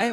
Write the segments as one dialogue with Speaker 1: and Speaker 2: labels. Speaker 1: 哎，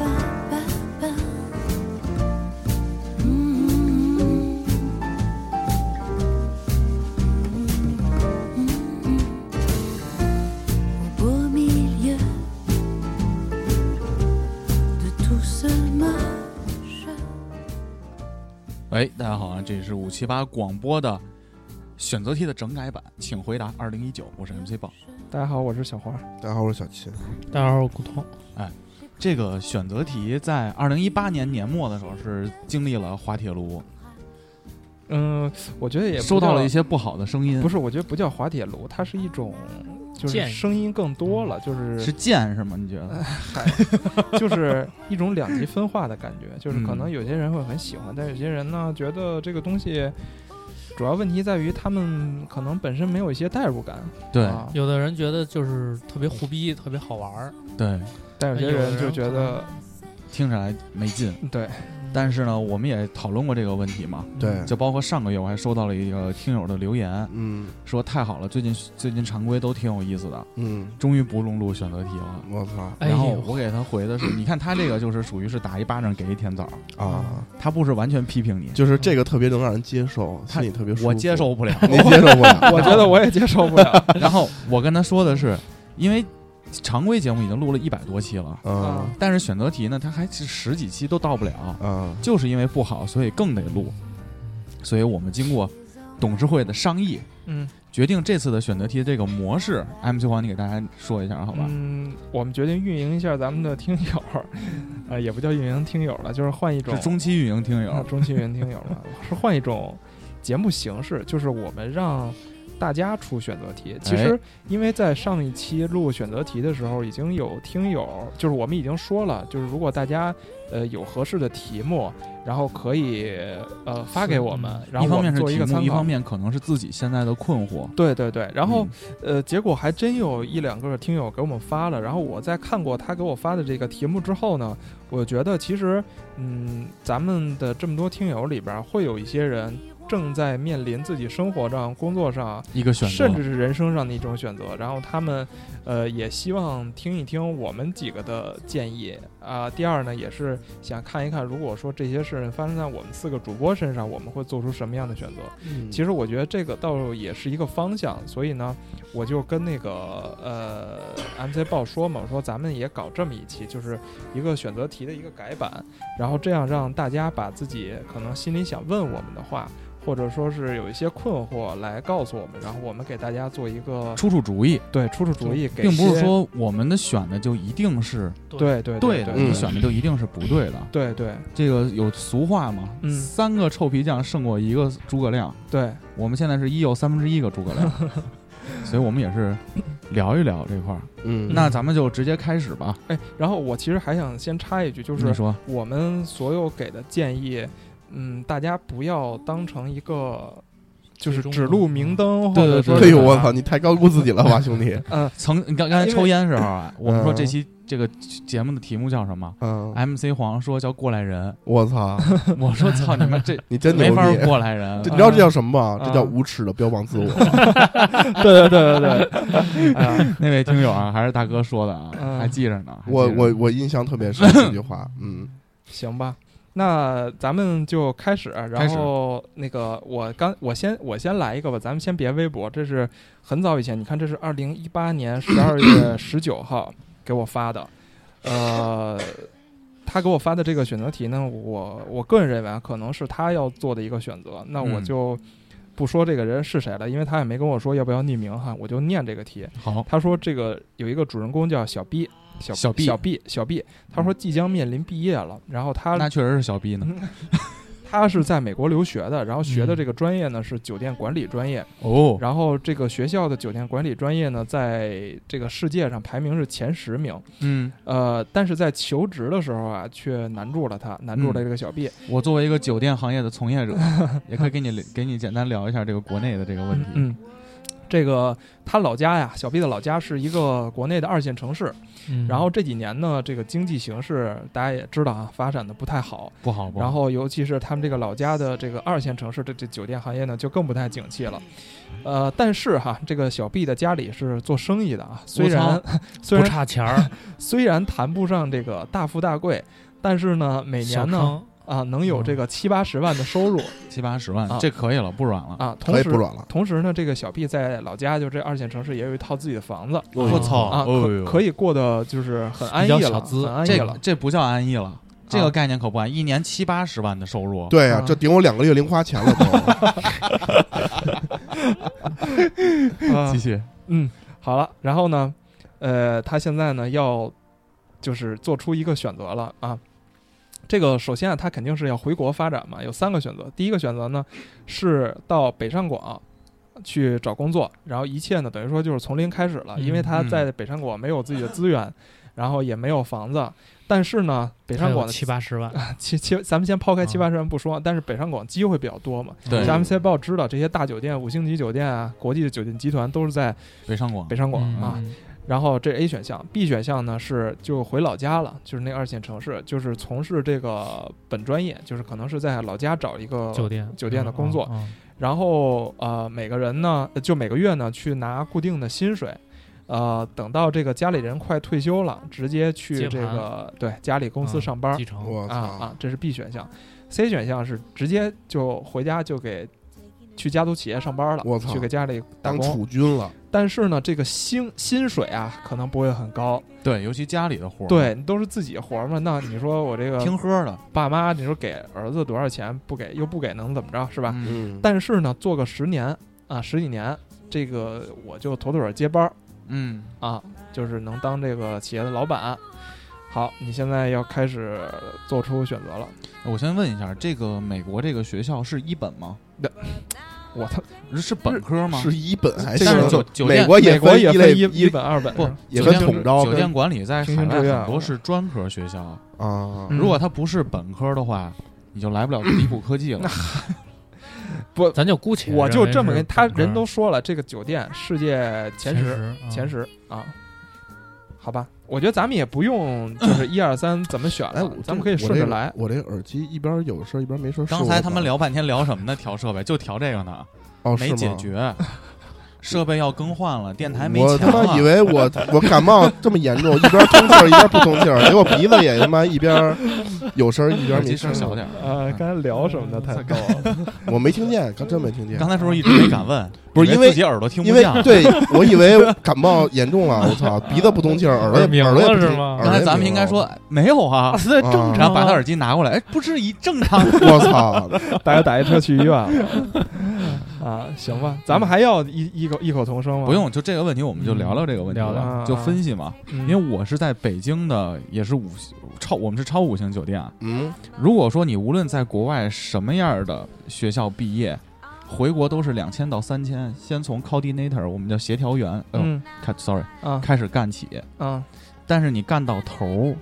Speaker 2: 嗯
Speaker 3: Au beau milieu de tout ce moche.
Speaker 2: 喂，大家好啊，这是五七八广播的选择题的整改版，请回答二零一九，我是 MC 豹。
Speaker 4: 大家好，我是小花。
Speaker 5: 大家好，我是小秦。
Speaker 6: 大家好，我是古潼。
Speaker 2: 哎这个选择题在二零一八年年末的时候是经历了滑铁卢，
Speaker 4: 嗯，我觉得也不
Speaker 2: 收到
Speaker 4: 叫
Speaker 2: 了一些不好的声音，
Speaker 4: 不
Speaker 2: 是
Speaker 4: 是，我觉得不叫滑铁卢，它是一种，就是
Speaker 6: 建议
Speaker 4: 声音更多了，就是
Speaker 2: 是贱是吗？你觉得？
Speaker 6: 哎
Speaker 4: 就是一种两极分化的感觉，就是可能
Speaker 2: 嗯
Speaker 4: 有些人会很喜欢，但有些人呢觉得这个东西主要问题在于他们可能本身没有一些代入感，
Speaker 2: 对
Speaker 4: 啊，
Speaker 6: 有的人觉得就是特别胡逼，特别好玩儿，
Speaker 2: 对，
Speaker 4: 但有些
Speaker 6: 有的
Speaker 4: 人就
Speaker 6: 人
Speaker 4: 觉
Speaker 6: 可
Speaker 4: 得
Speaker 2: 听起来没劲。
Speaker 4: 对，
Speaker 6: 嗯
Speaker 2: 但是呢，我们也讨论过这个问题嘛，
Speaker 5: 对，
Speaker 2: 就包括上个月我还收到了一个听友的留言，
Speaker 5: 嗯
Speaker 2: 说太好了，最近最近常规都挺有意思的，
Speaker 5: 嗯，
Speaker 2: 终于不用录选择题了。
Speaker 5: 我操
Speaker 6: 哎
Speaker 2: 然后
Speaker 6: 呦，
Speaker 2: 我给他回的是，你看他这个就是属于是打一巴掌给一甜枣，
Speaker 5: 啊！
Speaker 2: 他不是完全批评你，
Speaker 5: 就是这个特别能让人接受，
Speaker 2: 他
Speaker 5: 心里特别舒服。
Speaker 2: 我接，受不了。
Speaker 5: 你接受不了。啊
Speaker 4: 我觉得我也接受不了。
Speaker 2: 然后我跟他说的是，因为常规节目已经录了一百多期了，
Speaker 5: 嗯
Speaker 2: 但是选择题呢，他还是十几期都到不了，
Speaker 5: 嗯
Speaker 2: 就是因为不好，所以更得录。所以我们经过董事会的商议，
Speaker 4: 嗯，
Speaker 2: 决定这次的选择题这个模式，MC 黄，你给大家说一下 好吧？
Speaker 4: 嗯，我们决定运营一下咱们的听友， 呃，也不叫运营听友了，就是换一种
Speaker 2: 是中期运营听
Speaker 4: 啊
Speaker 2: 友，
Speaker 4: 中期云听友了，是换一种节目形式，就是我们让大家出选择题。其实，
Speaker 2: 哎
Speaker 4: 因为在上一期录选择题的时候，已经有听友，就是我们已经说了，就是如果大家呃有合适的题目，然后可以呃发给我们
Speaker 6: 嗯，
Speaker 4: 然
Speaker 2: 一
Speaker 4: 后
Speaker 2: 方
Speaker 4: 我
Speaker 2: 面是
Speaker 4: 们做
Speaker 2: 题
Speaker 4: 个
Speaker 2: 目，
Speaker 4: 参
Speaker 2: 一
Speaker 4: 考
Speaker 2: 方。面嗯可能是自己现在的困惑。
Speaker 4: 对对对，然后、呃，结果还真有一两个听友给我们发了，然后我在看过他给我发的这个题目之后呢，我觉得其实，嗯，咱们的这么多听友里边儿，会有一些人正在面临自己生活上、工作上，
Speaker 2: 一个选择，
Speaker 4: 甚至是人生上的一种选择，然后他们，呃，也希望听一听我们几个的建议啊、第二呢，也是想看一看，如果说这些事发生在我们四个主播身上，我们会做出什么样的选择。
Speaker 5: 嗯，
Speaker 4: 其实我觉得这个倒也是一个方向，所以呢，我就跟那个呃 MC 报说嘛，我说咱们也搞这么一期，就是一个选择题的一个改版，然后这样让大家把自己可能心里想问我们的话，或者说是有一些困惑来告诉我们，然后我们给大家做一个
Speaker 2: 出出主意，
Speaker 4: 对出出主意，给
Speaker 2: 并不
Speaker 4: 些
Speaker 2: 是说我们的选的就一定是
Speaker 4: 对对
Speaker 2: 对的，
Speaker 4: 对
Speaker 2: 你
Speaker 5: 嗯
Speaker 2: 选的就一定是不对的。
Speaker 4: 对对
Speaker 2: 这个有俗话嘛，
Speaker 4: 嗯
Speaker 2: 三个臭皮匠胜过一个诸葛亮。
Speaker 4: 对，
Speaker 2: 我们现在是一有三分之一个诸葛亮， 所以我们也是聊一聊这块儿。
Speaker 5: 嗯，
Speaker 2: 那咱们就直接开始吧。
Speaker 4: 哎，然后我其实还想先插一句，就是
Speaker 2: 你说，
Speaker 4: 我们所有给的建议，嗯，大家不要当成一个就是
Speaker 6: 最终
Speaker 4: 指路明灯，
Speaker 2: 对
Speaker 4: 或者
Speaker 2: 对
Speaker 4: 说
Speaker 2: 对
Speaker 5: 哎
Speaker 4: 是
Speaker 5: 呦我操，，你太高估自己了吧，兄弟。
Speaker 4: 嗯、
Speaker 2: 曾你刚刚才
Speaker 4: 因为
Speaker 2: 抽烟时候啊，我们说这期这个节目的题目叫什么
Speaker 5: 嗯，
Speaker 2: ？MC 黄说叫过来人，
Speaker 5: 我操，
Speaker 2: 我说操你们这
Speaker 5: 你真牛
Speaker 2: 没法
Speaker 5: 逼！
Speaker 2: 过来人
Speaker 5: 这。你知道这叫什么吗？
Speaker 4: 啊
Speaker 5: 这叫无耻的标榜自我。
Speaker 4: 对对对对对，哎呀，
Speaker 2: 那位听友啊，还是大哥说的啊，
Speaker 4: 嗯
Speaker 2: 还记着呢。还记着
Speaker 5: 我
Speaker 2: 呢
Speaker 5: 我我印象特别深这句话，嗯
Speaker 4: 行吧。那咱们就开始，
Speaker 2: 开
Speaker 4: 然
Speaker 2: 始
Speaker 4: 后那个我刚我先我先来一个吧，咱们先别微博，这是很早以前，你看这是二零一八年十 二月十九号给我发的，呃，他给我发的这个选择题呢，我我个人认为啊，可能是他要做的一个选择，那我
Speaker 2: 嗯
Speaker 4: 就不说这个人是谁了，因为他也没跟我说要不要匿名哈，我就念这个题，
Speaker 2: 好，
Speaker 4: 他说这个有一个主人公叫小 B，小
Speaker 2: 小 B
Speaker 4: 小 B 小 B，他说即将面临毕业了，然后他
Speaker 2: 那确实是小逼呢。
Speaker 4: 他是在美国留学的，然后学的这个专业呢是酒店管理专业，
Speaker 2: 嗯哦，
Speaker 4: 然后这个学校的酒店管理专业呢，在这个世界上排名是前十名，
Speaker 2: 嗯，
Speaker 4: 呃，但是在求职的时候啊，却难住了他，难住了这个小 B，、
Speaker 2: 我作为一个酒店行业的从业者，也可以给你给你简单聊一下这个国内的这个问题。
Speaker 4: 嗯，这个他老家呀，小毕的老家是一个国内的二线城市。
Speaker 6: 嗯
Speaker 4: 然后这几年呢，这个经济形势大家也知道啊，发展的不太好。
Speaker 2: 不好不好。
Speaker 4: 然后尤其是他们这个老家的这个二线城市的这酒店行业呢，就更不太景气了。呃，但是哈，这个小毕的家里是做生意的啊，虽然 虽
Speaker 6: 嗯不
Speaker 4: 然
Speaker 6: 差钱儿，
Speaker 4: 虽然谈不上这个大富大贵，但是呢， 每
Speaker 6: 小
Speaker 4: 年呢
Speaker 6: 康，嗯
Speaker 4: 啊能有这个七八十万的收 入
Speaker 2: 七八十万
Speaker 4: 啊，
Speaker 2: 这可以了，不软了。
Speaker 4: 啊。同
Speaker 5: 可以
Speaker 4: 时
Speaker 5: 不软了。
Speaker 4: 同时呢，这个小毕在老家就这二线城市也有一套自己的房子
Speaker 2: 我操
Speaker 4: 啊，可可
Speaker 2: 以，
Speaker 4: 以过得就是很安逸
Speaker 6: 比较小
Speaker 4: 了，
Speaker 6: 资
Speaker 4: 很安逸
Speaker 2: 这
Speaker 4: 了。
Speaker 2: 这不叫安逸了，这个概念可不安，一年七八十万的收入，
Speaker 5: 对呀、
Speaker 4: 啊
Speaker 5: 这顶我两个月零花钱了都。
Speaker 4: 啊
Speaker 2: 继续
Speaker 4: 嗯，好了，然后呢，呃，他现在呢要就是做出一个选择了啊。这个首先啊，他肯定是要回国发展嘛，有三个选择。第一个选择呢是到北上广去找工作，然后一切呢等于说就是从零开始了，因为
Speaker 6: 嗯
Speaker 4: 他
Speaker 2: 嗯
Speaker 4: 在北上广没有自己的资源，然后也没有房子。但是呢，北
Speaker 6: 还
Speaker 4: 上
Speaker 6: 有
Speaker 4: 广的
Speaker 6: 七八十万，
Speaker 4: 七七，咱们先抛开七八
Speaker 6: 啊
Speaker 4: 十万不说，但是北上广机会比较多嘛。
Speaker 2: 对
Speaker 4: 像 MC 报知道这些大酒店、五星级酒店啊、国际的酒店集团都是在
Speaker 2: 北上广
Speaker 4: 北上广啊。
Speaker 6: 嗯，
Speaker 4: 然后这 A 选项，B 选项呢是就回老家了，就是那二线城市，就是从事这个本专业，就是可能是在老家找一个
Speaker 6: 酒店
Speaker 4: 酒店的工作，
Speaker 6: 嗯
Speaker 4: 然后呃每个人呢呃就每个月呢去拿固定的薪水。呃，等到这个家里人快退休了，直接去
Speaker 6: 接
Speaker 4: 这
Speaker 6: 盘
Speaker 4: 个对家里公司
Speaker 6: 嗯
Speaker 4: 上班，
Speaker 6: 继承，
Speaker 5: 我
Speaker 4: 啊
Speaker 5: 操！
Speaker 4: 啊，这是 B 选项，C 选项是直接就回家就给去家族企业上班了，
Speaker 5: 我操
Speaker 4: 去给家里打
Speaker 5: 当
Speaker 4: 工。
Speaker 5: 储君了，
Speaker 4: 但是呢，这个薪薪水啊，可能不会很高，
Speaker 2: 对，尤其家里的活儿，呃
Speaker 4: 对，都是自己活儿嘛。那你说我这个
Speaker 2: 听喝的
Speaker 4: 爸妈，你说给儿子多少钱不给，又不给，能怎么着是吧？
Speaker 2: 嗯
Speaker 5: 嗯，
Speaker 4: 但是呢，做个十年啊，十几年，这个我就妥妥儿接班儿
Speaker 2: 嗯，
Speaker 4: 啊，就是能当这个企业的老板。好，你现在要开始做出选择了。
Speaker 2: 我先问一下，这个美国这个学校是一本吗？
Speaker 4: 我操，
Speaker 2: 是本科吗？
Speaker 5: 是一本还
Speaker 4: 这
Speaker 5: 行
Speaker 4: 个
Speaker 2: 但是酒酒
Speaker 5: 美
Speaker 2: 店
Speaker 5: 国
Speaker 4: 美国
Speaker 5: 分
Speaker 4: 也
Speaker 5: 一类
Speaker 4: 分一
Speaker 5: 一
Speaker 4: 本二本
Speaker 2: 不
Speaker 4: 是吧
Speaker 5: 也
Speaker 2: 酒
Speaker 5: 分
Speaker 2: 店
Speaker 5: 统招
Speaker 2: 酒
Speaker 5: 跟
Speaker 2: 店管理在海
Speaker 4: 听听这
Speaker 2: 外
Speaker 4: 个
Speaker 2: 很多是专科学校，
Speaker 5: 啊
Speaker 4: 嗯
Speaker 2: 如果它不是本科的话，你就来不了迪普科技了。
Speaker 6: 咱就姑且
Speaker 4: 我就这么跟
Speaker 6: 认为啊是
Speaker 4: 他
Speaker 6: 本科
Speaker 4: 人都说了，这个酒店世界前十
Speaker 6: 十嗯
Speaker 4: 前，十啊，好吧，我觉得咱们也不用 就是一二三怎么选
Speaker 5: 哎，
Speaker 4: 了
Speaker 5: 我，
Speaker 4: 咱们可以顺着来。
Speaker 5: 我这个。我这耳机一边有事儿一边没事儿。
Speaker 2: 刚
Speaker 5: 是
Speaker 2: 才
Speaker 5: 我
Speaker 2: 他
Speaker 5: 吧
Speaker 2: 们聊半天聊什么呢？调设备就调这个呢，
Speaker 5: 哦，是
Speaker 2: 没
Speaker 5: 吗
Speaker 2: 解。决，设备要更换了，电台没啊
Speaker 5: 我
Speaker 2: 钱
Speaker 5: 他妈
Speaker 2: 了。
Speaker 5: 以 为我我感冒这么严重，一边通气儿一边不通气儿，结果鼻子也他妈一边有声儿一边
Speaker 2: 耳
Speaker 5: 没
Speaker 2: 机
Speaker 5: 声
Speaker 2: 声
Speaker 5: 儿。
Speaker 2: 小点儿。
Speaker 4: 呃，刚才聊什么呢？太逗了。
Speaker 5: 我没听见，刚真没听见。
Speaker 2: 刚才是不是一直没敢问？
Speaker 5: 嗯不是
Speaker 2: 以为
Speaker 5: 因为
Speaker 2: 自己耳朵听
Speaker 5: 因
Speaker 2: 不
Speaker 5: 为
Speaker 2: 见了。
Speaker 5: 对我以为感冒严重了，我操，鼻子不通气儿，耳朵
Speaker 6: 耳鸣
Speaker 5: 也 耳朵也
Speaker 6: 了
Speaker 5: 不
Speaker 6: 是
Speaker 5: 听
Speaker 6: 吗
Speaker 5: 耳
Speaker 2: 刚
Speaker 5: 朵
Speaker 2: 才
Speaker 5: 也
Speaker 2: 咱们应
Speaker 5: 不听
Speaker 2: 该
Speaker 5: 了
Speaker 2: 说哎没有啊，
Speaker 6: 这
Speaker 5: 啊
Speaker 4: 嗯
Speaker 6: 正
Speaker 2: 然后
Speaker 6: 常
Speaker 2: 把他
Speaker 6: 啊
Speaker 2: 耳机拿过来，哎，不是一正 常。
Speaker 5: 我操，
Speaker 4: 大家打一车去医院了 啊，行吧，咱们还要异异口异口同声吗？
Speaker 2: 不，用，就这个问题，我们就聊聊这个问题
Speaker 6: 聊
Speaker 4: 聊
Speaker 2: 吧，就分析嘛。因
Speaker 4: 因
Speaker 2: 为我是在北京的，也是五星超，我们是超五星酒店啊。
Speaker 5: 嗯，
Speaker 2: 如果说你无论在国外什么样的学校毕业，回国都是两千到三千，先从 coordinator 我们叫协调员，呃、
Speaker 4: 嗯
Speaker 2: 开 sorry
Speaker 4: 啊
Speaker 2: 开始干起，
Speaker 4: 啊，
Speaker 2: 但是你干到头，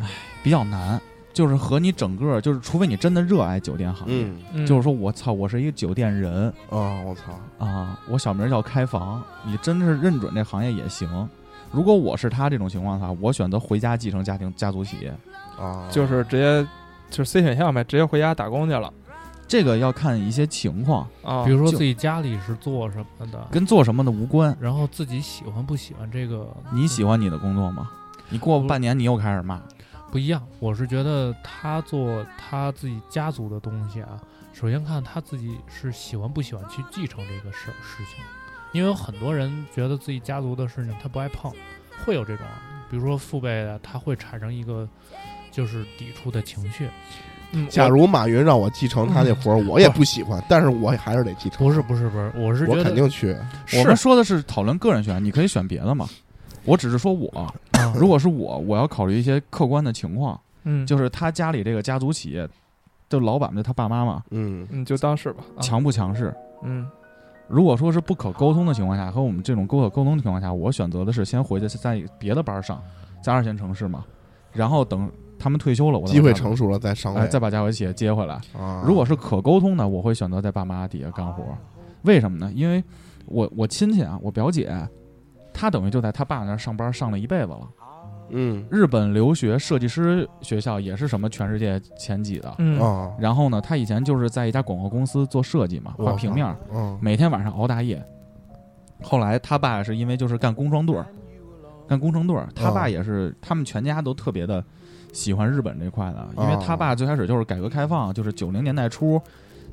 Speaker 2: 唉，比较难，就是和你整个就是，除非你真的热爱酒店行业，
Speaker 5: 嗯
Speaker 4: 嗯
Speaker 2: 就是说我操，我是一个酒店人
Speaker 5: 啊，我操，
Speaker 2: 啊，我小名叫开房，你真是认准这行业也行。如果我是他这种情况的话，我选择回家继承家庭家族企业，
Speaker 5: 啊，
Speaker 4: 就是直接就是 C 选项呗，直接回家打工去了
Speaker 2: 这个要看一些情况，
Speaker 4: 啊。
Speaker 6: 比如说
Speaker 2: 就
Speaker 6: 自己家里是做什么的，
Speaker 2: 跟做什么的无关。
Speaker 6: 然后自己喜欢不喜欢这个，
Speaker 2: 你喜欢你的工作吗？你过半年你又开始骂，
Speaker 6: 不一样。我是觉得他做他自己家族的东西啊，首先看他自己是喜欢不喜欢去继承这个事事情，因为有很多人觉得自己家族的事情他不爱碰，会有这种，比如说父辈的，他会产生一个就是抵触的情绪。
Speaker 4: 嗯
Speaker 5: 假如马云让我继承他那活儿，我也不喜欢，但是我还是得继承，
Speaker 6: 不是不是不是，我是
Speaker 5: 我
Speaker 6: 觉
Speaker 5: 肯
Speaker 6: 得
Speaker 5: 定去。
Speaker 2: 我们说的是讨论个人选，你可以选别的嘛。我只是说我，如果是我，我要考虑一些客观的情况，
Speaker 4: 嗯
Speaker 2: 就是他家里这个家族企业的老板们，就他爸妈嘛，
Speaker 5: 嗯，
Speaker 4: 嗯就当是吧，啊
Speaker 2: 强不强势？
Speaker 4: 嗯
Speaker 2: 如果说是不可沟通的情况下，和我们这种不可沟通的情况下，我选择的是先回去在别的班儿上，在二线城市嘛，然后等他们退休了，我再
Speaker 5: 机会
Speaker 2: 把家
Speaker 5: 成熟了再上
Speaker 2: 哎
Speaker 5: 位。
Speaker 2: 再把家族企业接回来。
Speaker 5: 啊
Speaker 2: 如果是可沟通的，我会选择在爸妈底下干活。为什么呢？因为我我亲戚啊，我表姐，她等于就在她爸那儿上班上了一辈子了。
Speaker 5: 嗯
Speaker 2: 日本留学设计师学校也是什么全世界前几的。
Speaker 4: 嗯
Speaker 5: 哦，
Speaker 2: 然后呢，她以前就是在一家广告公司做设计嘛，画平面儿，
Speaker 5: 嗯
Speaker 2: 每天晚上熬大夜。后来他爸是因为就是干工装队儿，干工程队儿，他爸也是，他们全家都特别的喜欢日本这块的，因为他爸最开始就是改革开放，就是九零年代初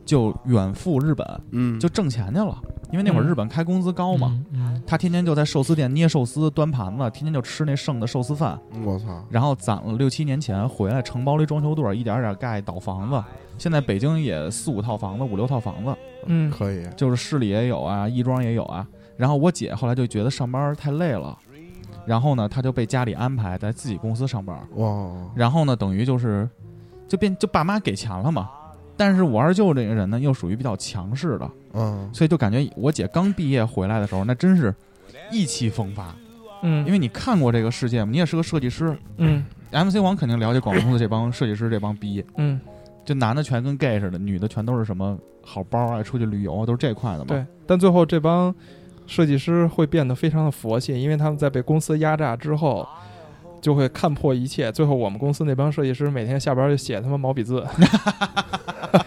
Speaker 2: 就远赴日本
Speaker 5: 嗯，
Speaker 2: 就挣钱去了，因为那会儿
Speaker 4: 嗯
Speaker 2: 日本开工资高嘛，
Speaker 6: 嗯，嗯
Speaker 2: 他天天就在寿司店捏寿司、端盘子，天天就吃那剩的寿司饭，
Speaker 5: 我操，
Speaker 2: 然后攒了六七年钱回来，承包了一装修队儿，一点儿一点儿盖倒房子，现在北京也四五套房子、五六套房子。
Speaker 4: 嗯
Speaker 5: 可以，
Speaker 2: 就是市里也有啊，亦庄也有啊。然后我姐后来就觉得上班太累了，然后呢，她就被家里安排在自己公司上班。
Speaker 5: 哇，
Speaker 2: 然后呢，等于就是就变就爸妈给钱了嘛。但是我二舅这个人呢，又属于比较强势的，
Speaker 5: 嗯，
Speaker 2: 所以就感觉我姐刚毕业回来的时候，那真是意气风发。
Speaker 4: 嗯，
Speaker 2: 因为你看过这个世界嘛，你也是个设计师
Speaker 4: 嗯
Speaker 2: ，MC 王肯定了解广告公司这帮设计师这帮逼。
Speaker 4: 嗯
Speaker 2: 就男的全跟 gay 似的，女的全都是什么好包啊，出去旅游啊，都是这块的嘛。
Speaker 4: 对，但最后这帮设计师会变得非常的佛系，因为他们在被公司压榨之后。就会看破一切。最后，我们公司那帮设计师每天下班就写他妈毛笔 字，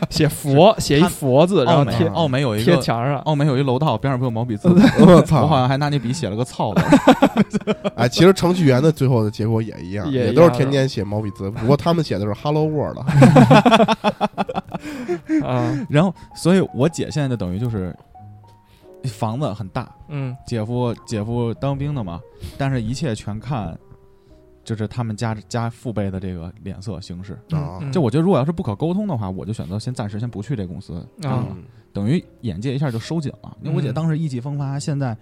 Speaker 4: 写佛，写一佛字，然
Speaker 2: 奥
Speaker 4: 后
Speaker 2: 美
Speaker 4: 贴
Speaker 2: 奥哦美有一
Speaker 4: 贴
Speaker 2: 个哦
Speaker 4: 墙上。
Speaker 2: 澳门有一楼道，边上不有毛笔字？
Speaker 5: 我
Speaker 2: 我好
Speaker 5: 操！
Speaker 2: 像还拿那笔写了个“操”字。
Speaker 5: 哎，其实程序员的最后的结果也一样，
Speaker 4: 也
Speaker 5: 也
Speaker 4: 一
Speaker 5: 都是
Speaker 4: 样
Speaker 5: 天
Speaker 4: 是
Speaker 5: 天写毛笔字，不过他们写的是 “Hello World”。
Speaker 4: 啊，
Speaker 2: 然后，所以我姐现在就等于就是房子很大，
Speaker 4: 嗯
Speaker 2: 姐夫姐夫当兵的嘛，但是一切全看就是他们家家父辈的这个脸色行事。
Speaker 5: 啊
Speaker 4: 嗯
Speaker 2: 就我觉得，如果要是不可沟通的话，我就选择先暂时先不去这公司，
Speaker 4: 啊
Speaker 5: 嗯
Speaker 2: 等于眼界一下就收紧了。因为我姐
Speaker 4: 嗯
Speaker 2: 当时意气风发，现在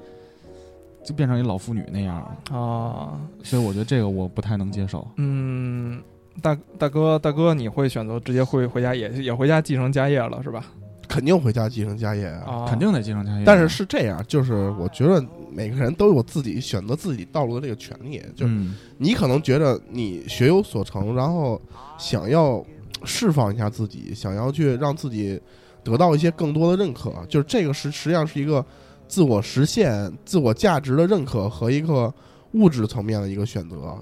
Speaker 2: 就变成一老妇女那样了，
Speaker 4: 啊，
Speaker 2: 所以我觉得这个我不太能接受。
Speaker 4: 嗯，大大哥大哥，你会选择直接回回家也也回家继承家业了是吧？
Speaker 5: 肯定回家继承家业啊。
Speaker 4: 啊，
Speaker 2: 肯定得继承家业，
Speaker 5: 但是是这样，就是我觉得每个人都有自己选择自己道路的这个权利。就
Speaker 2: 嗯
Speaker 5: 你可能觉得你学有所成，然后想要释放一下自己，想要去让自己得到一些更多的认可，就是这个是实际上是一个自我实现、自我价值的认可和一个物质层面的一个选择，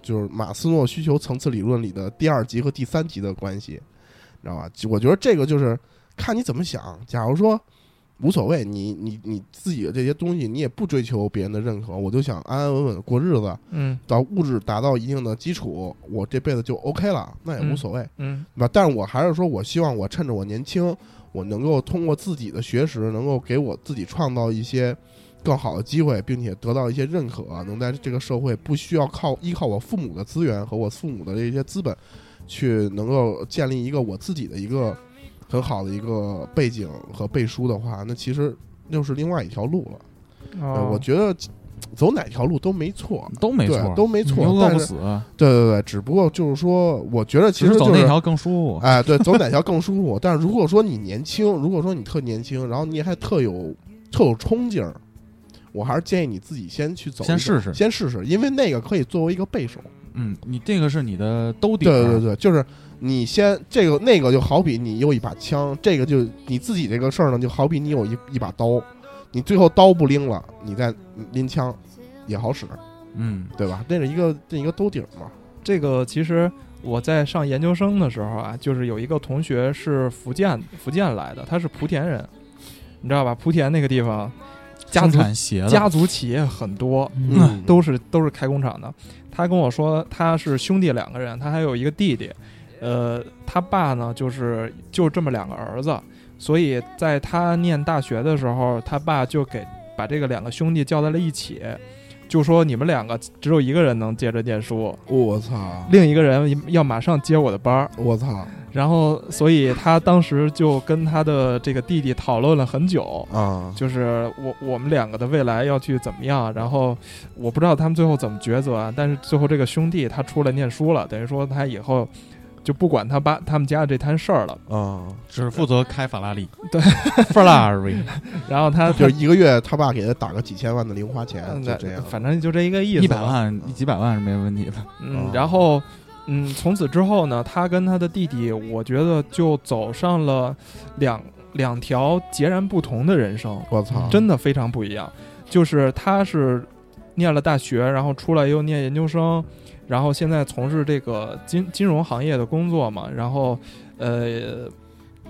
Speaker 5: 就是马斯诺需求层次理论里的第二级和第三级的关系，知道吧？就啊我觉得这个就是看你怎么想。假如说无所谓，你你你自己的这些东西，你也不追求别人的认可，我就想安安稳稳地过日子。
Speaker 4: 嗯
Speaker 5: 到物质达到一定的基础，我这辈子就 OK 了，那也无所谓，
Speaker 4: 嗯
Speaker 5: 对吧？但是我还是说，我希望我趁着我年轻，我能够通过自己的学识，能够给我自己创造一些更好的机会，并且得到一些认可，啊能在这个社会不需要靠依靠我父母的资源和我父母的这些资本，去能够建立一个我自己的一个很好的一个背景和背书的话，那其实又是另外一条路了。呃
Speaker 4: 啊，
Speaker 5: 我觉得走哪条路都没错。
Speaker 2: 都没
Speaker 5: 对
Speaker 2: 错，，
Speaker 5: 都没
Speaker 2: 你
Speaker 5: 错
Speaker 2: 又，饿
Speaker 5: 但
Speaker 2: 不
Speaker 5: 是
Speaker 2: 死，
Speaker 5: 对对对，只不过就是说，我觉得其
Speaker 2: 只
Speaker 5: 实
Speaker 2: 是走
Speaker 5: 就
Speaker 2: 那
Speaker 5: 是。
Speaker 2: 条啊更舒服。
Speaker 5: 哎，对，走哪条更舒服？但是如果说你年轻，如果说你特年轻，然后你还特有特有冲劲儿，我还是建议你自己先去走一个，
Speaker 2: 先试试
Speaker 5: 先试试，因为那个可以作为一个备手。
Speaker 2: 嗯，你这个是你的兜底，
Speaker 5: 对对，对，就是你先这个那个，就好比你有一把枪，这个就你自己这个事儿呢，就好比你有一一把刀，你最后刀不拎了，你再拎枪也好使，
Speaker 2: 嗯
Speaker 5: 对吧？这是一个这一个兜底儿嘛。
Speaker 4: 这个其实我在上研究生的时候啊，就是有一个同学是福建福建来的，他是莆田人，你知道吧？莆田那个地方，家
Speaker 2: 生
Speaker 4: 族
Speaker 2: 产鞋的，
Speaker 4: 家族企业很多，
Speaker 6: 嗯
Speaker 4: 都是都是开工厂的。他跟我说，他是兄弟两个人，他还有一个弟弟。呃，他爸呢，就是就这么两个儿子，所以在他念大学的时候，他爸就给把这个两个兄弟叫在了一起，就说你们两个只有一个人能接着念书，
Speaker 5: 我操！
Speaker 4: 另一个人要马上接我的班儿。
Speaker 5: 我操！
Speaker 4: 然后，所以他当时就跟他的这个弟弟讨论了很久，
Speaker 5: 啊，
Speaker 4: 就是我我们两个的未来要去怎么样，然后我不知道他们最后怎么抉择啊，但是最后这个兄弟他出来念书了，等于说他以后就不管他爸他们家这摊事儿了，
Speaker 5: 啊，
Speaker 2: 只负责开法拉利，
Speaker 4: 对
Speaker 2: ，Ferrari，
Speaker 4: 然后他
Speaker 5: 就是一个月他爸给他打个几千万的零花钱，
Speaker 4: 嗯
Speaker 5: 就这样。
Speaker 4: 反正就这一个意思，啊
Speaker 2: 一百，万几百万是没问题的。
Speaker 4: 嗯
Speaker 5: 哦，
Speaker 4: 然后嗯，从此之后呢，他跟他的弟弟，我觉得就走上了两两条截然不同的人生，
Speaker 5: 我操，
Speaker 4: 真的非常不一样。就是他是念了大学，然后出来又念研究生，然后现在从事这个金金融行业的工作嘛，然后呃，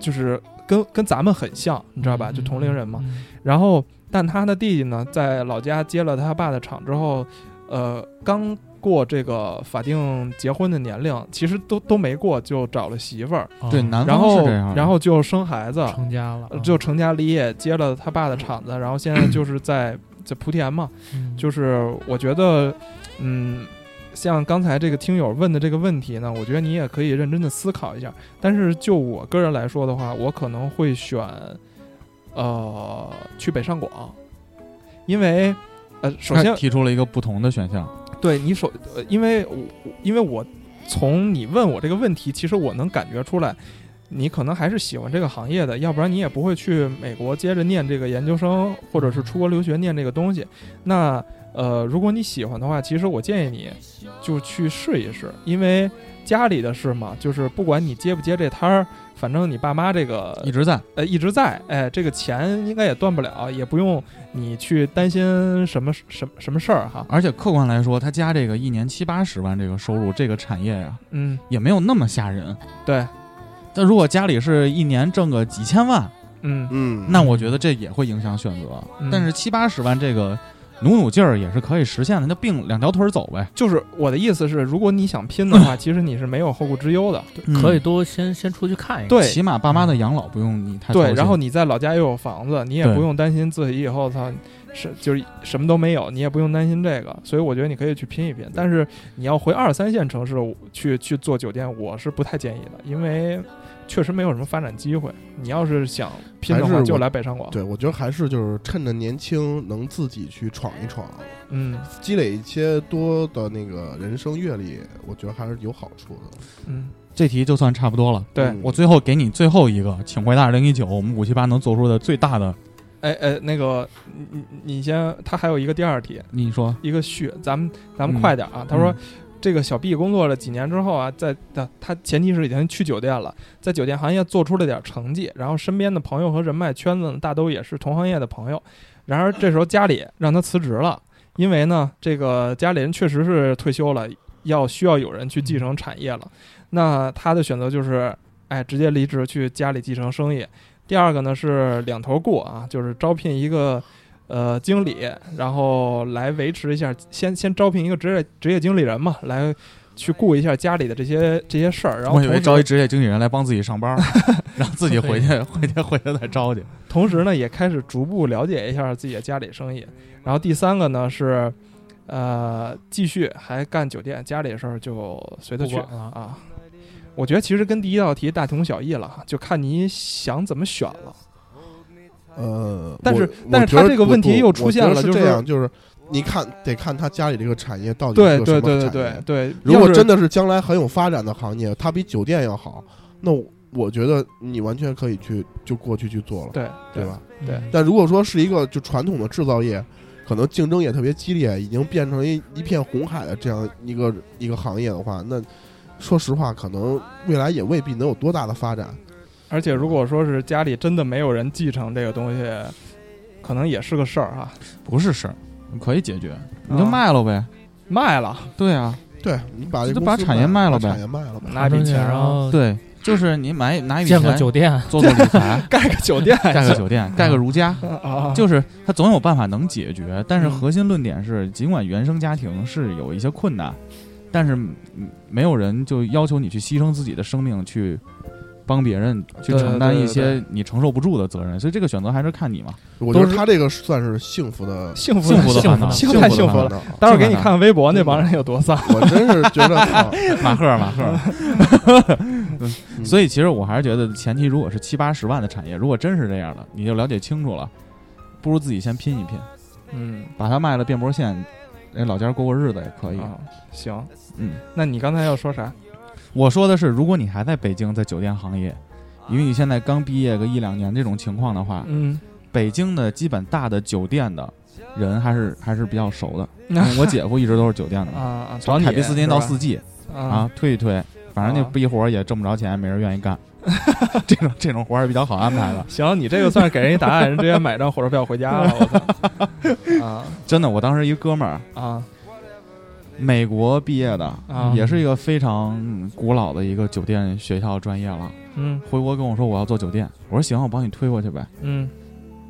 Speaker 4: 就是跟跟咱们很像，你知道吧？就同龄人嘛。
Speaker 6: 嗯，
Speaker 4: 然后，但他的弟弟呢，在老家接了他爸的厂之后，呃，刚过这个法定结婚的年龄，其实都都没过，就找了媳妇儿，
Speaker 6: 嗯
Speaker 2: 对
Speaker 6: 嗯
Speaker 2: 南
Speaker 4: 然
Speaker 2: 方是
Speaker 4: 后
Speaker 2: 这样的，
Speaker 4: 然后就生孩子，
Speaker 6: 成家了
Speaker 4: 呃，就成家立业，接了他爸的厂子，然后现在就是 在在莆田嘛，
Speaker 6: 嗯
Speaker 4: 就是我觉得，嗯，像刚才这个听友问的这个问题呢，我觉得你也可以认真的思考一下。但是就我个人来说的话，我可能会选，呃，去北上广，因为，呃，首
Speaker 2: 他
Speaker 4: 先
Speaker 2: 提出了一个不同的选项，
Speaker 4: 对你首，呃因为我因为我从你问我这个问题，其实我能感觉出来，你可能还是喜欢这个行业的，要不然你也不会去美国接着念这个研究生，或者是出国留学念这个东西。那呃，如果你喜欢的话，其实我建议你就去试一试，因为家里的事嘛，就是不管你接不接这摊儿，反正你爸妈这个
Speaker 2: 一直在
Speaker 4: 呃一直在，哎，这个钱应该也断不了，也不用你去担心什么什么什么事儿哈。
Speaker 2: 而且客观来说，他家这个一年七八十万这个收入，这个产业呀、
Speaker 4: 嗯，
Speaker 2: 也没有那么吓人。
Speaker 4: 对，
Speaker 2: 但如果家里是一年挣个几千万，
Speaker 4: 嗯。
Speaker 5: 嗯，
Speaker 2: 那我觉得这也会影响选择。
Speaker 4: 嗯
Speaker 2: 但是七八十万这个努努劲儿也是可以实现的，那并两条腿儿走呗。
Speaker 4: 就是我的意思是，如果你想拼的话，其实你是没有后顾之忧的。
Speaker 2: 嗯
Speaker 6: 可以多先先出去看一看。
Speaker 4: 对
Speaker 2: 起码爸妈的养老不用你太操
Speaker 4: 对，
Speaker 2: 心
Speaker 4: 然后你在老家又有房子，你也
Speaker 2: 对
Speaker 4: 不用担心自己以后操是就是什么都没有，你也不用担心这个。所以我觉得你可以去拼一拼。但是你要回二三线城市去去做酒店，我是不太建议的，因为确实没有什么发展机会。你要是想拼的
Speaker 5: 还是
Speaker 4: 话，
Speaker 5: 我
Speaker 4: 就来北上广。
Speaker 5: 对我觉得还是就是趁着年轻能自己去闯一闯，
Speaker 4: 嗯
Speaker 5: 积累一些多的那个人生阅历，我觉得还是有好处的。
Speaker 4: 嗯，
Speaker 2: 这题就算差不多了。
Speaker 4: 对
Speaker 5: 嗯
Speaker 2: 我最后给你最后一个，请回答二零一九，我们五七八能做出的最大的，
Speaker 4: 哎哎，那个你你你先，他还有一个第二题，
Speaker 2: 你说
Speaker 4: 一个序，咱们咱们
Speaker 2: 嗯
Speaker 4: 快点啊。他说
Speaker 2: 嗯，
Speaker 4: 这个小 B 工作了几年之后啊，在他他前提是已经去酒店了，在酒店行业做出了点成绩，然后身边的朋友和人脉圈子呢，大都也是同行业的朋友。然而这时候家里让他辞职了，因为呢，这个家里人确实是退休了，要需要有人去
Speaker 2: 嗯
Speaker 4: 继承产业了。那他的选择就是，哎，直接离职去家里继承生意。第二个呢是两头过啊，就是招聘一个呃经理，然后来维持一下，先先招聘一个职业职业经理人嘛，来去顾一下家里的这些这些事儿，然后
Speaker 2: 我以
Speaker 4: 同
Speaker 2: 为
Speaker 4: 时
Speaker 2: 招一职业经理人来帮自己上 班儿，让自己回去回去回去再招去。
Speaker 4: 同时呢，也开始逐步了解一下自己的家里生意。然后第三个呢是，呃，继续还干酒店，家里的事儿就随他
Speaker 6: 不
Speaker 4: 去
Speaker 6: 管了
Speaker 4: 啊。我觉得其实跟第一道题大同小异了，就看你想怎么选了。
Speaker 5: 呃，
Speaker 4: 但是
Speaker 5: 我
Speaker 4: 但是
Speaker 5: 我
Speaker 4: 他
Speaker 5: 觉得
Speaker 4: 这个问题
Speaker 5: 我我
Speaker 4: 又出现了
Speaker 5: 我觉得
Speaker 4: 就是
Speaker 5: 是这样，就是你看得看他家里这个产业到底
Speaker 4: 对
Speaker 5: 是个什
Speaker 4: 对
Speaker 5: 么
Speaker 4: 对对
Speaker 5: 产
Speaker 4: 对
Speaker 5: 业
Speaker 4: 对，
Speaker 5: 如果
Speaker 4: 要是
Speaker 5: 真的是将来很有发展的行业，它比酒店要好，那我我觉得你完全可以去就过去去做了，
Speaker 4: 对
Speaker 5: 对吧？
Speaker 6: 嗯
Speaker 4: 对
Speaker 5: 但如果说是一个就传统的制造业，可能竞争也特别激烈，已经变成一一片红海的这样一个一个行业的话，那说实话，可能未来也未必能有多大的发展。
Speaker 4: 而且如果说是家里真的没有人继承这个东西，可能也是个事儿啊。
Speaker 2: 不是事儿，可以解决，你就
Speaker 4: 啊
Speaker 2: 卖了呗。
Speaker 4: 卖了，
Speaker 2: 对啊，
Speaker 5: 对你把这
Speaker 2: 就
Speaker 5: 个
Speaker 2: 把
Speaker 5: 公司
Speaker 2: 产业卖了
Speaker 5: 把
Speaker 2: 呗
Speaker 5: 产业卖了呗。
Speaker 4: 拿一笔钱
Speaker 6: 嗯然
Speaker 4: 啊，，
Speaker 6: 后
Speaker 2: 对，就是你买拿一笔
Speaker 6: 建个
Speaker 2: 钱
Speaker 6: 酒店，
Speaker 2: 做做理 财
Speaker 4: 盖个酒店，
Speaker 2: 盖个酒 店，盖个如家。
Speaker 4: 啊，
Speaker 2: 就是他总有办法能解决，但是
Speaker 4: 嗯
Speaker 2: 核心论点是，尽管原生家庭是有一些困难，但是嗯没有人就要求你去牺牲自己的生命去帮别人去
Speaker 4: 对
Speaker 2: 承担
Speaker 4: 对
Speaker 2: 一
Speaker 4: 对
Speaker 2: 些你承受不住的责任，所以这个选择还是看你嘛，
Speaker 5: 我觉
Speaker 4: 都
Speaker 5: 得
Speaker 4: 是
Speaker 5: 他这个算是幸福的
Speaker 4: 幸福
Speaker 2: 幸福的
Speaker 6: 幸
Speaker 2: 烦
Speaker 6: 福
Speaker 2: 恼，
Speaker 6: 的
Speaker 2: 幸
Speaker 4: 太
Speaker 2: 福
Speaker 4: 幸
Speaker 2: 的
Speaker 4: 福
Speaker 2: 烦
Speaker 4: 了
Speaker 2: 恼。
Speaker 5: 烦恼。
Speaker 4: 待会儿给你看看微博那帮人有多丧。
Speaker 5: 我真是觉得， 操
Speaker 2: 马赫马赫， 嗯
Speaker 5: 嗯
Speaker 2: 所以其实我还是觉得，前提如果是七八十万的产业，如果真是这样的，你就了解清楚了，不如自己先拼一拼，
Speaker 4: 嗯，
Speaker 2: 把它卖了变波线，哎，老家过过日子也可以。
Speaker 4: 啊，行，
Speaker 2: 嗯，
Speaker 4: 那你刚才要说啥？
Speaker 2: 我说的是，如果你还在北京，在酒店行业，因为你现在刚毕业个一两年这种情况的话，
Speaker 4: 嗯，
Speaker 2: 北京的基本大的酒店的人还是还是比较熟的。因
Speaker 4: 那
Speaker 2: 为我姐夫一直都是酒店的
Speaker 4: 啊
Speaker 2: 嘛，
Speaker 4: 啊，找
Speaker 2: 从
Speaker 4: 你
Speaker 2: 凯宾斯汀到
Speaker 4: 是吧
Speaker 2: 四季
Speaker 4: 啊
Speaker 2: 啊，推一推，反正那
Speaker 4: 啊
Speaker 2: 逼活儿也挣不着钱，没人愿意干。这种这种活儿比较好安排的。
Speaker 4: 行，你这个算是给人一答案，人直接买张火车票回家了。 我操！啊
Speaker 2: 真的，我当时一哥们儿，
Speaker 4: 啊
Speaker 2: 美国毕业的，
Speaker 4: 啊
Speaker 2: 也是一个非常古老的一个酒店学校专业了。
Speaker 4: 嗯
Speaker 2: 回国跟我说我要做酒店，我说行，我帮你推过去呗。
Speaker 4: 嗯，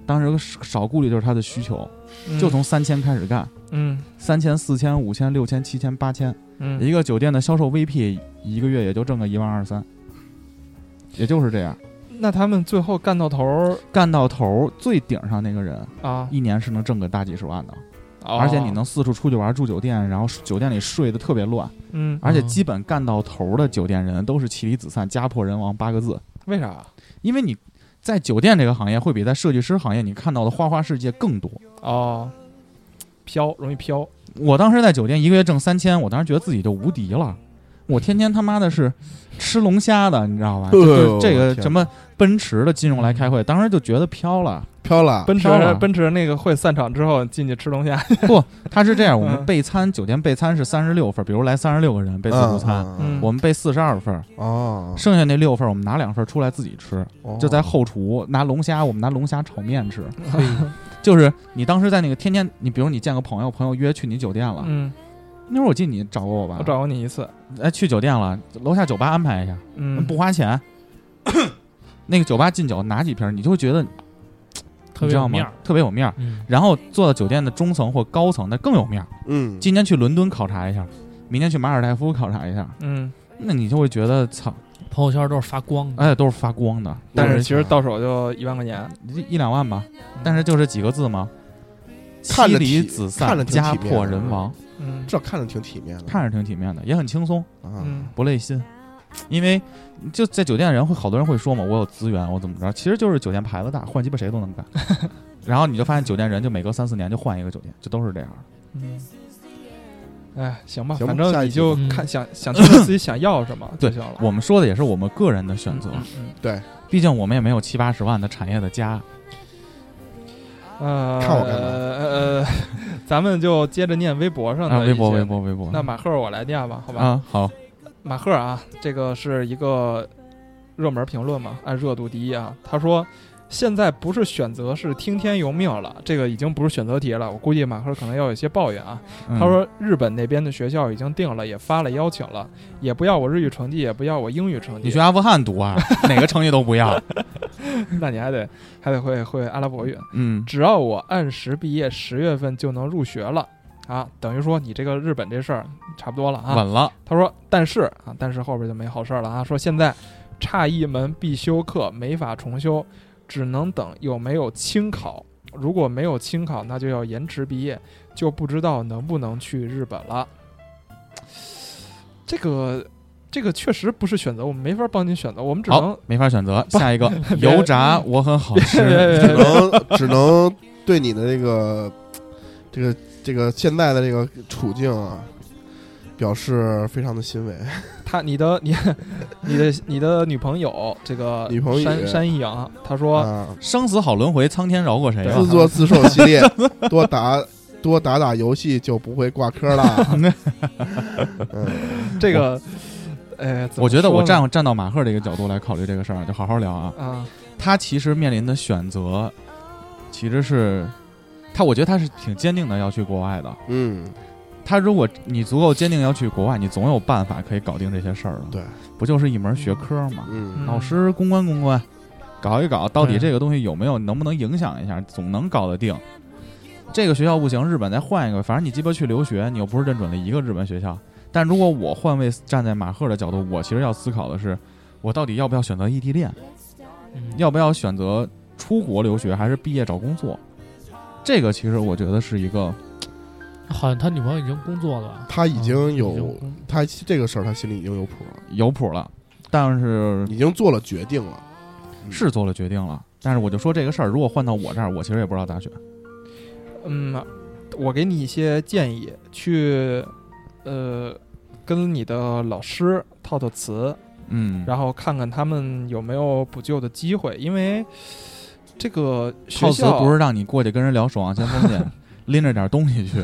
Speaker 2: 当时有个少顾虑就是他的需求，
Speaker 4: 嗯
Speaker 2: 就从三千开始干，
Speaker 4: 嗯
Speaker 2: 三千、四千、五千、六千、七千、八千，
Speaker 4: 嗯
Speaker 2: 一个酒店的销售 VP 一个月也就挣个一万二三，也就是这样。
Speaker 4: 那他们最后干到头儿
Speaker 2: 干到头儿最顶上那个人，
Speaker 4: 啊，
Speaker 2: 一年是能挣个大几十万的，
Speaker 4: 哦
Speaker 2: 而且你能四处出去玩，住酒店，然后酒店里睡得特别乱，
Speaker 4: 嗯，
Speaker 2: 而且基本干到头儿的酒店人都是妻离子散、家破人亡八个字，
Speaker 4: 为啥
Speaker 2: 因为你在酒店这个行业会比在设计师行业你看到的花花世界更多。
Speaker 4: 哦，飘容易飘，
Speaker 2: 我当时在酒店一个月挣三千，我当时觉得自己就无敌了。我天天他妈的是吃龙虾的，你知道吧？
Speaker 5: 哎呦
Speaker 2: 就是这
Speaker 5: 我
Speaker 2: 个
Speaker 5: 天
Speaker 2: 什么奔驰的金融来开会，当时就觉得飘了。
Speaker 5: 啊飘了，
Speaker 4: 奔驰
Speaker 2: 飘了
Speaker 4: 奔驰那个会散场之后进去吃啊龙虾，
Speaker 2: 他是这样，我
Speaker 4: 嗯
Speaker 2: 们备餐酒店备餐是三十六份，比如来三十六个人备自助餐，
Speaker 5: 嗯
Speaker 4: 嗯
Speaker 2: 我们备四十二份，
Speaker 5: 哦，
Speaker 2: 剩下那六份我们拿两份出来自己吃，
Speaker 5: 哦
Speaker 2: 就在后厨拿龙虾，我们拿龙虾炒面 吃。
Speaker 6: 嘿
Speaker 2: 就是你当时在那个天天，你比如你见个朋友，朋友约去你酒店了，
Speaker 4: 嗯，
Speaker 2: 那会儿我记得你找过我吧？
Speaker 4: 我找过你一次，
Speaker 2: 哎，去酒店了，楼下酒吧安排一下，
Speaker 4: 嗯，
Speaker 2: 不花 钱。那个酒吧敬酒拿几瓶，你就会觉得你
Speaker 6: 特别
Speaker 2: 知
Speaker 6: 有
Speaker 2: 道
Speaker 6: 面
Speaker 2: 吗
Speaker 6: 儿。？
Speaker 2: 特别有面儿。
Speaker 6: 嗯，
Speaker 2: 然后坐到酒店的中层或高层，那更有面儿。
Speaker 5: 嗯，
Speaker 2: 今天去伦敦考察一下，明天去马尔代夫考察一下，
Speaker 4: 嗯，
Speaker 2: 那你就会觉得操，
Speaker 6: 朋友圈都是发光的。
Speaker 2: 哎，都是发光的。
Speaker 4: 但是
Speaker 2: 是
Speaker 4: 其实到手就一万块钱，
Speaker 2: 一一两万吧，
Speaker 6: 嗯
Speaker 2: 但是就是几个字嘛，
Speaker 5: 看着
Speaker 2: 妻离
Speaker 5: 体
Speaker 2: 子
Speaker 5: 看着
Speaker 2: 散，
Speaker 5: 挺
Speaker 2: 家
Speaker 5: 体面
Speaker 2: 破
Speaker 5: 的
Speaker 2: 人亡，
Speaker 4: 嗯
Speaker 5: 这看着挺体面的，
Speaker 2: 看着挺体面的，也很轻松。
Speaker 5: 啊，
Speaker 4: 嗯
Speaker 2: 不累心，因为就在酒店人会好多人会说嘛，我有资源，我怎么着？其实就是酒店牌子大，换鸡巴谁都能干。然后你就发现酒店人就每隔三四年就换一个酒店，就都是这样。
Speaker 4: 嗯，哎，行吧，
Speaker 5: 行吧
Speaker 4: 反正
Speaker 5: 下一
Speaker 4: 你
Speaker 5: 题
Speaker 4: 就
Speaker 6: 吧
Speaker 4: 看想想清楚自己想要什么就
Speaker 2: 对
Speaker 4: 行了。
Speaker 2: 我们说的也是我们个人的选择，
Speaker 4: 嗯嗯
Speaker 2: 毕竟我们也没有七八十万的产业的家。
Speaker 4: 嗯呃，
Speaker 5: 看我干嘛
Speaker 4: 呃，呃咱们就接着念微博上的
Speaker 2: 啊，微博，
Speaker 4: 一些
Speaker 2: 微。博，微博。
Speaker 4: 嗯那马赫，我来念吧，好吧？
Speaker 2: 啊，好，
Speaker 4: 马赫啊，这个是一个热门评论嘛，按热度第一啊。他说，现在不是选择，是听天由命了。这个已经不是选择题了，我估计马赫可能要有一些抱怨啊。
Speaker 2: 嗯
Speaker 4: 他说，日本那边的学校已经定了，也发了邀请了，也不要我日语成绩，也不要我英语成绩。
Speaker 2: 你去阿富汗读啊，哪个成绩都不要。
Speaker 4: 那你还得还得会会阿拉伯语。
Speaker 2: 嗯，
Speaker 4: 只要我按时毕业，十月份就能入学了啊！等于说你这个日本这事儿差不多了啊。
Speaker 2: 稳了。
Speaker 4: 他说，但是啊，但是后边就没好事儿了啊。说现在差一门必修课没法重修，只能等有没有清考。如果没有清考，那就要延迟毕业，就不知道能不能去日本了。这个，这个确实不是选择，我们没法帮您选择，我们只能
Speaker 2: 好，没法选择。下一个油炸，我很好
Speaker 4: 别别
Speaker 2: 吃。
Speaker 4: 别
Speaker 5: 只能只能对你的这个这个这个现在的这个处境啊，表示非常的欣慰。
Speaker 4: 他你的你你的你的女朋友这个
Speaker 5: 女朋友
Speaker 4: 山山一阳，他说
Speaker 5: 啊，
Speaker 2: 生死好轮回，苍天饶过谁啊
Speaker 5: 自？作自受系 列，多打多打打游戏就不会挂 科了。嗯，
Speaker 4: 这个，呃，怎么
Speaker 2: 我觉得我
Speaker 4: 说呢
Speaker 2: 站站到马赫这个角度来考虑这个事儿，就好好聊啊。
Speaker 4: 啊，
Speaker 2: 他其实面临的选择，其实是他，我觉得他是挺坚定的要去国外的。
Speaker 5: 嗯，
Speaker 2: 他如果你足够坚定要去国外，你总有办法可以搞定这些事儿了。
Speaker 5: 对，
Speaker 2: 不就是一门学科吗？
Speaker 5: 嗯，
Speaker 2: 老师公关公关，搞一搞，到底
Speaker 6: 对
Speaker 2: 这个东西有没有能不能影响一下，总能搞得定。这个学校不行，日本再换一个，反正你鸡巴去留学，你又不是认准了一个日本学校。但如果我换位站在马赫的角度，我其实要思考的是，我到底要不要选择异地恋？
Speaker 6: 嗯
Speaker 2: 要不要选择出国留学，还是毕业找工作？这个其实我觉得是一个，
Speaker 6: 好像他女朋友已经工作了吧？
Speaker 5: 他已
Speaker 4: 哦
Speaker 5: 经有
Speaker 6: 已经工
Speaker 5: 他这个事儿他心里已经有谱了，
Speaker 2: 有谱了，但是
Speaker 5: 已经做了决定了。嗯
Speaker 2: 是做了决定了。但是我就说这个事儿，如果换到我这儿，我其实也不知道咋选。
Speaker 4: 嗯，我给你一些建议，去呃跟你的老师套套词，
Speaker 2: 嗯，
Speaker 4: 然后看看他们有没有补救的机会，因为这个学
Speaker 2: 套词
Speaker 4: 校
Speaker 2: 不是让你过去跟人聊守望先锋 去，拎着点东西去。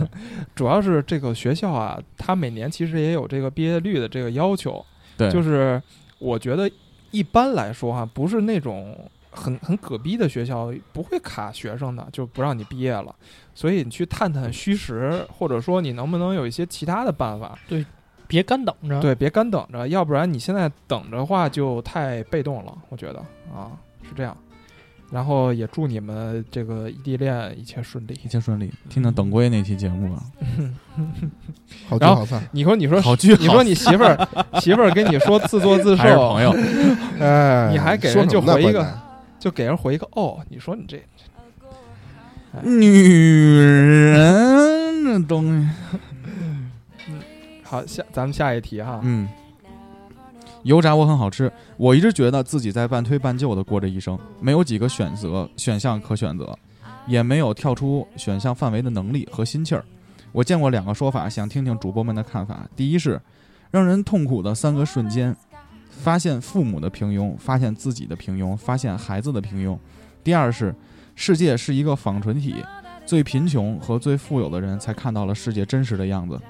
Speaker 4: 主要是这个学校啊，它每年其实也有这个毕业率的这个要求，
Speaker 2: 对，
Speaker 4: 就是是我觉得一般来说哈、啊不是那种很很葛逼的学校不会卡学生的，就不让你毕业了。所以你去探探虚实，或者说你能不能有一些其他的办法？
Speaker 6: 别干等着。，
Speaker 4: 对，别干等着，要不然你现在等着的话就太被动了，我觉得啊是这样。然后也祝你们这个异地恋一切顺利。
Speaker 2: 一切顺利。听听等归那期节目啊吧，
Speaker 5: 好聚
Speaker 4: 然后
Speaker 5: 好散，
Speaker 4: 你说你说
Speaker 2: 好聚
Speaker 4: 你
Speaker 2: 好
Speaker 4: 说你媳 妇儿媳妇儿跟你说自作自
Speaker 2: 还是
Speaker 4: 受
Speaker 2: 朋，友，
Speaker 5: 哎，
Speaker 4: 你还给人
Speaker 5: 说什
Speaker 4: 就
Speaker 5: 么呢
Speaker 4: 回一
Speaker 5: 笨
Speaker 4: 个
Speaker 5: 蛋
Speaker 4: 就给人回一个哦，你说你这
Speaker 2: 女人这东西，
Speaker 4: 好下咱们下一题哈，
Speaker 2: 嗯，油炸我很好吃。我一直觉得自己在半推半就的过这一生，没有几个选择选项可选择，也没有跳出选项范围的能力和心气儿。我见过两个说法，想听听主播们的看法。第一是让人痛苦的三个瞬间：发现父母的平庸，发现自己的平庸，发现孩子的平庸。第二是世界是一个仿纯体，最贫穷和最富有的人才看到了世界真实的样子。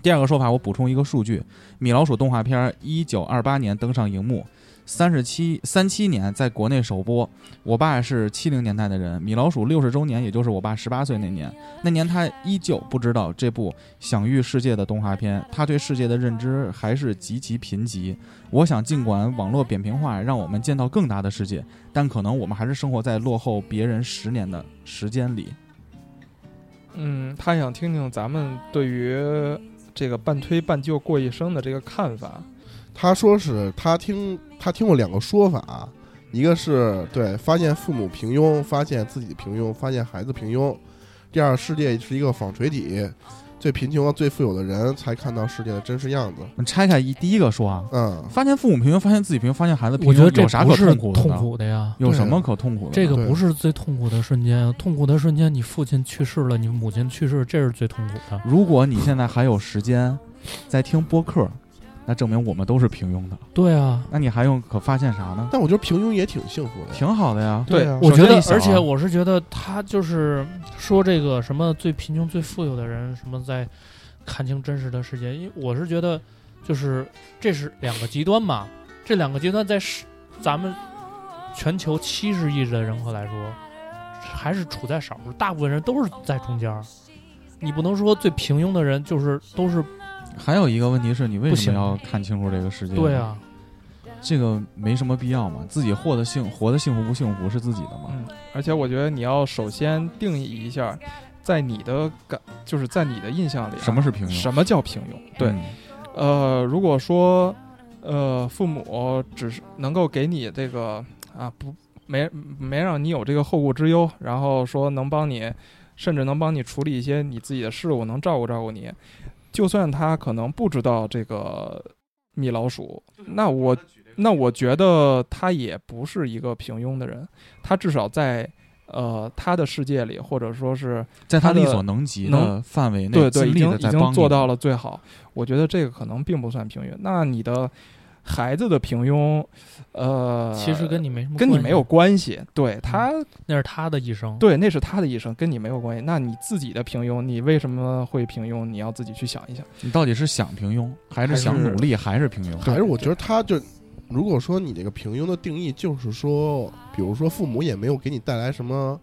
Speaker 2: 第二个说法，我补充一个数据：米老鼠动画片一九二八年登上荧幕，三十七三七年在国内首播。我爸是七零年代的人，米老鼠六十周年，也就是我爸十八岁那年，那年他依旧不知道这部享誉世界的动画片，他对世界的认知还是极其贫瘠。我想，尽管网络扁平化让我们见到更大的世界，但可能我们还是生活在落后别人十年的时间里。
Speaker 4: 嗯，他想听听咱们对于这个半推半就过一生的这个看法。
Speaker 5: 他说是他听他听过两个说法，啊一个是对发现父母平庸，发现自己平庸，发现孩子平庸；第二，世界是一个纺锤体，最贫穷和最富有的人才看到世界的真实样子。
Speaker 2: 我们拆开一第一个说啊，
Speaker 5: 嗯，
Speaker 2: 发现父母平庸，发现自己平庸，发现孩子平
Speaker 6: 我觉得
Speaker 2: 庸，
Speaker 6: 这
Speaker 2: 有啥
Speaker 6: 不
Speaker 2: 可
Speaker 6: 是
Speaker 2: 苦的
Speaker 6: 痛
Speaker 2: 呢？嗯
Speaker 6: 苦的呀。
Speaker 2: 有
Speaker 4: 啊
Speaker 2: 什么可痛苦的呢？
Speaker 6: 这个
Speaker 5: 对
Speaker 6: 不是最痛苦的瞬间，啊痛苦的瞬间，你父亲去世了，你母亲去世，这是最痛苦的。
Speaker 2: 如果你现在还有时间在听播客，
Speaker 4: 嗯
Speaker 2: 那证明我们都是平庸的。
Speaker 6: 对啊，
Speaker 2: 那你还用可发现啥呢？
Speaker 5: 但我觉得平庸也挺幸福的，
Speaker 2: 挺好的呀。
Speaker 4: 对
Speaker 5: 啊，
Speaker 6: 我觉得
Speaker 2: 首先一，想啊
Speaker 6: 而且我是觉得他就是说这个什么最贫穷、最富有的人，什么在看清真实的世界。因为我是觉得，就是这是两个极端嘛，这两个极端在世咱们全球七十亿的人口来说，还是处在少数，大部分人都是在中间儿。你不能说最平庸的人就是都是
Speaker 2: 还有一个问题是你为
Speaker 6: 不
Speaker 2: 什
Speaker 6: 行
Speaker 2: 么要看清楚这个世界？
Speaker 6: 对，啊，
Speaker 2: 这个没什么必要嘛。自己获得幸活得幸福不幸福是自己的嘛。
Speaker 4: 嗯，而且我觉得你要首先定义一下，在你的感，就是在你的印象里啊、
Speaker 2: 什么是平庸？
Speaker 4: 什么叫平庸？对，
Speaker 2: 嗯
Speaker 4: 呃，如果说呃父母只是能够给你这个啊不没没让你有这个后顾之忧，然后说能帮你，甚至能帮你处理一些你自己的事务，能照顾照顾你，就算他可能不知道这个米老鼠，那我那我觉得他也不是一个平庸的人，他至少在。呃，他的世界里，或者说是
Speaker 2: 在他
Speaker 4: 他的
Speaker 2: 力所能及的
Speaker 4: 能
Speaker 2: 范围内，
Speaker 4: 对
Speaker 2: 尽
Speaker 4: 对，已
Speaker 2: 力
Speaker 4: 经
Speaker 2: 的
Speaker 4: 已
Speaker 2: 在
Speaker 4: 经
Speaker 2: 帮
Speaker 4: 做
Speaker 2: 你。
Speaker 4: 到了最好。我觉得这个可能并不算平庸。那你的孩子的平庸，呃，
Speaker 6: 其实跟你没什么
Speaker 4: 跟你
Speaker 6: 关系
Speaker 4: 没有关系。对他，
Speaker 6: 那是他的一生。
Speaker 4: 对，那是他的一生，跟你没有关系。那你自己的平庸，你为什么会平庸？你要自己去想一想。
Speaker 2: 你到底是想平庸，还是
Speaker 4: 还是
Speaker 2: 想努力，还是平庸？
Speaker 5: 还是我觉得他就，如果说你这个平庸的定义就是说，比如说父母也没有给你带来什么，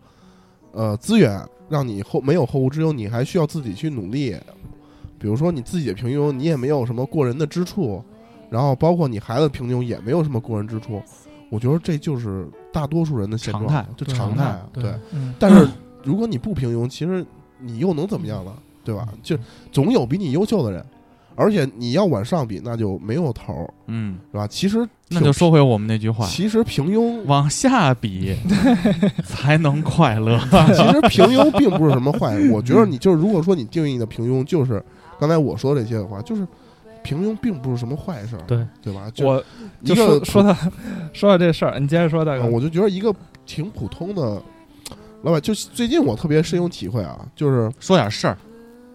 Speaker 5: 呃，资源让你后没有后顾之忧，你还需要自己去努力。比如说你自己的平庸，你也没有什么过人的之处，然后包括你孩子平庸也没有什么过人之处，我觉得这就是大多数人的现状，
Speaker 2: 常态
Speaker 5: 就
Speaker 6: 对
Speaker 5: 常
Speaker 2: 常
Speaker 5: 态，
Speaker 6: 对
Speaker 4: 嗯，
Speaker 5: 但是如果你不平庸，其实你又能怎么样呢？对吧？就总有比你优秀的人，而且你要往上比，那就没有头儿，
Speaker 2: 嗯，
Speaker 5: 是吧？其实
Speaker 2: 那就说回我们那句话，
Speaker 5: 其实平庸，
Speaker 2: 往下比才能快 乐。
Speaker 5: 其实平庸并不是什么坏。我觉得你就是，如果说你定义的平庸就是刚才我说这些的话，就是平庸并不是什么坏事儿，
Speaker 6: 对
Speaker 5: 对吧？就
Speaker 4: 我
Speaker 5: 一
Speaker 4: 就
Speaker 5: 个
Speaker 4: 说
Speaker 5: 普
Speaker 4: 说到说到这事儿，你接着说，大哥
Speaker 5: 啊，。我就觉得一个挺普通的老板，就是最近我特别深有体会啊，就是
Speaker 2: 说点事儿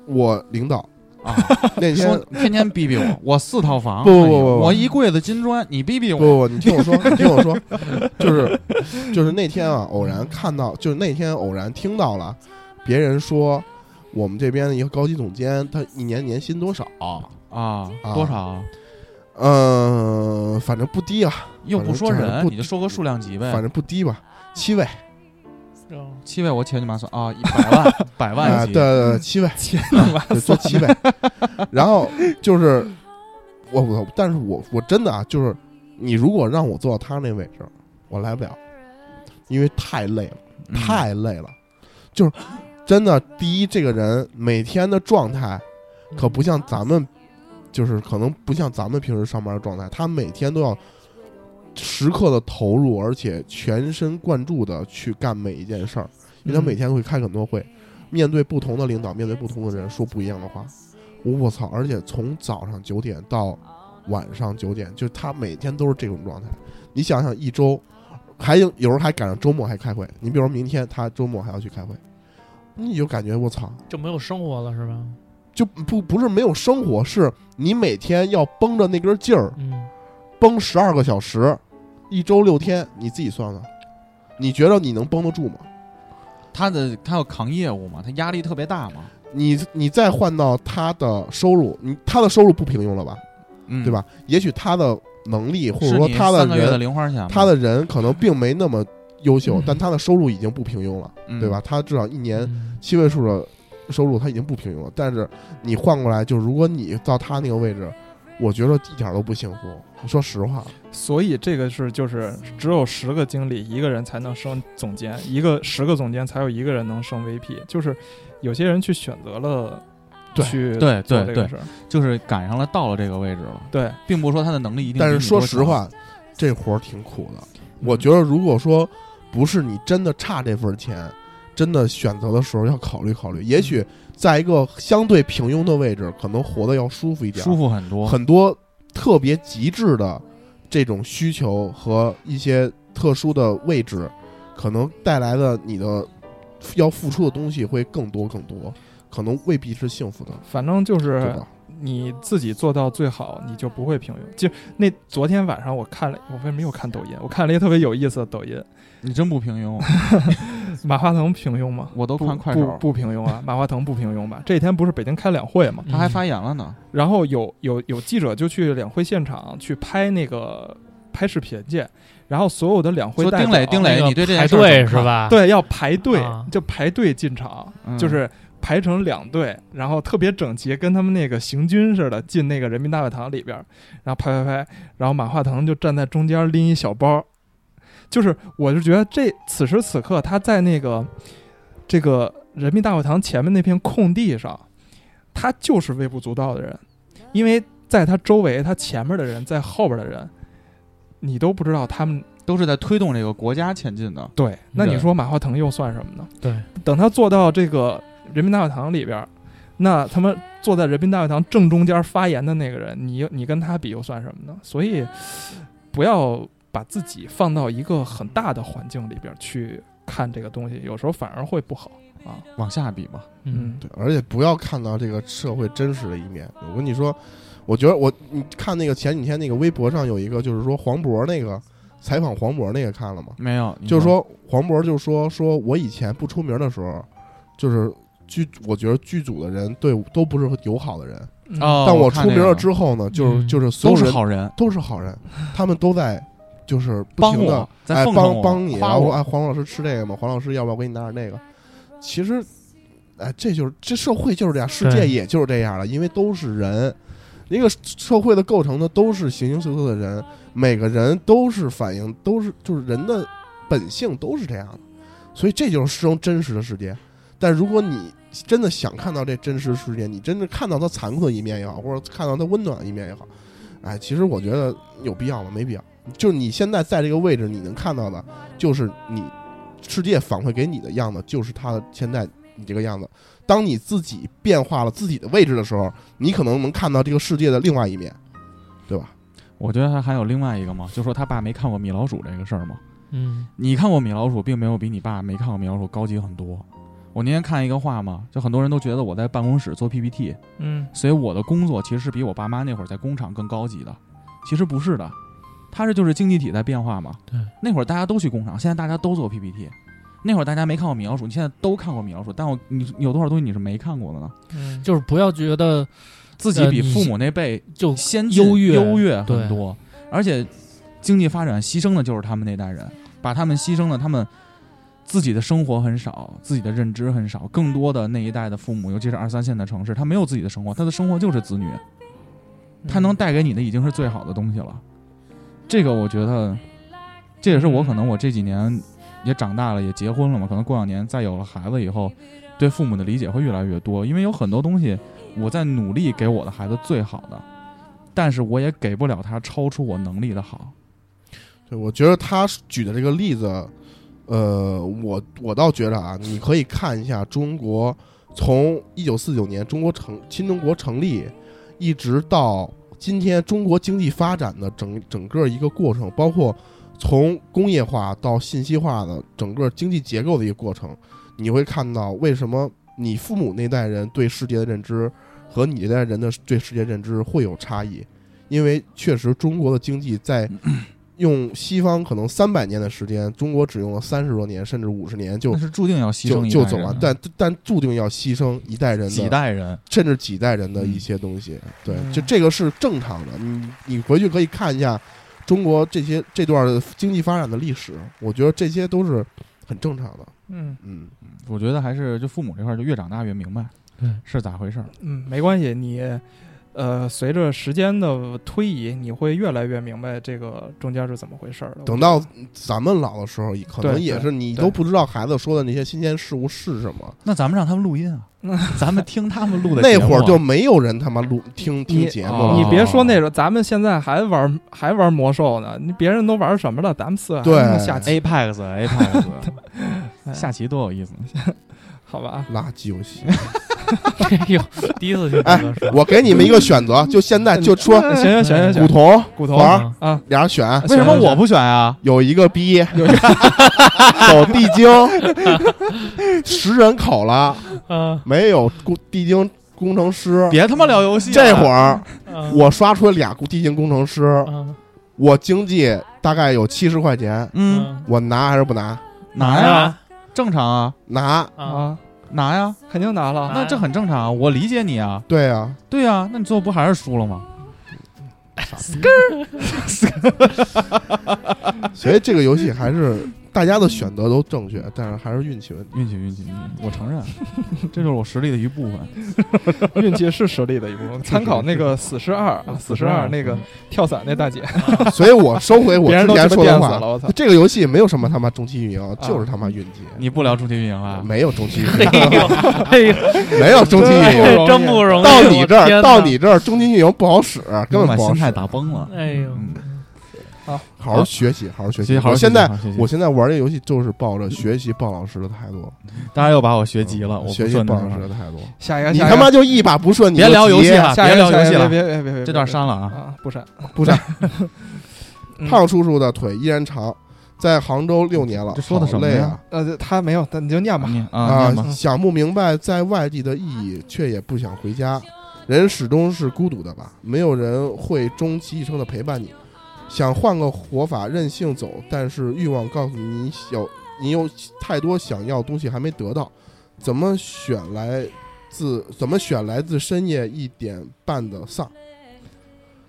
Speaker 5: 我领导
Speaker 2: 啊，
Speaker 5: 那
Speaker 2: 说
Speaker 5: 天。
Speaker 2: 天天逼逼 我，我四套房，
Speaker 5: 不不
Speaker 2: 哎呦
Speaker 5: 不不
Speaker 2: 我一柜子金砖，你逼逼
Speaker 5: 不
Speaker 2: 我，
Speaker 5: 不，不你听我说，你听我说，就是就是那天啊，偶然看到，就是那天偶然听到了别人说，我们这边的一个高级总监，他一年年薪多少？
Speaker 2: 啊，
Speaker 5: 啊
Speaker 2: 多少？
Speaker 5: 呃，反正不低啊，
Speaker 2: 又不说
Speaker 5: 反正
Speaker 2: 人，
Speaker 5: 不
Speaker 2: 你就说个数量级呗。
Speaker 5: 反正不低吧，七位
Speaker 6: 嗯
Speaker 2: 七位，我前你妈算啊，一百 万，百
Speaker 5: 啊，
Speaker 2: 万
Speaker 5: 对
Speaker 2: 级。
Speaker 5: 对，对七位，
Speaker 4: 天哪！
Speaker 5: 对，做七位。然后就是我我，但是我我真的啊，就是你如果让我坐到他那位置，我来不了，因为太累了，
Speaker 2: 嗯
Speaker 5: 太累了。就是真的，第一，这个人每天的状态可不像咱们，就是可能不像咱们平时上班的状态，他每天都要。时刻的投入，而且全神贯注的去干每一件事儿，因为他每天会开很多会，面对不同的领导，面对不同的人，说不一样的话。我我操！而且从早上九点到晚上九点，就他每天都是这种状态。你想想，一周还有有时候还赶上周末还开会。你比如明天他周末还要去开会，你就感觉我操，
Speaker 6: 就没有生活了是吧？
Speaker 5: 就不不是没有生活，是你每天要绷着那根劲儿，
Speaker 6: 嗯，
Speaker 5: 绷十二个小时，一周六天，你自己算算，你觉得你能绷得住吗？
Speaker 2: 他的他要扛业务嘛，他压力特别大嘛，
Speaker 5: 你你再换到他的收入，你他的收入不平庸了吧？
Speaker 2: 嗯
Speaker 5: 对？吧？也许他的能力或者
Speaker 2: 是
Speaker 5: 说
Speaker 2: 你
Speaker 5: 他
Speaker 2: 三个月的
Speaker 5: 人，
Speaker 2: 零花钱嘛，
Speaker 5: 他的人可能并没那么优秀
Speaker 6: 嗯，
Speaker 5: 但他的收入已经不平庸了，
Speaker 2: 嗯
Speaker 5: 对吧？？他至少一年
Speaker 6: 嗯
Speaker 5: 七位数的收入他已经不平庸了。但是你换过来，就如果你到他那个位置，我觉得一点都不幸福。说实话，
Speaker 4: 所以这个是就是只有十个经理一个人才能升总监，一个十个总监才有一个人能升 VP，就是有些人去选择了
Speaker 5: 对
Speaker 4: 去
Speaker 2: 对
Speaker 4: 做
Speaker 2: 对
Speaker 4: 这
Speaker 2: 对
Speaker 4: 个事儿，
Speaker 2: 就是赶上了，到了这个位置了，
Speaker 4: 对，
Speaker 2: 并不是说他的能力一定。
Speaker 5: 但是说实，话，这活儿挺苦的。我觉得如果说不是你真的差这份钱，真的选择的时候要考虑考虑，也许在一个相对平庸的位置，可能活得要舒服一点儿，
Speaker 2: 舒服很多，
Speaker 5: 很多特别极致的这种需求和一些特殊的位置，可能带来的你的要付出的东西会更多更多，可能未必是幸福的，
Speaker 4: 反正就
Speaker 5: 对
Speaker 4: 是
Speaker 5: 吧？
Speaker 4: 你自己做到最好，你就不会平庸。就那昨天晚上我看了，我为什么又看抖音？我看了一个特别有意思的抖音，
Speaker 2: 你真不平庸，
Speaker 4: 马化腾平庸吗？
Speaker 2: 我都
Speaker 4: 不
Speaker 2: 嗯看快
Speaker 4: 不
Speaker 2: 手，
Speaker 4: 不平庸啊，马化腾不平庸吧？这几天不是北京开两会吗？
Speaker 2: 他还发言了呢。
Speaker 4: 然后有有有记者就去两会现场去拍那个拍视频去，然后所有的两会
Speaker 2: 说
Speaker 4: 代
Speaker 2: 丁
Speaker 4: 表哦
Speaker 2: 磊，丁
Speaker 6: 那
Speaker 2: 磊，
Speaker 6: 个
Speaker 2: 你对这
Speaker 6: 排
Speaker 2: 件事儿怎么
Speaker 6: 队
Speaker 2: 看
Speaker 6: 是？吧？，
Speaker 4: 对要排队、
Speaker 6: 啊
Speaker 4: 就排队进场，
Speaker 2: 嗯
Speaker 4: 就是排成两队，然后特别整齐，跟他们那个行军似的进那个人民大会堂里边儿，然后排排排，然后马化腾就站在中间拎一小包，就是我就觉得这此时此刻他在那个这个人民大会堂前面那片空地上，他就是微不足道的人，因为在他周围，他前面的人，在后边的人，你都不知道他们
Speaker 2: 都是在推动这个国家前进的。
Speaker 4: 对，那你
Speaker 2: 对
Speaker 4: 说马化腾又算什么呢？
Speaker 6: 对，
Speaker 4: 等他坐到这个人民大会堂里边儿，那他们坐在人民大会堂正中间发言的那个人，你你跟他比又算什么呢？所以不要把自己放到一个很大的环境里边儿去看这个东西，有时候反而会不好啊。
Speaker 2: 往下比嘛，
Speaker 6: 嗯，
Speaker 5: 对，而且不要看到这个社会真实的一面。我跟你说，我觉得我你看那个前几天那个微博上有一个，就是说黄渤那个采访黄渤那个看了吗？
Speaker 2: 没有，你
Speaker 5: 就是说黄渤就说说我以前不出名的时候，就是剧我觉得剧组的人对我都不是友好的人，
Speaker 4: 嗯
Speaker 2: 哦，
Speaker 5: 但
Speaker 2: 我
Speaker 5: 出名了之后呢，就是
Speaker 6: 嗯
Speaker 5: 就是所
Speaker 2: 后都
Speaker 5: 有
Speaker 2: 是
Speaker 5: 人
Speaker 2: 好人，
Speaker 5: 都是好人，他们都在就是不
Speaker 2: 帮
Speaker 5: 停的
Speaker 2: 我，
Speaker 5: 哎
Speaker 2: 在奉承
Speaker 5: 帮
Speaker 2: 我
Speaker 5: 帮你，然
Speaker 2: 夸
Speaker 5: 后
Speaker 2: 我
Speaker 5: 哎黄老师吃这个吗？黄老师要不要给你拿点那个？其实，哎，这就是这社会就是这样，世界
Speaker 6: 对
Speaker 5: 也就是这样了，因为都是人。一个社会的构成呢，都是形形色色的人，每个人都是反映，都是就是人的本性都是这样的，所以这就是适用真实的世界。但如果你真的想看到这真实世界，你真的看到它残酷的一面也好，或者看到它温暖的一面也好，哎，其实我觉得有必要吗？没必要。就是你现在在这个位置，你能看到的，就是你世界反馈给你的样子，就是它的现在你这个样子。当你自己变化了自己的位置的时候，你可能能看到这个世界的另外一面，对吧？
Speaker 2: 我觉得还还有另外一个嘛，就说他爸没看过米老鼠这个事儿嘛。
Speaker 6: 嗯，
Speaker 2: 你看过米老鼠，并没有比你爸没看过米老鼠高级很多。我那天看一个话嘛，就很多人都觉得我在办公室做 PPT，
Speaker 4: 嗯
Speaker 2: 所以我的工作其实是比我爸妈那会儿在工厂更高级的。其实不是的，它是就是经济体在变化嘛。
Speaker 6: 对，
Speaker 2: 那会儿大家都去工厂，现在大家都做 PPT。那会儿大家没看过米老鼠，你现在都看过米老鼠，但我你你有多少东西你是没看过的呢？
Speaker 4: 嗯，
Speaker 6: 就是不要觉得
Speaker 2: 自己
Speaker 6: 呃
Speaker 2: 比
Speaker 6: 你
Speaker 2: 父母那辈
Speaker 6: 就
Speaker 2: 先进
Speaker 6: 优越
Speaker 2: 优越很
Speaker 6: 对
Speaker 2: 多，而且经济发展牺牲的就是他们那代人，把他们牺牲了，他们自己的生活很少，自己的认知很少，更多的那一代的父母，尤其是二三线的城市，他没有自己的生活，他的生活就是子女，他
Speaker 6: 嗯
Speaker 2: 能带给你的已经是最好的东西了。这个我觉得，这也是我可能我这几年也长大了，也结婚了嘛，可能过两年再有了孩子以后，对父母的理解会越来越多，因为有很多东西我在努力给我的孩子最好的，但是我也给不了他超出我能力的好。
Speaker 5: 对，我觉得他举的这个例子，呃，我我倒觉得啊，你可以看一下中国从一九四九年中国成新中国成立，一直到今天中国经济发展的整整个一个过程，包括从工业化到信息化的整个经济结构的一个过程，你会看到为什么你父母那代人对世界的认知和你这代人的对世界认知会有差异，因为确实中国的经济在用西方可能三百年的时间，中国只用了三十多年甚至五十年就
Speaker 2: 但是注定要牺牲
Speaker 5: 就
Speaker 2: 一
Speaker 5: 就
Speaker 2: 代
Speaker 5: 走
Speaker 2: 人
Speaker 5: 完，
Speaker 2: 的
Speaker 5: 但但注定要牺牲一代人
Speaker 2: 几
Speaker 5: 的，
Speaker 2: 代嗯人，
Speaker 5: 甚至几代人的一些东西。对，就这个是正常的。你你回去可以看一下中国这些这段经济发展的历史，我觉得这些都是很正常的。
Speaker 4: 嗯
Speaker 5: 嗯，
Speaker 2: 我觉得还是就父母这块儿就越长大越明白
Speaker 6: 对
Speaker 2: 是咋回事儿。
Speaker 4: 嗯，没关系，你呃，随着时间的推移，你会越来越明白这个中间是怎么回事儿的。
Speaker 5: 等到咱们老的时候，可能
Speaker 4: 对
Speaker 5: 也
Speaker 4: 对
Speaker 5: 是你
Speaker 4: 对
Speaker 5: 都不知道孩子说的那些新鲜事物是什么，
Speaker 2: 那咱们让他们录音啊，咱们听他们录的
Speaker 5: 那
Speaker 2: 节目
Speaker 5: 会儿
Speaker 2: 啊
Speaker 5: 就没有人他妈录听听
Speaker 4: 你
Speaker 5: 节目
Speaker 2: 哦
Speaker 5: 了。
Speaker 4: 你别说那种，咱们现在还玩还玩魔兽呢，你别人都玩什么了，咱们四个还
Speaker 5: 对
Speaker 2: 哎
Speaker 4: 他妈下棋，
Speaker 2: Apex E Apex
Speaker 4: 哎
Speaker 2: 下棋多有意思，
Speaker 4: 好吧啊？
Speaker 5: 垃圾游戏，
Speaker 6: 哎呦， 第一次听
Speaker 5: 哎
Speaker 6: 这个说，
Speaker 5: 我给你们一个选择，就 现在就说
Speaker 4: 行行行行
Speaker 5: 古
Speaker 4: 行，
Speaker 5: 潼
Speaker 4: 骨头
Speaker 5: 玩儿
Speaker 4: 啊
Speaker 6: 啊
Speaker 4: 啊，
Speaker 5: 俩人 选，
Speaker 2: 为什么我不选啊？
Speaker 5: 有一个逼， 走地精，十人口了，
Speaker 6: 啊
Speaker 5: 没有工地精工程师。
Speaker 2: 别他妈聊游戏啊，
Speaker 5: 这会儿
Speaker 6: 啊
Speaker 4: 嗯
Speaker 5: 我刷出了俩地精工程师，
Speaker 6: 啊
Speaker 5: 我经济大概有七十块钱，
Speaker 2: 嗯
Speaker 6: 啊
Speaker 5: 我拿还是不拿？
Speaker 2: 拿呀，正常啊，
Speaker 5: 拿，
Speaker 6: 啊
Speaker 4: 啊，
Speaker 2: 拿呀，
Speaker 4: 肯定拿了。
Speaker 6: 拿
Speaker 2: 那这很正常啊，我理解你啊，
Speaker 5: 对啊，
Speaker 2: 对啊，那你最后不还是输了吗？
Speaker 5: 所以这个游戏还是大家的选择都正确，但是还是运气问题。
Speaker 2: 运气运气运气，我承认，啊 这就是我实力的一部分。
Speaker 4: 运气是实力的一部 分，参考那个死侍二啊，死侍
Speaker 2: 嗯
Speaker 4: 二那个跳伞那大姐，
Speaker 5: 所以我收回我
Speaker 4: 别人
Speaker 5: 之
Speaker 4: 都
Speaker 5: 前
Speaker 4: 他妈
Speaker 5: 说
Speaker 4: 电
Speaker 5: 的
Speaker 4: 死
Speaker 5: 话
Speaker 4: 了，，我操！
Speaker 5: 这个游戏没有什么他妈中期运营，就是他妈运气。
Speaker 2: 你不聊主题运营啊
Speaker 4: 啊
Speaker 2: 了？
Speaker 5: 没有中期运
Speaker 6: 哎
Speaker 5: 营，
Speaker 6: 呦哎呦，
Speaker 5: 没有中期运营，
Speaker 6: 这真不
Speaker 2: 哎
Speaker 6: 容易，
Speaker 5: 到你这
Speaker 6: 我天
Speaker 5: 儿，
Speaker 6: 哪
Speaker 5: 到你这儿，中金运营不好使，根
Speaker 2: 我
Speaker 5: 本
Speaker 2: 把
Speaker 5: 不好
Speaker 2: 心
Speaker 5: 使。
Speaker 2: 态打崩了。
Speaker 6: 哎呦，
Speaker 2: 嗯，
Speaker 5: 好好学习，好好学
Speaker 2: 学
Speaker 5: 习。
Speaker 2: 习好
Speaker 5: 我
Speaker 2: 好学习。
Speaker 5: 现在，
Speaker 2: 好好学习
Speaker 5: 我现在玩这游戏就是抱着学习鲍老师的态度，
Speaker 2: 当然又把我学急了，我不
Speaker 5: 学习
Speaker 2: 顺
Speaker 5: 鲍
Speaker 2: 着
Speaker 5: 老师
Speaker 2: 了
Speaker 5: 的态度。
Speaker 4: 下一
Speaker 2: 哎
Speaker 4: 个，
Speaker 5: 你
Speaker 4: 下一
Speaker 5: 他
Speaker 4: 个
Speaker 5: 妈就一把不顺，你就
Speaker 2: 别聊游戏
Speaker 5: 急
Speaker 2: 了，
Speaker 4: 下
Speaker 2: 别
Speaker 4: 一个
Speaker 2: 聊游戏
Speaker 4: 下一个
Speaker 2: 了，
Speaker 4: 别别别别别，
Speaker 2: 这段
Speaker 4: 别
Speaker 2: 删了啊。
Speaker 4: 啊，不删。
Speaker 5: 不删。
Speaker 4: 嗯
Speaker 5: 胖叔叔的腿依然长，在杭州六年了，
Speaker 2: 这说的什么
Speaker 5: 好累
Speaker 2: 呀
Speaker 5: 啊？
Speaker 4: 呃，他没有，但你就念吧。
Speaker 2: 你啊，
Speaker 5: 啊
Speaker 2: 念吧，
Speaker 5: 想不明白在外地的意义，却也不想回家。人始终是孤独的吧，没有人会终其一生的陪伴你。想换个活法，任性走，但是欲望告诉你，有你有太多想要的东西还没得到。怎么选来自怎么选来自深夜一点半的 丧？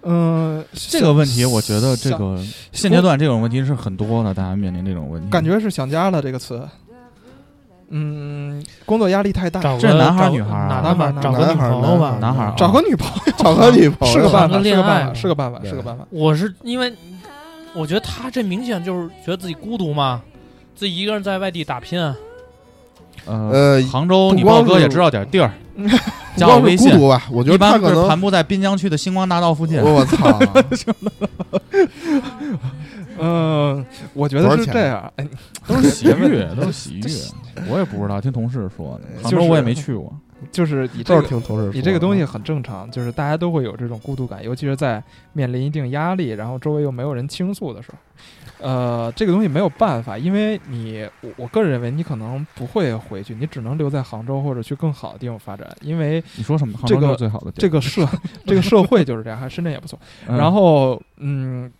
Speaker 4: 嗯，
Speaker 2: 这个问题，我觉得这
Speaker 4: 想
Speaker 2: 个现阶段这种问题是很多的，大家面临这种问题。
Speaker 4: 感觉是想家了这个词。嗯，工作压力太大，
Speaker 6: 找个
Speaker 2: 这是男孩儿
Speaker 6: 找
Speaker 2: 女孩儿啊
Speaker 6: 男孩儿
Speaker 4: 男
Speaker 6: 找
Speaker 5: 孩
Speaker 6: 个
Speaker 5: 儿
Speaker 6: 女朋友吧，嗯
Speaker 2: 男孩儿啊
Speaker 4: 找个女朋友
Speaker 5: 找个女朋友
Speaker 4: 是个办法，
Speaker 6: 谈
Speaker 4: 是个
Speaker 6: 个
Speaker 4: 办
Speaker 6: 哦恋
Speaker 4: 法，
Speaker 6: 爱
Speaker 4: 是个办法，
Speaker 5: 对
Speaker 4: 是个办法。
Speaker 6: 我是因为我觉得他这明显就是觉得自己孤独嘛，自己一个人在外地打拼啊，
Speaker 2: 呃，
Speaker 5: 呃，
Speaker 2: 杭州，
Speaker 5: 不
Speaker 2: 你豹
Speaker 5: 光
Speaker 2: 哥
Speaker 5: 是
Speaker 2: 也知道点 地儿，
Speaker 5: 不
Speaker 2: 加我
Speaker 5: 光是
Speaker 2: 微
Speaker 5: 孤
Speaker 2: 信。
Speaker 5: 独吧，我觉
Speaker 2: 一
Speaker 5: 得他
Speaker 2: 般
Speaker 5: 可
Speaker 2: 是
Speaker 5: 能
Speaker 2: 盘布在滨江区的星光大道附近。
Speaker 5: 我操，
Speaker 4: 嗯，我觉
Speaker 5: 多
Speaker 4: 得
Speaker 5: 少
Speaker 4: 是
Speaker 5: 钱啊
Speaker 4: 这样。哎，
Speaker 2: 都 是洗浴， 都是
Speaker 4: 是
Speaker 2: 洗浴。我也不知道，听同事说的。杭
Speaker 4: 就
Speaker 2: 州
Speaker 4: 是
Speaker 2: 我也没去过，
Speaker 4: 就是你这
Speaker 5: 都是
Speaker 4: 个，
Speaker 5: 听同事说的。嗯
Speaker 4: 你这个东西很正常，就是大家都会有这种孤独感，尤其是在面临一定压力，然后周围又没有人倾诉的时候。呃，这个东西没有办法，因为你，我我个人认为你可能不会回去，你只能留在杭州或者去更好的地方发展，因为
Speaker 2: 你说什么？杭州
Speaker 4: 这个
Speaker 2: 就是最好的地
Speaker 4: 这
Speaker 2: 儿。
Speaker 4: 个社 这个社会就是这样，还深圳也不错。
Speaker 2: 嗯
Speaker 4: 然后嗯，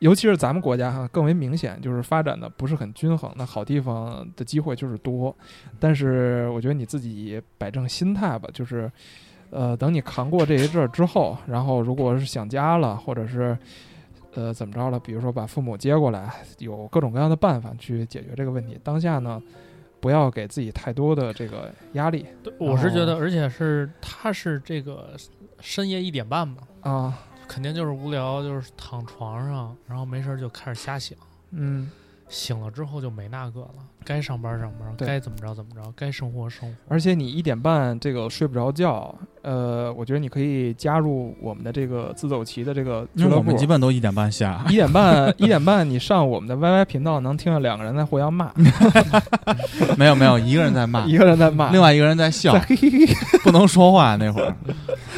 Speaker 4: 尤其是咱们国家哈，更为明显，就是发展的不是很均衡。那好地方的机会就是多，但是我觉得你自己摆正心态吧，就是。呃，等你扛过这一阵儿之后，然后如果是想家了，或者是呃怎么着了，比如说把父母接过来，有各种各样的办法去解决这个问题。当下呢，不要给自己太多的这个压力
Speaker 6: 对，我是
Speaker 2: 哦
Speaker 6: 觉得，而且是他是这个深夜一点半嘛，
Speaker 4: 啊，
Speaker 6: 肯定就是无聊，就是躺床上，然后没事儿就开始瞎想，
Speaker 4: 嗯。
Speaker 6: 醒了之后就没那个了，该上班上班，
Speaker 4: 对
Speaker 6: 该怎么着怎么着，该生活生活。
Speaker 4: 而且你一点半这个睡不着觉，呃，我觉得你可以加入我们的这个自走棋的这个
Speaker 5: 嗯
Speaker 4: 俱
Speaker 2: 因为
Speaker 4: 乐
Speaker 2: 我
Speaker 4: 部
Speaker 2: 们。基本都一点半 下。
Speaker 4: 一点半， 一点半，你上我们的 YY 频道能听见两个人在互相骂，
Speaker 2: 没有没有，一个人在骂，
Speaker 4: 一个人在骂，
Speaker 2: 啊另外一个人在 笑
Speaker 4: 在，嘿嘿嘿，
Speaker 2: 不能说话那会儿，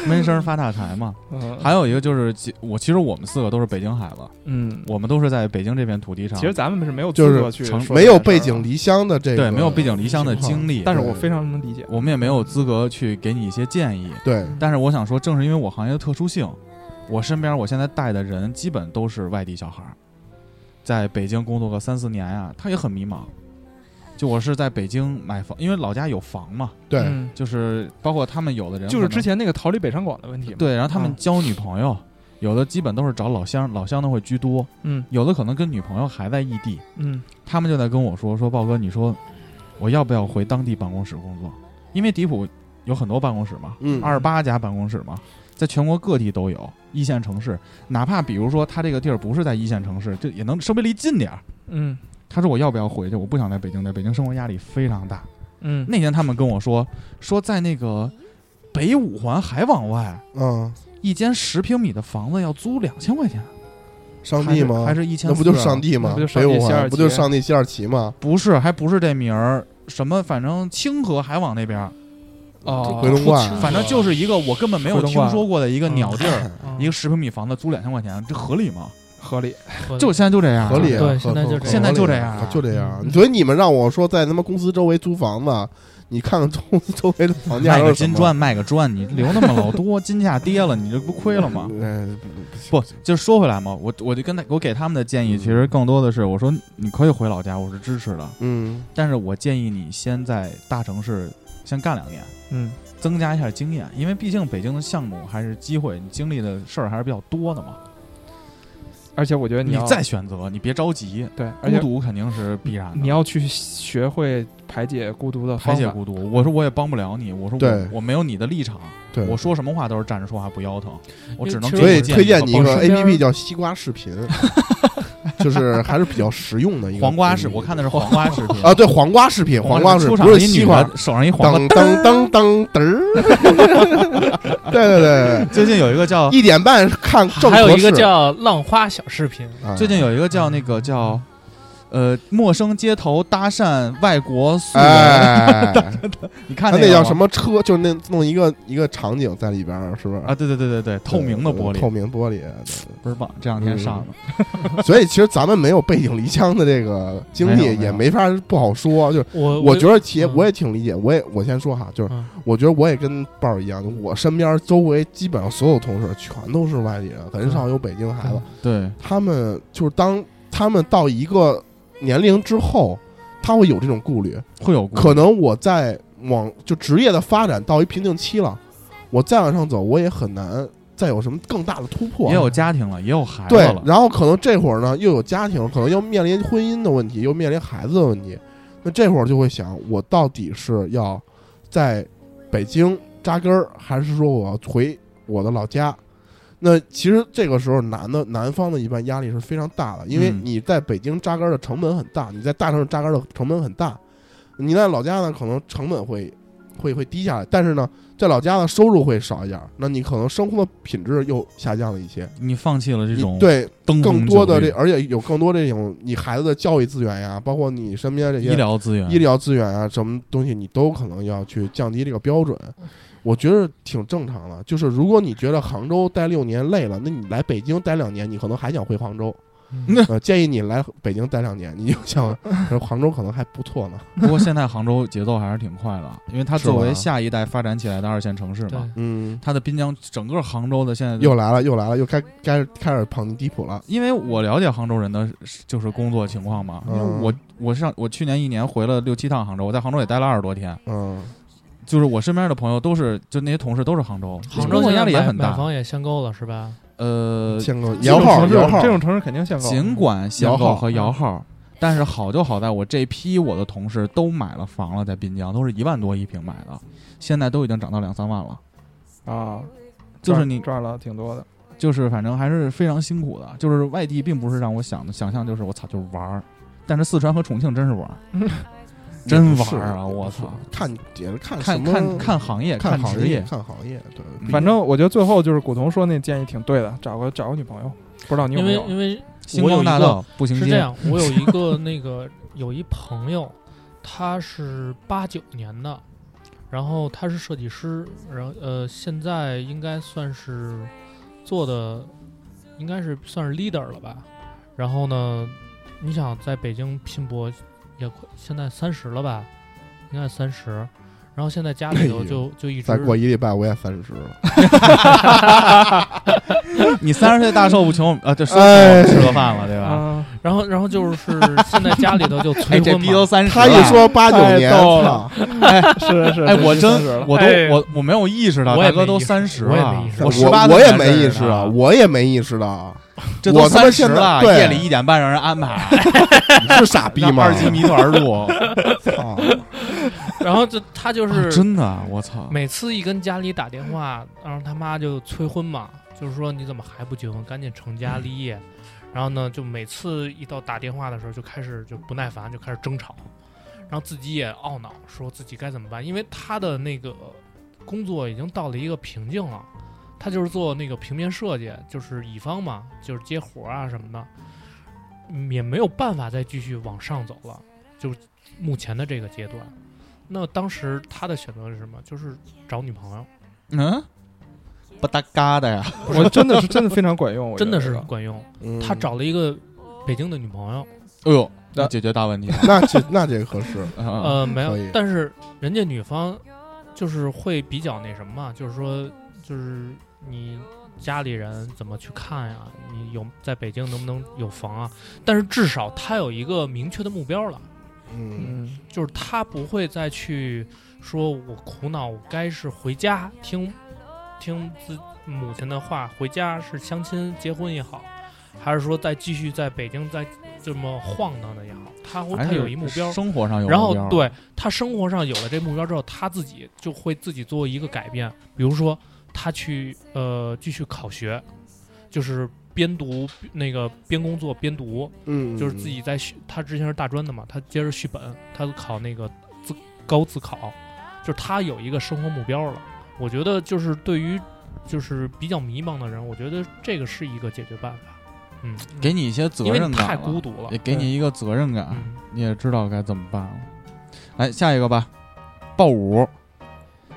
Speaker 2: 闷声发大财嘛。
Speaker 4: 嗯
Speaker 2: 还有一个就是，其我其实我们四个都是北京孩子，
Speaker 4: 嗯，
Speaker 2: 我们都是在北京这片土地上，
Speaker 4: 其实咱们是没有资
Speaker 5: 就是
Speaker 4: 格去
Speaker 2: 成
Speaker 4: 说
Speaker 5: 没有
Speaker 4: 这件
Speaker 5: 背
Speaker 4: 事儿
Speaker 5: 井离乡的这个，
Speaker 2: 对没有背井离乡的经历，
Speaker 4: 但是
Speaker 5: 对
Speaker 4: 我非常能理解，
Speaker 2: 我们也没有资格去给你一些建议。
Speaker 5: 对，
Speaker 2: 但是我想说，正是因为我行业的特殊性，我身边我现在带的人基本都是外地小孩儿，在北京工作个三四年啊，他也很迷茫。就我是在北京买房，因为老家有房嘛，
Speaker 5: 对，
Speaker 4: 嗯
Speaker 2: 就是包括他们有的人
Speaker 4: 就是
Speaker 2: 可能
Speaker 4: 之前那个逃离北上广的问题嘛，，
Speaker 2: 对，然后他们
Speaker 4: 啊
Speaker 2: 交女朋友，有的基本都是找老乡，老乡的会居多，
Speaker 4: 嗯
Speaker 2: 有的可能跟女朋友还在异地，
Speaker 4: 嗯
Speaker 2: 他们就在跟我说说豹哥，你说我要不要回当地办公室工作？因为迪普有很多办公室嘛，
Speaker 5: 嗯，
Speaker 2: 二十八家办公室嘛，在全国各地都有一线城市，哪怕比如说他这个地儿不是在一线城市，就也能稍微离近点儿。
Speaker 4: 嗯
Speaker 2: 他说我要不要回去？我不想在北京待，北京生活压力非常大。
Speaker 4: 嗯，
Speaker 2: 那天他们跟我说说在那个北五环还往外
Speaker 5: 嗯，
Speaker 2: 一间十平米的房子要租两千块钱，
Speaker 5: 上帝吗？
Speaker 2: 还是一千？啊
Speaker 5: 那不就是上帝
Speaker 4: 那
Speaker 5: 吗
Speaker 4: 不就？上
Speaker 5: 北
Speaker 4: 帝
Speaker 5: 五
Speaker 4: 西
Speaker 5: 环
Speaker 4: 二
Speaker 5: 不就是
Speaker 4: 旗
Speaker 5: 上帝西二旗吗？
Speaker 2: 不是，还不是这名儿，什么反正清河还往那边儿，
Speaker 4: 哦，
Speaker 5: 回龙观
Speaker 6: 出清
Speaker 2: 反正就是一个我根本没有
Speaker 4: 回龙
Speaker 2: 听
Speaker 4: 观
Speaker 2: 说过的一个
Speaker 6: 嗯
Speaker 2: 鸟地儿，
Speaker 6: 嗯
Speaker 2: 一个十平米房子租两千块钱，这合理吗？
Speaker 4: 合理，
Speaker 6: 合理
Speaker 2: 就现在就这样，
Speaker 5: 合理啊，合
Speaker 6: 对现在就
Speaker 5: 合
Speaker 6: 这
Speaker 5: 合
Speaker 6: 样现
Speaker 2: 在就这
Speaker 5: 合理
Speaker 2: 样啊
Speaker 5: 就这样。所以你们让我说在他妈公司周围租房子，你看看公司周围的 房价
Speaker 2: 卖
Speaker 5: 都
Speaker 2: 个
Speaker 5: 是什
Speaker 2: 金
Speaker 5: 么，
Speaker 2: 砖，卖个砖，你留那么老多，金价跌了，你这不亏了 吗？呃
Speaker 5: 嗯，
Speaker 2: 不，就是说回来嘛，我我就跟他我给他们的建议，其实更多的是我说你可以回老家，我是支持的，
Speaker 5: 嗯，
Speaker 2: 但是我建议你先在大城市先干两年，
Speaker 4: 嗯
Speaker 2: 增加一下经验，因为毕竟北京的项目还是机会，你经历的事儿还是比较多的嘛。
Speaker 4: 而且我觉得
Speaker 2: 你
Speaker 4: 要
Speaker 2: 再选择，你别着急，
Speaker 4: 对，而
Speaker 2: 孤
Speaker 4: 且
Speaker 2: 独肯定是必然的。
Speaker 4: 你要去学会排解孤独的
Speaker 2: 排
Speaker 4: 方
Speaker 2: 解
Speaker 4: 法，
Speaker 2: 孤独，我说我也帮不了你，我说
Speaker 5: 对
Speaker 2: 我我没有你的立场，
Speaker 5: 对。
Speaker 2: 我说什么话都是站着说话不腰疼，我只能
Speaker 6: 其
Speaker 2: 给
Speaker 6: 实
Speaker 5: 所以
Speaker 2: 你
Speaker 5: 推荐你一
Speaker 2: 和
Speaker 5: 个
Speaker 2: 帮
Speaker 6: 我身
Speaker 5: A
Speaker 6: 边
Speaker 5: P P 叫西瓜视 频，就是还是比较实用的一个
Speaker 2: 黄瓜视，
Speaker 5: APP
Speaker 2: 我看的是黄瓜视频
Speaker 5: 嗯啊，对黄瓜视频，黄瓜视
Speaker 2: 出
Speaker 5: 频
Speaker 2: 场
Speaker 5: 不
Speaker 2: 了
Speaker 5: 是
Speaker 2: 一
Speaker 5: 西
Speaker 2: 女
Speaker 5: 瓜
Speaker 2: 的，手上一黄瓜。
Speaker 5: 当当当当嘚 儿，对对对对
Speaker 2: 最近有一个叫
Speaker 5: 对，一点半看正
Speaker 6: 还有
Speaker 5: 合
Speaker 6: 一个
Speaker 5: 适
Speaker 6: 叫浪花小视频，
Speaker 5: 啊
Speaker 2: 最近有一个叫那个
Speaker 5: 嗯
Speaker 2: 叫呃陌生街头搭讪外国素人，
Speaker 5: 哎，
Speaker 2: 你看
Speaker 5: 他
Speaker 2: 个
Speaker 5: 那叫
Speaker 2: 吗
Speaker 5: 什么车？就是那弄一个一个场景在里边儿，是不是？
Speaker 2: 啊？对对对对对，透明的玻
Speaker 5: 对透
Speaker 2: 璃，
Speaker 5: 明玻璃。
Speaker 2: 不是棒，这两天上的。
Speaker 5: 对 所以其实咱们没有背井离乡的这个经
Speaker 2: 没有
Speaker 5: 历，
Speaker 2: 没有
Speaker 5: 也没法不好说。就是
Speaker 6: 我
Speaker 5: 我觉得其实
Speaker 6: 嗯
Speaker 5: 我也挺理解，我也我先说哈，就是
Speaker 6: 嗯
Speaker 5: 我觉得我也跟豹儿一样，我身边周围基本上所有同事全都是外地人，很少有北京孩子。
Speaker 2: 对，
Speaker 5: 他们就是当他们到一个年龄之后，他会有这种顾虑，
Speaker 2: 会有
Speaker 5: 可能我在往就职业的发展到一瓶颈期了，我再往上走，我也很难再有什么更大的突破。
Speaker 2: 也有家庭了，也有孩子
Speaker 5: 对
Speaker 2: 了，，
Speaker 5: 然后可能这会儿呢又有家庭，可能又面临婚姻的问题，又面临孩子的问题，那这会儿就会想，我到底是要在北京扎根儿，还是说我要回我的老家？那其实这个时候，男的南方的一般压力是非常大的，因为
Speaker 2: 嗯
Speaker 5: 你在北京扎根儿的成本很大，你在大城市扎根儿的成本很大，你在老家呢可能成本会会会低下来，但是呢，在老家的收入会少一点儿，那你可能生活的品质又下降了一些。
Speaker 2: 你放弃了这
Speaker 5: 你
Speaker 2: 种
Speaker 5: 对
Speaker 2: 灯红
Speaker 5: 更多的
Speaker 2: 酒
Speaker 5: 这，
Speaker 2: 绿
Speaker 5: 而且有更多这种你孩子的教育资源呀，包括你身边这些
Speaker 2: 医疗资源，
Speaker 5: 医疗资源啊，什么东西你都可能要去降低这个标准。我觉得挺正常的，就是如果你觉得杭州待六年累了，那你来北京待两年，你可能还想回杭州。
Speaker 6: 嗯
Speaker 5: 呃，建议你来北京待两年，你就想杭州可能还不错呢。嗯
Speaker 2: 不过现在杭州节奏还是挺快的，因为它
Speaker 5: 是吧
Speaker 2: 作为下一代发展起来的二线城市
Speaker 6: 对
Speaker 2: 嘛，
Speaker 5: 嗯，
Speaker 2: 它的滨江整个杭州的现在
Speaker 5: 又来了，又来了，又开开始开始捧你迪普了。
Speaker 2: 因为我了解杭州人的就是工作情况嘛，因
Speaker 5: 嗯
Speaker 2: 为我我上我去年一年回了六七趟杭州，我在杭州也待了二十多天，
Speaker 5: 嗯，
Speaker 2: 就是我身边的朋友都是，就那些同事都是杭州，
Speaker 6: 杭
Speaker 2: 工
Speaker 6: 州
Speaker 2: 作
Speaker 6: 现在
Speaker 2: 压力也
Speaker 6: 买
Speaker 2: 很
Speaker 6: 买
Speaker 2: 大。
Speaker 6: 房也限购了是吧？
Speaker 2: 呃，
Speaker 5: 限购
Speaker 4: 这
Speaker 5: 摇
Speaker 4: 种
Speaker 5: 号
Speaker 4: 城市
Speaker 5: 摇号，
Speaker 4: 这种城市肯定限购。
Speaker 2: 尽管限
Speaker 5: 摇
Speaker 2: 购
Speaker 5: 号
Speaker 2: 和嗯摇号，但是好就好在我这批我的同事都买了房了，在滨江都是一万多一平买的，现在都已经涨到两三万了。
Speaker 4: 啊，
Speaker 2: 就是你
Speaker 4: 赚了挺多的，
Speaker 2: 就是反正还是非常辛苦的。就是外地并不是让我想的想象，就是我操就是玩儿，但是四川和重庆真是玩儿，
Speaker 6: 嗯
Speaker 2: 真玩儿啊！我操，
Speaker 5: 看也是看什
Speaker 2: 看
Speaker 5: 么
Speaker 2: 看看行业，
Speaker 5: 看行
Speaker 2: 职业，
Speaker 5: 看行业，对，
Speaker 2: 嗯
Speaker 4: 反正我觉得最后就是古潼说那建议挺对的，找个找个女朋友，不知道你有
Speaker 6: 因
Speaker 4: 没
Speaker 6: 为
Speaker 4: 有？
Speaker 6: 因为
Speaker 2: 星
Speaker 6: 我有
Speaker 2: 光
Speaker 6: 一
Speaker 2: 大
Speaker 6: 个
Speaker 2: 道步行
Speaker 6: 是这
Speaker 2: 街，
Speaker 6: 样，我有一个那个有一朋友，他是八九年的，然后他是设计师，然后呃，现在应该算是做的，应该是算是 leader 了吧。然后呢，你想在北京拼搏，也快现在三十了吧，应该三十，然后现在家里头
Speaker 5: 哎呦
Speaker 6: 就就一直
Speaker 5: 再过一礼拜我也三十了，
Speaker 2: 你三十岁大寿不穷啊，这说
Speaker 5: 哎
Speaker 2: 吃个饭了对吧？
Speaker 4: 啊，
Speaker 6: 然后然后就是 现在家里头就
Speaker 2: 哎，
Speaker 6: 催
Speaker 2: 这
Speaker 6: 婚
Speaker 2: 逼都
Speaker 6: 嘛，
Speaker 2: 三十
Speaker 5: 他一说八九年，
Speaker 4: 太逗了
Speaker 5: 操
Speaker 4: 是是是，
Speaker 2: 哎，我
Speaker 4: 是
Speaker 2: 真
Speaker 4: 是了
Speaker 2: 我都
Speaker 6: 哎
Speaker 2: 我我没有意识到，
Speaker 6: 我也
Speaker 2: 大哥
Speaker 6: 没
Speaker 2: 都
Speaker 6: 意识
Speaker 2: 三十
Speaker 6: 我也
Speaker 2: 了
Speaker 6: 没意识，到
Speaker 2: 我十八
Speaker 5: 我我也没意识啊，
Speaker 2: 啊，
Speaker 5: 我也没意识啊到，
Speaker 2: 这都
Speaker 5: 我他妈
Speaker 2: 三十
Speaker 5: 现在
Speaker 2: 了，
Speaker 5: 对
Speaker 2: 夜里一点半让人安排，
Speaker 5: 你是傻逼
Speaker 2: 让
Speaker 5: 吗？啊
Speaker 2: 二级 迷团入，
Speaker 5: 操
Speaker 6: 然后就他 就是
Speaker 2: 啊真的，我操！
Speaker 6: 每次一跟家里打电话，然后他妈就催婚嘛，就是说你怎么还不结婚，赶紧成家立业。然后呢，就每次一到打电话的时候，就开始就不耐烦，就开始争吵，然后自己也懊恼，说自己该怎么办，因为他的那个工作已经到了一个瓶颈了。他就是做那个平面设计，就是乙方嘛，就是接活啊什么的，嗯也没有办法再继续往上走了，就是目前的这个阶段。那当时他的选择是什么？就是找女朋友，
Speaker 2: 嗯，不搭嘎的呀，
Speaker 4: 我真的是真的非常管用，我觉
Speaker 6: 真的
Speaker 4: 得
Speaker 6: 是
Speaker 4: 这个
Speaker 6: 管用。
Speaker 5: 嗯
Speaker 6: 他找了一个北京的女朋友，
Speaker 2: 哎呦，
Speaker 4: 那
Speaker 2: 那解决大问题了。
Speaker 5: 那这那这个合适，
Speaker 2: 啊
Speaker 6: 呃呃，没有
Speaker 5: 可以，
Speaker 6: 但是人家女方就是会比较那什么嘛，就是说，就是你家里人怎么去看呀？你有在北京能不能有房啊？但是至少他有一个明确的目标了。
Speaker 5: 嗯，
Speaker 4: 嗯，
Speaker 6: 就是他不会再去说我苦恼，我该是回家听听自母亲的话，回家是相亲结婚也好，还是说再继续在北京再这么晃荡的也好，他会
Speaker 2: 还
Speaker 6: 他
Speaker 2: 是
Speaker 6: 有一目标。
Speaker 2: 生活上有目
Speaker 6: 然后
Speaker 2: 标，
Speaker 6: 对他生活上有了这目标之后，他自己就会自己做一个改变，比如说他去呃继续考学，就是边读那个边工作边读，
Speaker 5: 嗯，
Speaker 6: 就是自己在续，他之前是大专的嘛，他接着续本，他考那个自高自考，就是他有一个生活目标了。我觉得就是对于就是比较迷茫的人，我觉得这个是一个解决办法，嗯，
Speaker 2: 给你一些责
Speaker 6: 因为
Speaker 2: 任
Speaker 6: 你
Speaker 2: 感了，
Speaker 6: 太孤独了
Speaker 2: 也，给你一个啊责任感，
Speaker 6: 嗯，
Speaker 2: 你也知道该怎么办了。来下一个吧，报五，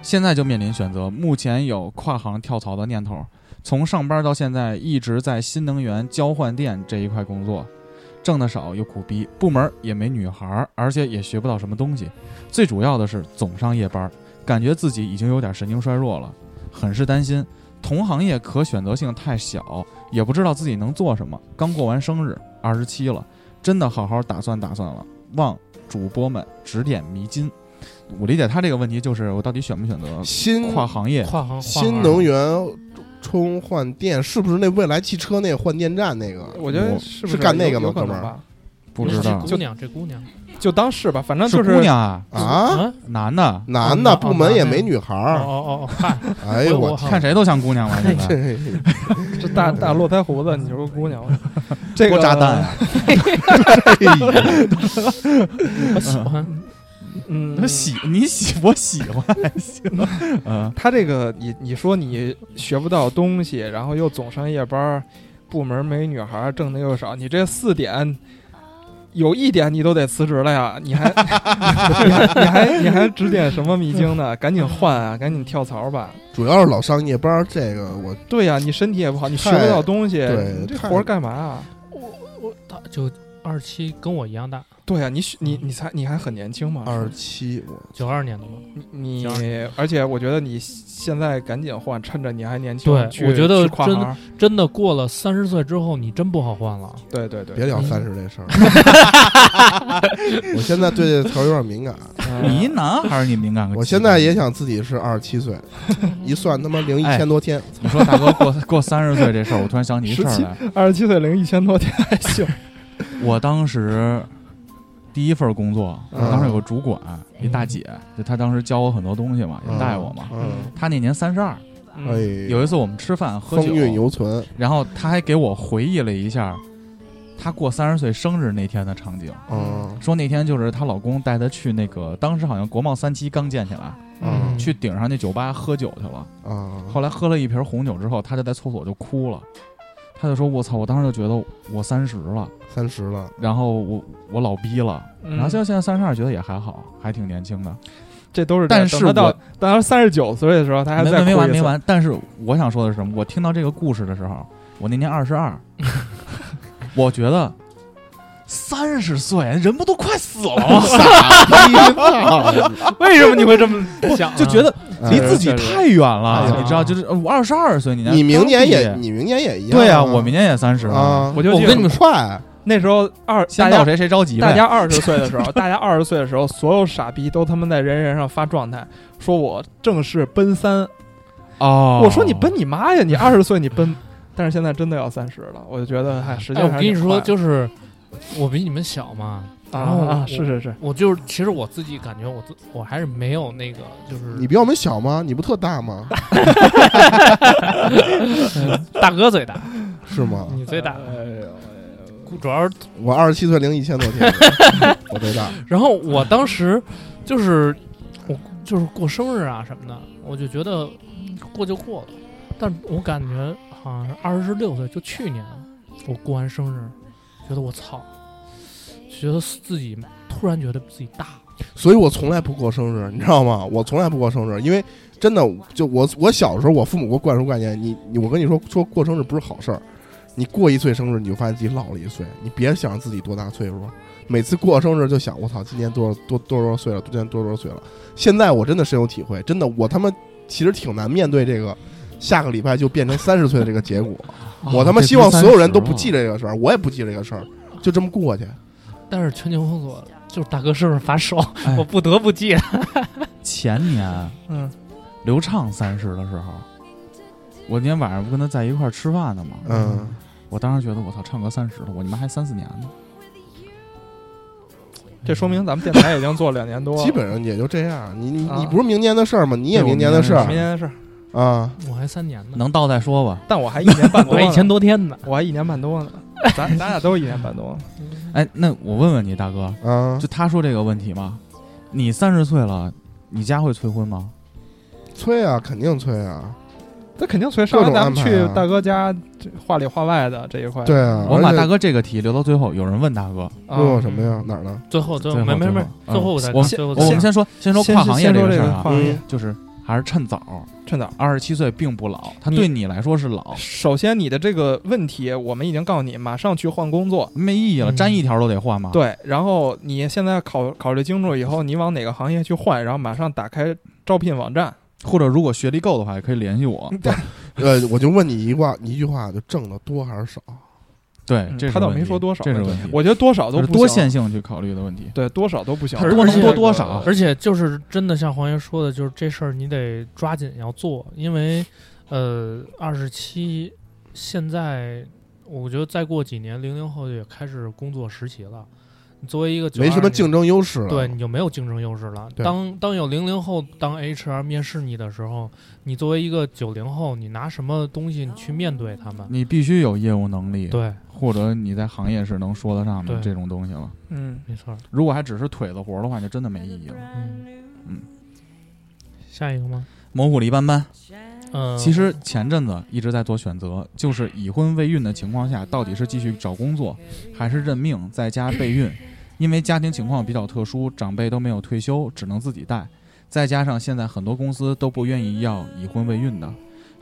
Speaker 2: 现在就面临选择，目前有跨行跳槽的念头，从上班到现在一直在新能源交换店这一块工作，挣的少又苦逼，部门也没女孩儿，而且也学不到什么东西，最主要的是总上夜班，感觉自己已经有点神经衰弱了，很是担心。同行业可选择性太小，也不知道自己能做什么。刚过完生日，二十七了，真的好好打算打算了，望主播们指点迷津。我理解他这个问题就是我到底选不选择
Speaker 5: 新
Speaker 2: 跨行业？
Speaker 6: 跨行跨
Speaker 5: 新
Speaker 6: 行啊
Speaker 5: 能源充换电是不是那未来汽车那换电站那个？
Speaker 4: 我觉得是不
Speaker 5: 是干那个吗
Speaker 4: 有可
Speaker 5: 哥们
Speaker 4: 能
Speaker 5: 儿
Speaker 4: 吧？
Speaker 2: 不知道
Speaker 6: 这，姑娘，这姑娘
Speaker 4: 就当是吧，反正就是
Speaker 2: 姑娘啊，
Speaker 5: 啊，
Speaker 6: 哦
Speaker 2: 男的，
Speaker 5: 男
Speaker 6: 啊
Speaker 5: 的
Speaker 6: 男
Speaker 5: 部门也没女孩
Speaker 6: 哦
Speaker 5: 儿，
Speaker 6: 哦，哦嗨，
Speaker 5: 哎呦
Speaker 6: 我
Speaker 5: 我
Speaker 6: 我
Speaker 5: 天，
Speaker 2: 看谁都像姑娘嘛。现 在
Speaker 5: 这
Speaker 4: 这大大络腮胡子，你说姑娘，这个
Speaker 2: 多炸弹，啊！
Speaker 5: 哎
Speaker 6: 我喜欢，
Speaker 4: 嗯，
Speaker 2: 他喜你喜我喜欢还行，
Speaker 5: 哎
Speaker 2: 嗯，
Speaker 4: 他这个你你说你学不到东西，然后又总上夜班儿，部门没女孩儿，挣的又少，你这四点。有一点你都得辞职了呀！ 你还你还你还你还指点什么迷津呢？赶紧换啊！赶紧跳槽吧！
Speaker 5: 主要是老上夜班儿，这个我
Speaker 4: 对呀、你身体也不好，你学
Speaker 5: 太
Speaker 4: 不到东西，
Speaker 5: 对
Speaker 4: 你这
Speaker 5: 太
Speaker 4: 活儿干嘛啊？
Speaker 6: 我我他就二七跟我一样大，
Speaker 4: 对啊，你许你你才你还很年轻嘛，
Speaker 5: 二十七，我
Speaker 6: 九二年的嘛。
Speaker 4: 你
Speaker 6: 行
Speaker 4: 你，而且我觉得你现在赶紧换，趁着你还年轻，
Speaker 6: 对
Speaker 4: 去
Speaker 6: 我觉得
Speaker 4: 去跨
Speaker 6: 真
Speaker 4: 行
Speaker 6: 真的过了三十岁之后，你真不好换了。
Speaker 4: 对对对，
Speaker 5: 别聊
Speaker 6: 嗯
Speaker 5: 三十这事儿。 我现在对这词儿有点敏感，
Speaker 4: 嗯
Speaker 2: 你一男孩儿你敏感个？
Speaker 5: 我现在也，想自己是二十七岁，一算他妈零一
Speaker 2: 哎
Speaker 5: 千多天，
Speaker 2: 你说大哥过过三十岁这事儿，我突然想起一事儿来。
Speaker 4: 二十七岁零一千多天还行，
Speaker 2: 我当时第一份工作，我
Speaker 5: 嗯
Speaker 2: 当时有个主管，一大姐，就她当时教我很多东西嘛，也带我嘛。
Speaker 5: 嗯，
Speaker 2: 她那年三十二，
Speaker 4: 嗯
Speaker 5: 哎，
Speaker 2: 有一次我们吃饭喝
Speaker 5: 风韵
Speaker 2: 酒，
Speaker 5: 犹存，
Speaker 2: 然后她还给我回忆了一下她过三十岁生日那天的场景，
Speaker 5: 嗯
Speaker 2: 说那天就是她老公带她去那个，当时好像国贸三期刚建起来，
Speaker 5: 嗯
Speaker 2: 去顶上那酒吧喝酒去了。
Speaker 5: 啊，
Speaker 2: 后来喝了一瓶红酒之后，她就在厕所就哭了。她就说：“我操！我当时就觉得我三十了，
Speaker 5: 三十了，
Speaker 2: 然后我我老逼了，
Speaker 4: 嗯
Speaker 2: 然后就现在三十二，觉得也还好，还挺年轻的。
Speaker 4: 这都是这样，
Speaker 2: 但是
Speaker 4: 等他
Speaker 2: 我
Speaker 4: 到当他三十九岁的时候，他还
Speaker 2: 没
Speaker 4: 在
Speaker 2: 没没
Speaker 4: 哭
Speaker 2: 完
Speaker 4: 一
Speaker 2: 没
Speaker 4: 次，
Speaker 2: 完。但是我想说的是什么？我听到这个故事的时候，我那年二十 二，我觉得三十岁人不都快死了 吗？
Speaker 4: 为什么你会这么想啊？
Speaker 2: 就觉得离
Speaker 5: 哎
Speaker 2: 自己太远
Speaker 5: 哎
Speaker 2: 了，
Speaker 5: 呀
Speaker 2: 你知道？就是呃我二十二岁，你
Speaker 5: 你
Speaker 2: 明
Speaker 5: 明年也你明年也一样，
Speaker 2: 对啊，我明年也三十了，
Speaker 5: 啊，
Speaker 4: 我就
Speaker 5: 我
Speaker 4: 记得
Speaker 5: 跟你们啊快，
Speaker 4: 那时候二大
Speaker 2: 先到
Speaker 4: 家
Speaker 2: 谁谁着急呗。
Speaker 4: 大家二十岁的时候，大家二十岁的时候，所有傻逼都他妈在人人上发状态，说我正式奔三。
Speaker 2: 哦，
Speaker 4: 我说你奔你妈呀！你二十岁你奔，但是现在真的要三十了，我就觉得嗨，时
Speaker 6: 哎，
Speaker 4: 间
Speaker 6: 我
Speaker 4: 还
Speaker 6: 跟
Speaker 4: 是挺
Speaker 6: 你
Speaker 4: 快的
Speaker 6: 说，就是我比你们小嘛，
Speaker 4: 啊
Speaker 6: 然后我
Speaker 4: 啊，是是是，
Speaker 6: 我就是其实我自己感觉我自我还是没有那个就是
Speaker 5: 你比我们小吗？你不特大吗？
Speaker 6: 大哥最大，
Speaker 5: 是 吗？
Speaker 6: 你最大，
Speaker 4: 哎呦
Speaker 6: 主要是
Speaker 5: 我二十七岁零一千多 天，我最大，
Speaker 6: 然后我当时就是我就是过生日啊什么的，我就觉得过就过了，但我感觉好像是二十六岁，就去年我过完生日，觉得我操，觉得自己突然觉得自己大了，
Speaker 5: 所以我从来不过生日，你知道吗？我从来不过生日，因为真的，就我我小时候，我父母给我灌输概念，你你我跟你说说过生日不是好事儿，你过一岁生日，你就发现自己老了一岁，你别想自己多大岁数，每次过生日就想我操，今年多少多多多少岁了，今年多多少岁了。现在我真的深有体会，真的，我他妈其实挺难面对这个。下个礼拜就变成三十岁的这个结果，
Speaker 2: 哦
Speaker 4: 哦
Speaker 5: 我他妈希望所有人都不记
Speaker 2: 得。
Speaker 5: 这个事儿，我也不记这个事儿，就这么过去。
Speaker 6: 但是全球封锁就是大哥生日发烧，
Speaker 2: 哎
Speaker 6: 我不得不戒。
Speaker 2: 前年，
Speaker 4: 嗯，
Speaker 2: 刘畅三十的时候，我那天晚上不跟他在一块儿吃饭呢吗？
Speaker 5: 嗯，
Speaker 2: 我当时觉得我操，唱歌三十了，我你妈还三四年呢。
Speaker 4: 这说明咱们电台已经做两年多了，
Speaker 5: 基本上也就这样。你你
Speaker 4: 啊
Speaker 5: 你不是明年的事儿吗？你也
Speaker 2: 对我
Speaker 5: 明年的事
Speaker 4: 明
Speaker 5: 儿
Speaker 4: 年的事儿，
Speaker 5: 啊。
Speaker 6: 我还三年呢，
Speaker 2: 能到再说吧。
Speaker 4: 但我还一年半多
Speaker 6: 我
Speaker 4: 呢，
Speaker 6: 还一千多天呢。
Speaker 4: 我还一年半多呢，咱咱俩都一年半多，
Speaker 2: 哎，那我问问你大哥，
Speaker 5: 啊
Speaker 2: 就，他说这个问题嘛，你三十岁了，你家会催婚
Speaker 5: 嗯
Speaker 2: 吗？
Speaker 5: 催啊，肯定催啊，
Speaker 4: 这肯定催。上回
Speaker 5: 各种
Speaker 4: 咱
Speaker 5: 安
Speaker 4: 们
Speaker 5: 排啊
Speaker 4: 去大哥家，这话里话外的这一块，
Speaker 5: 对啊。
Speaker 2: 哎我们把大
Speaker 5: 哥
Speaker 2: 哥这个题留到最后。有人问大哥，
Speaker 4: 啊，
Speaker 5: 问我什么呀？哪儿呢？
Speaker 6: 最后最
Speaker 2: 最
Speaker 6: 后
Speaker 2: 后
Speaker 6: 没没没
Speaker 2: 嗯，
Speaker 6: 最后我再
Speaker 2: 我们
Speaker 6: 最后
Speaker 2: 我
Speaker 6: 再嗯
Speaker 2: 们先说先说跨行业
Speaker 4: 先说
Speaker 2: 个事儿
Speaker 4: 个
Speaker 2: 啊，
Speaker 4: 跨行
Speaker 5: 嗯
Speaker 4: 业，
Speaker 2: 就是还是趁早，
Speaker 4: 趁早。
Speaker 2: 二十七岁并不老，他
Speaker 4: 你
Speaker 2: 对你来说是老，
Speaker 4: 首先，你的这个问题我们已经告诉你，马上去换工作。
Speaker 2: 没意义了，
Speaker 6: 嗯
Speaker 2: 粘一条都得换嘛。
Speaker 4: 对，然后你现在考考虑清楚以后，你往哪个行业去换，然后马上打开招聘网站。
Speaker 2: 或者如果学历够的话，也可以联系
Speaker 4: 嗯
Speaker 2: 我。
Speaker 5: 呃，我就问你一话一句话，就挣的多还是少？
Speaker 2: 对，
Speaker 4: 嗯
Speaker 2: 哎这是
Speaker 4: 他倒
Speaker 2: 问题
Speaker 4: 没说多少
Speaker 2: 这是
Speaker 4: 问
Speaker 2: 问题。
Speaker 4: 我觉得多少都
Speaker 2: 就是
Speaker 4: 不
Speaker 2: 多线
Speaker 4: 行
Speaker 2: 性去考虑的问题。
Speaker 4: 对多少都不行，
Speaker 6: 而多能且多
Speaker 2: 多少啊
Speaker 6: 而且就是真的像黄爷说的，就是这事儿你得抓紧要做，因为呃，二十七现在我觉得再过几年，零零后也开始工作实习了。你作为一个92
Speaker 5: 没什么竞
Speaker 6: 年，
Speaker 5: 争优势了。
Speaker 6: 对，你就没有竞争优势了。
Speaker 5: 对
Speaker 6: 当当有零零后当 HR 面试你的时候，你作为一个九零后，你拿什么东西你去面对他
Speaker 5: 嗯
Speaker 6: 们？
Speaker 2: 你必须有业务能力，
Speaker 6: 对，
Speaker 2: 或者你在行业是能说得上的
Speaker 6: 对
Speaker 2: 这种东西了。
Speaker 4: 嗯，
Speaker 6: 没错儿。
Speaker 2: 如果还只是腿子活的话，就真的没意义了。
Speaker 6: 嗯
Speaker 2: 嗯，
Speaker 6: 下一个吗？
Speaker 2: 模糊了一般般。
Speaker 6: 嗯、
Speaker 2: 其实前阵子一直在做选择，就是已婚未孕的情况下，到底是继续找工作，还是认命在家备孕？因为家庭情况比较特殊，长辈都没有退休，只能自己带，再加上现在很多公司都不愿意要已婚未孕的，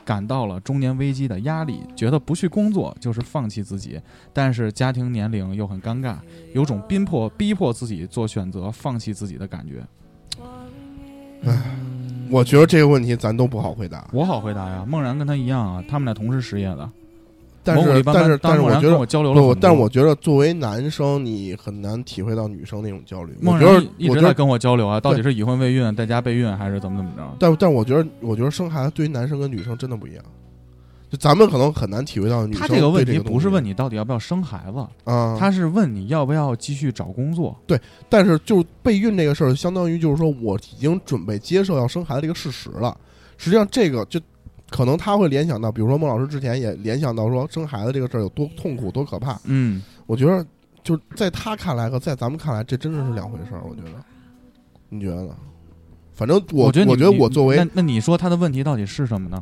Speaker 2: 感到了中年危机的压力，觉得不去工作就是放弃自己，但是家庭年龄又很尴尬，有种逼迫逼迫自己做选择、放弃自己的感觉。
Speaker 5: 我觉得这个问题咱都不好回答，
Speaker 2: 我好回答呀，梦然跟他一样啊，他们俩同是失业的。
Speaker 5: 但
Speaker 2: 蒙古
Speaker 5: 是
Speaker 2: 里班班
Speaker 5: 但是但
Speaker 2: 当
Speaker 5: 是
Speaker 2: 梦
Speaker 5: 我
Speaker 2: 然
Speaker 5: 觉
Speaker 2: 跟
Speaker 5: 得
Speaker 2: 我交流了很
Speaker 5: 不，
Speaker 2: 多，
Speaker 5: 但是我觉得作为男生，你很难体会到女生那种焦虑。我
Speaker 2: 梦
Speaker 5: 觉得
Speaker 2: 然一一
Speaker 5: 我
Speaker 2: 直
Speaker 5: 觉
Speaker 2: 在
Speaker 5: 得，
Speaker 2: 跟我交流啊，到底是已婚未孕，在家备孕还是怎么怎么着？
Speaker 5: 但但我觉得，我觉得生孩子对于男生跟女生真的不一样。就咱们可能很难体会到女
Speaker 2: 他
Speaker 5: 生
Speaker 2: 这个问题不是问
Speaker 5: 你
Speaker 2: 你到底要不要生孩子，
Speaker 5: 啊，
Speaker 2: 他是问你要不要继续找工作。
Speaker 5: 但是就备孕这个事儿，相当于就是说我已经准备接受要生孩子这个事实了。实际上，这个就可能他会联想到，比如说孟老师之前也联想到说生孩子这个事儿有多痛苦、多 可怕。
Speaker 2: 嗯，
Speaker 5: 我觉得就是在他看来和在咱们看来，这真的是两回事儿。我觉得，你觉得呢？反正我
Speaker 2: 觉得你
Speaker 5: 我觉得
Speaker 2: 你
Speaker 5: 我作为
Speaker 2: 那那你说他的问题到底是什么呢？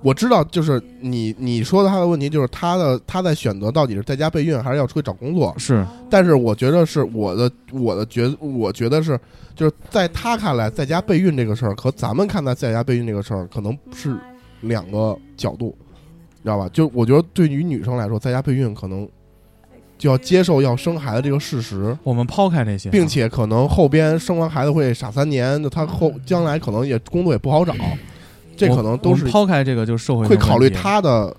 Speaker 5: 我知道，就是你你说的他的问题，就是他的他在选择到底是在家备孕还是要出去找工作。
Speaker 2: 是
Speaker 5: 但是我觉得是我的我的觉我觉得是就是在他看来，在家备孕这个事儿和咱们看待在家备孕这个事儿可能
Speaker 2: 嗯
Speaker 5: 是两个角度，你知道吧？就我觉得对于女生来说，在家备孕可能就要接受要生孩子这个事实，
Speaker 2: 我们抛开这些啊，
Speaker 5: 并且可能后边生完孩子会傻三年，那她后将来可能也工作也不好找，这
Speaker 2: 我
Speaker 5: 可能
Speaker 2: 嗯我
Speaker 5: 都
Speaker 2: 们
Speaker 5: 是
Speaker 2: 抛开这个就是社会
Speaker 5: 会
Speaker 2: 性
Speaker 5: 考虑
Speaker 2: 问题。
Speaker 5: 她的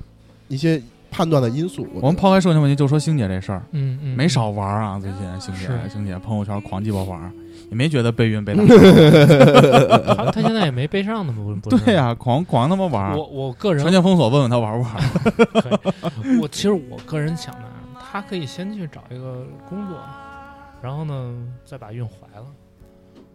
Speaker 5: 一些判断的因素。
Speaker 2: 我们抛开社会性问题，就说星姐这事儿，
Speaker 6: 嗯嗯，
Speaker 2: 没少玩啊，最近星姐
Speaker 6: 是
Speaker 2: 星姐朋友圈狂鸡巴玩儿，也没觉得备孕被打。
Speaker 6: 他他现在也没背上呢，不不 是？
Speaker 2: 对啊呀、狂狂他妈玩儿
Speaker 6: 我，我个人
Speaker 2: 全境封锁问问他玩不玩儿。
Speaker 6: 我其实我个人想的，他可以先去找一个工作，然后呢再把孕怀了，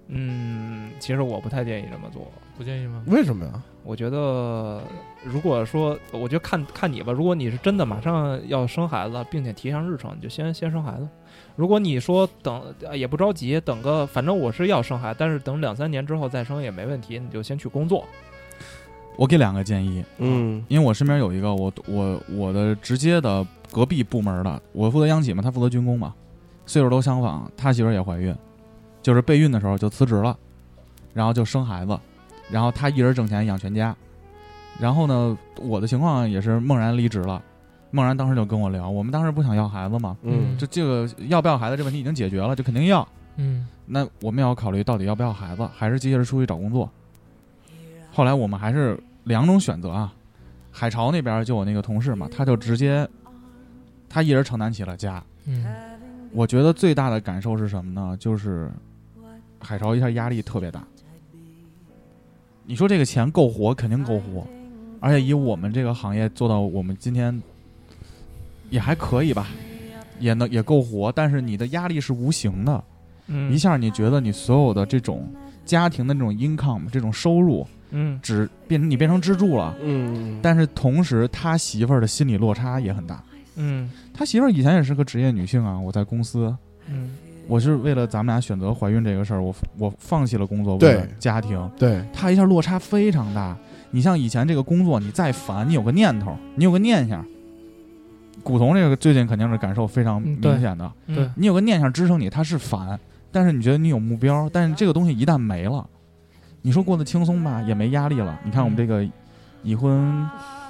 Speaker 4: 嗯，其实我不太建议这么做。
Speaker 6: 不建议吗？
Speaker 5: 为什么呀？
Speaker 4: 我觉得，如果说，我觉得看看你吧。如果你是真的马上要生孩子，并且提上日程，你就先先生孩子。如果你说等呃也不着急，等个反正我是要生孩子，但是等两三年之后再生也没问题，你就先去工作。
Speaker 2: 我给两个建议，
Speaker 5: 嗯
Speaker 2: 因为我身边有一个我我我的直接的隔壁部门的，我负责央企嘛，他负责军工嘛，岁数都相仿，他媳妇儿也怀孕，就是备孕的时候就辞职了，然后就生孩子，然后他一人挣钱养全家，然后呢，我的情况也是梦然离职了，梦然当时就跟我聊，我们当时不想要孩子嘛，
Speaker 5: 嗯
Speaker 2: 就这个要不要孩子这问题已经解决了，就肯定要，
Speaker 6: 嗯，
Speaker 2: 那我们要考虑到底要不要孩子，还是接着出去找工作。后来我们还是两种选择啊。海潮那边就我那个同事嘛，他就直接他一人承担起了家。
Speaker 6: 嗯
Speaker 2: 我觉得最大的感受是什么呢？就是海潮一下压力特别大。你说这个钱够活，肯定够活，而且以我们这个行业做到我们今天也还可以吧，也能也够活，但是你的压力是无形的。
Speaker 4: 嗯
Speaker 2: 一下你觉得你所有的这种家庭的那种 income 这种收入，
Speaker 4: 嗯
Speaker 2: 只变你变成支柱了。
Speaker 5: 嗯，
Speaker 2: 但是同时，他媳妇儿的心理落差也很大。
Speaker 4: 嗯
Speaker 2: 他媳妇儿以前也是个职业女性啊，我在公司，
Speaker 4: 嗯
Speaker 2: 我是为了咱们俩选择怀孕这个事儿，我我放弃了工作，
Speaker 5: 对
Speaker 2: 为了家庭。
Speaker 5: 对。
Speaker 2: 他一下落差非常大。你像以前这个工作，你再烦，你有个念头，你有个念想。古潼这个最近肯定是感受非常
Speaker 6: 嗯
Speaker 2: 明
Speaker 6: 对
Speaker 2: 显的，啊
Speaker 6: 对
Speaker 2: 你有个念想支撑你，它是烦，但是你觉得你有目标，但是这个东西一旦没了，你说过得轻松吧，也没压力了。你看我们这个已婚、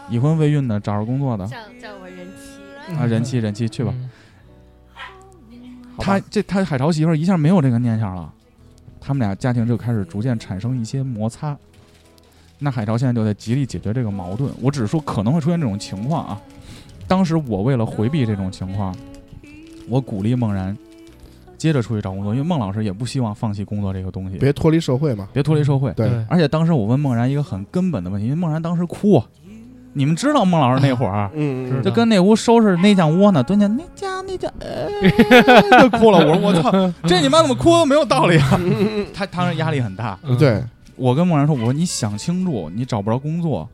Speaker 2: 已婚未孕的，找着工作的
Speaker 7: 占占我人妻。
Speaker 2: 啊，人气人气去吧。
Speaker 6: 嗯
Speaker 4: 好
Speaker 2: 他
Speaker 4: 吧
Speaker 2: 这他海潮媳妇儿一下没有这个念想了，他们俩家庭就开始逐渐产生一些摩擦。那海潮现在就在极力解决这个矛盾。我只是说可能会出现这种情况啊。当时我为了回避这种情况，我鼓励梦然接着出去找工作，因为孟老师也不希望放弃工作这个东西，别
Speaker 5: 别脱离社会嘛。
Speaker 2: 别脱离社会。
Speaker 5: 对
Speaker 6: 对
Speaker 2: 而且当时我问梦然一个很根本的问题，因为梦然当时哭，啊你们知道孟老师那会儿。啊
Speaker 5: 嗯
Speaker 6: 嗯
Speaker 2: 就跟那屋收拾内酱窝呢，蹲下那家那家， 呃，就哭了。我说我 操，这你妈怎么哭没有道理啊！他当时压力很大。
Speaker 6: 嗯
Speaker 5: 对，
Speaker 2: 我跟梦然说，我说你想清楚，你找不着工作，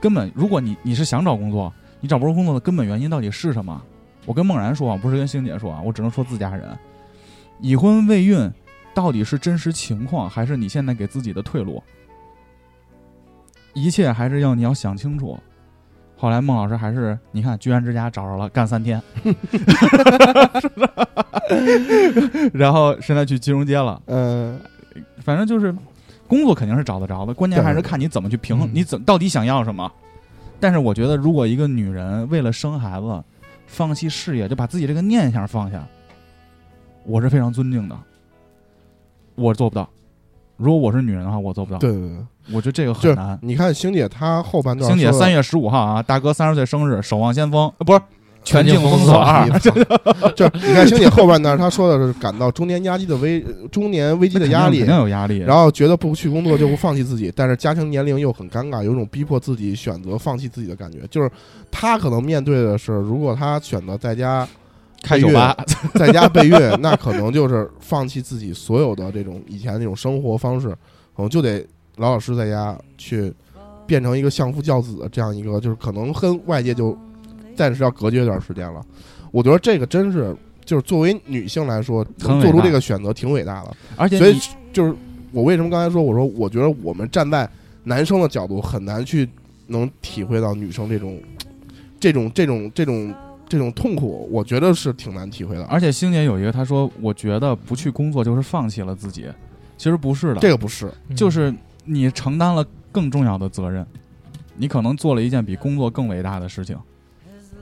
Speaker 2: 根本如果你你是想找工作，你找不着工作的根本原因到底是什么？我跟梦然说啊，不是跟星姐说啊，我只能说自家人，已婚未孕到底是真实情况，还是你现在给自己的退路？一切还是要你要想清楚。后来孟老师还是你看居安之家找着了，干三天，然后现在去金融街了。
Speaker 5: 嗯，
Speaker 2: 反正就是工作肯定是找得着的，关键还是看你怎么去平衡，
Speaker 6: 嗯
Speaker 2: 你怎到底想要什么。但是我觉得，如果一个女人为了生孩子放弃事业，就把自己这个念想放下，我是非常尊敬的。我做不到，如果我是女人的话，我做不到。
Speaker 5: 对对对，
Speaker 2: 我觉得这个
Speaker 5: 就
Speaker 2: 很
Speaker 5: 是
Speaker 2: 难。
Speaker 5: 你看星姐她后半段
Speaker 2: 星
Speaker 5: 说
Speaker 2: 姐
Speaker 5: 的，
Speaker 2: 三月十五号啊，大哥三十岁生日，守望先锋，呃、不是全境封
Speaker 5: 锁
Speaker 2: 锁啊二，
Speaker 5: 就是你看星姐后半段她说的是感到中年压力的危呃中年危机的压
Speaker 2: 肯
Speaker 5: 力
Speaker 2: 定，有压力。
Speaker 5: 然后觉得不去工作就会放弃自己，但是家庭年龄又很尴尬，有一种逼迫自己选择放弃自己的感觉。就是他可能面对的是，如果他选择在家
Speaker 2: 开酒吧，
Speaker 5: 在家备孕，那可能就是放弃自己所有的这种以前那种生活方式，可能就得老老实实在家去变成一个相夫教子的这样一个，就是可能跟外界就暂时要隔绝一段时间了。我觉得这个真是，就是作为女性来说，
Speaker 2: 很
Speaker 5: 能
Speaker 2: 伟
Speaker 5: 做出
Speaker 2: 大
Speaker 5: 这个选择挺伟大的。
Speaker 2: 而且
Speaker 5: 所以
Speaker 2: 你
Speaker 5: 就是我为什么刚才说，我说我觉得我们站在男生的角度很难去能体会到女生这种这种这种这种这种痛苦，我觉得是挺难体会的。
Speaker 2: 而且星姐有一个，她说我觉得不去工作就是放弃了自己，其实不是的，
Speaker 5: 这个不是，
Speaker 6: 嗯
Speaker 2: 就是你承担了更重要的责任，你可能做了一件比工作更伟大的事情，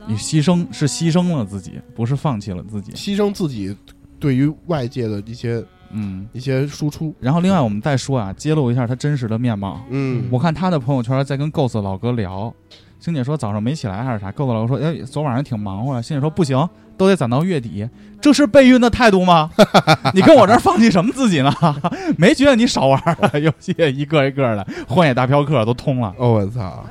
Speaker 2: 你牺牲是牺牲了自己，不是放弃了自己。
Speaker 5: 牺牲自己对于外界的一些
Speaker 2: 嗯，
Speaker 5: 一些输出。
Speaker 2: 然后另外我们再说啊，揭露一下她真实的面貌。
Speaker 5: 嗯，
Speaker 2: 我看她的朋友圈在跟 Ghost 老哥聊，星姐说早上没起来还是啥，Ghost 老哥说哎昨晚上挺忙活呀，星姐说不行，都得攒到月底，这是备孕的态度 吗？你跟我这儿放弃什么自己呢？ 没觉得你少玩了，游戏一个一个的，荒野大镖客都通了。
Speaker 5: 哦，我操！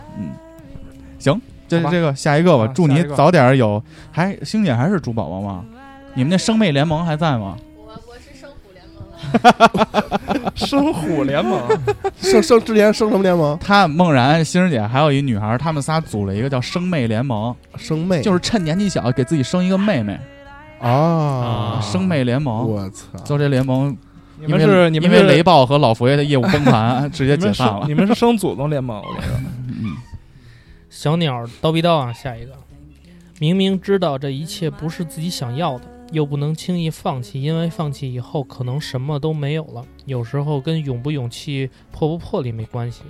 Speaker 2: 这
Speaker 4: 好吧
Speaker 2: 这个下一个吧
Speaker 4: 啊，
Speaker 2: 祝
Speaker 4: 下
Speaker 2: 你
Speaker 4: 一个
Speaker 2: 早点有。还星姐还是猪宝宝吗？你们那生妹联盟还在吗？
Speaker 7: 我我是生虎联盟了，
Speaker 4: 生虎 联盟，
Speaker 5: 生生之前生什么联盟？
Speaker 2: 她梦然、星儿姐还有一女孩，她们仨组了一个叫生妹联盟，
Speaker 5: 生妹
Speaker 2: 就是趁年纪小给自己生一个妹妹，
Speaker 5: 啊，
Speaker 6: 啊
Speaker 2: 生妹联盟。
Speaker 5: 我操！
Speaker 2: 就这联盟，
Speaker 4: 你
Speaker 2: 因
Speaker 4: 们
Speaker 2: 为
Speaker 4: 是你们
Speaker 2: 因为
Speaker 4: 是
Speaker 2: 雷暴和老佛爷的业务崩 盘，直接
Speaker 4: 你
Speaker 2: 解
Speaker 4: 们是
Speaker 2: 散了
Speaker 4: 你。们是生祖宗联盟，我觉得
Speaker 2: 嗯，
Speaker 8: 小鸟叨逼叨啊，下一个。明明知道这一切不是自己想要的，又不能轻易放弃，因为放弃以后可能什么都没有了。有时候跟勇不勇气、破不破力没关系，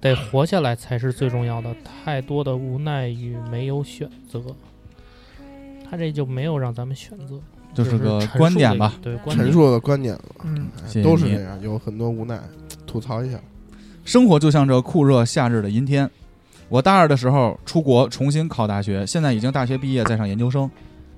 Speaker 8: 得活下来才是最重要的。太多的无奈与没有选择，他这就没有让咱们选择，
Speaker 2: 就是个
Speaker 8: 只陈述
Speaker 2: 观
Speaker 8: 的
Speaker 2: 点
Speaker 8: 一
Speaker 2: 吧。，
Speaker 8: 对观
Speaker 5: 陈
Speaker 8: 点。
Speaker 5: 述我的观点了，
Speaker 8: 嗯，
Speaker 5: 哎
Speaker 2: 谢谢
Speaker 5: 都是
Speaker 2: 你
Speaker 5: 这样，有很多无奈，吐槽一下。
Speaker 2: 生活就像这酷热夏日的阴天。我大二的时候出国重新考大学，现在已经大学毕业，在上研究生，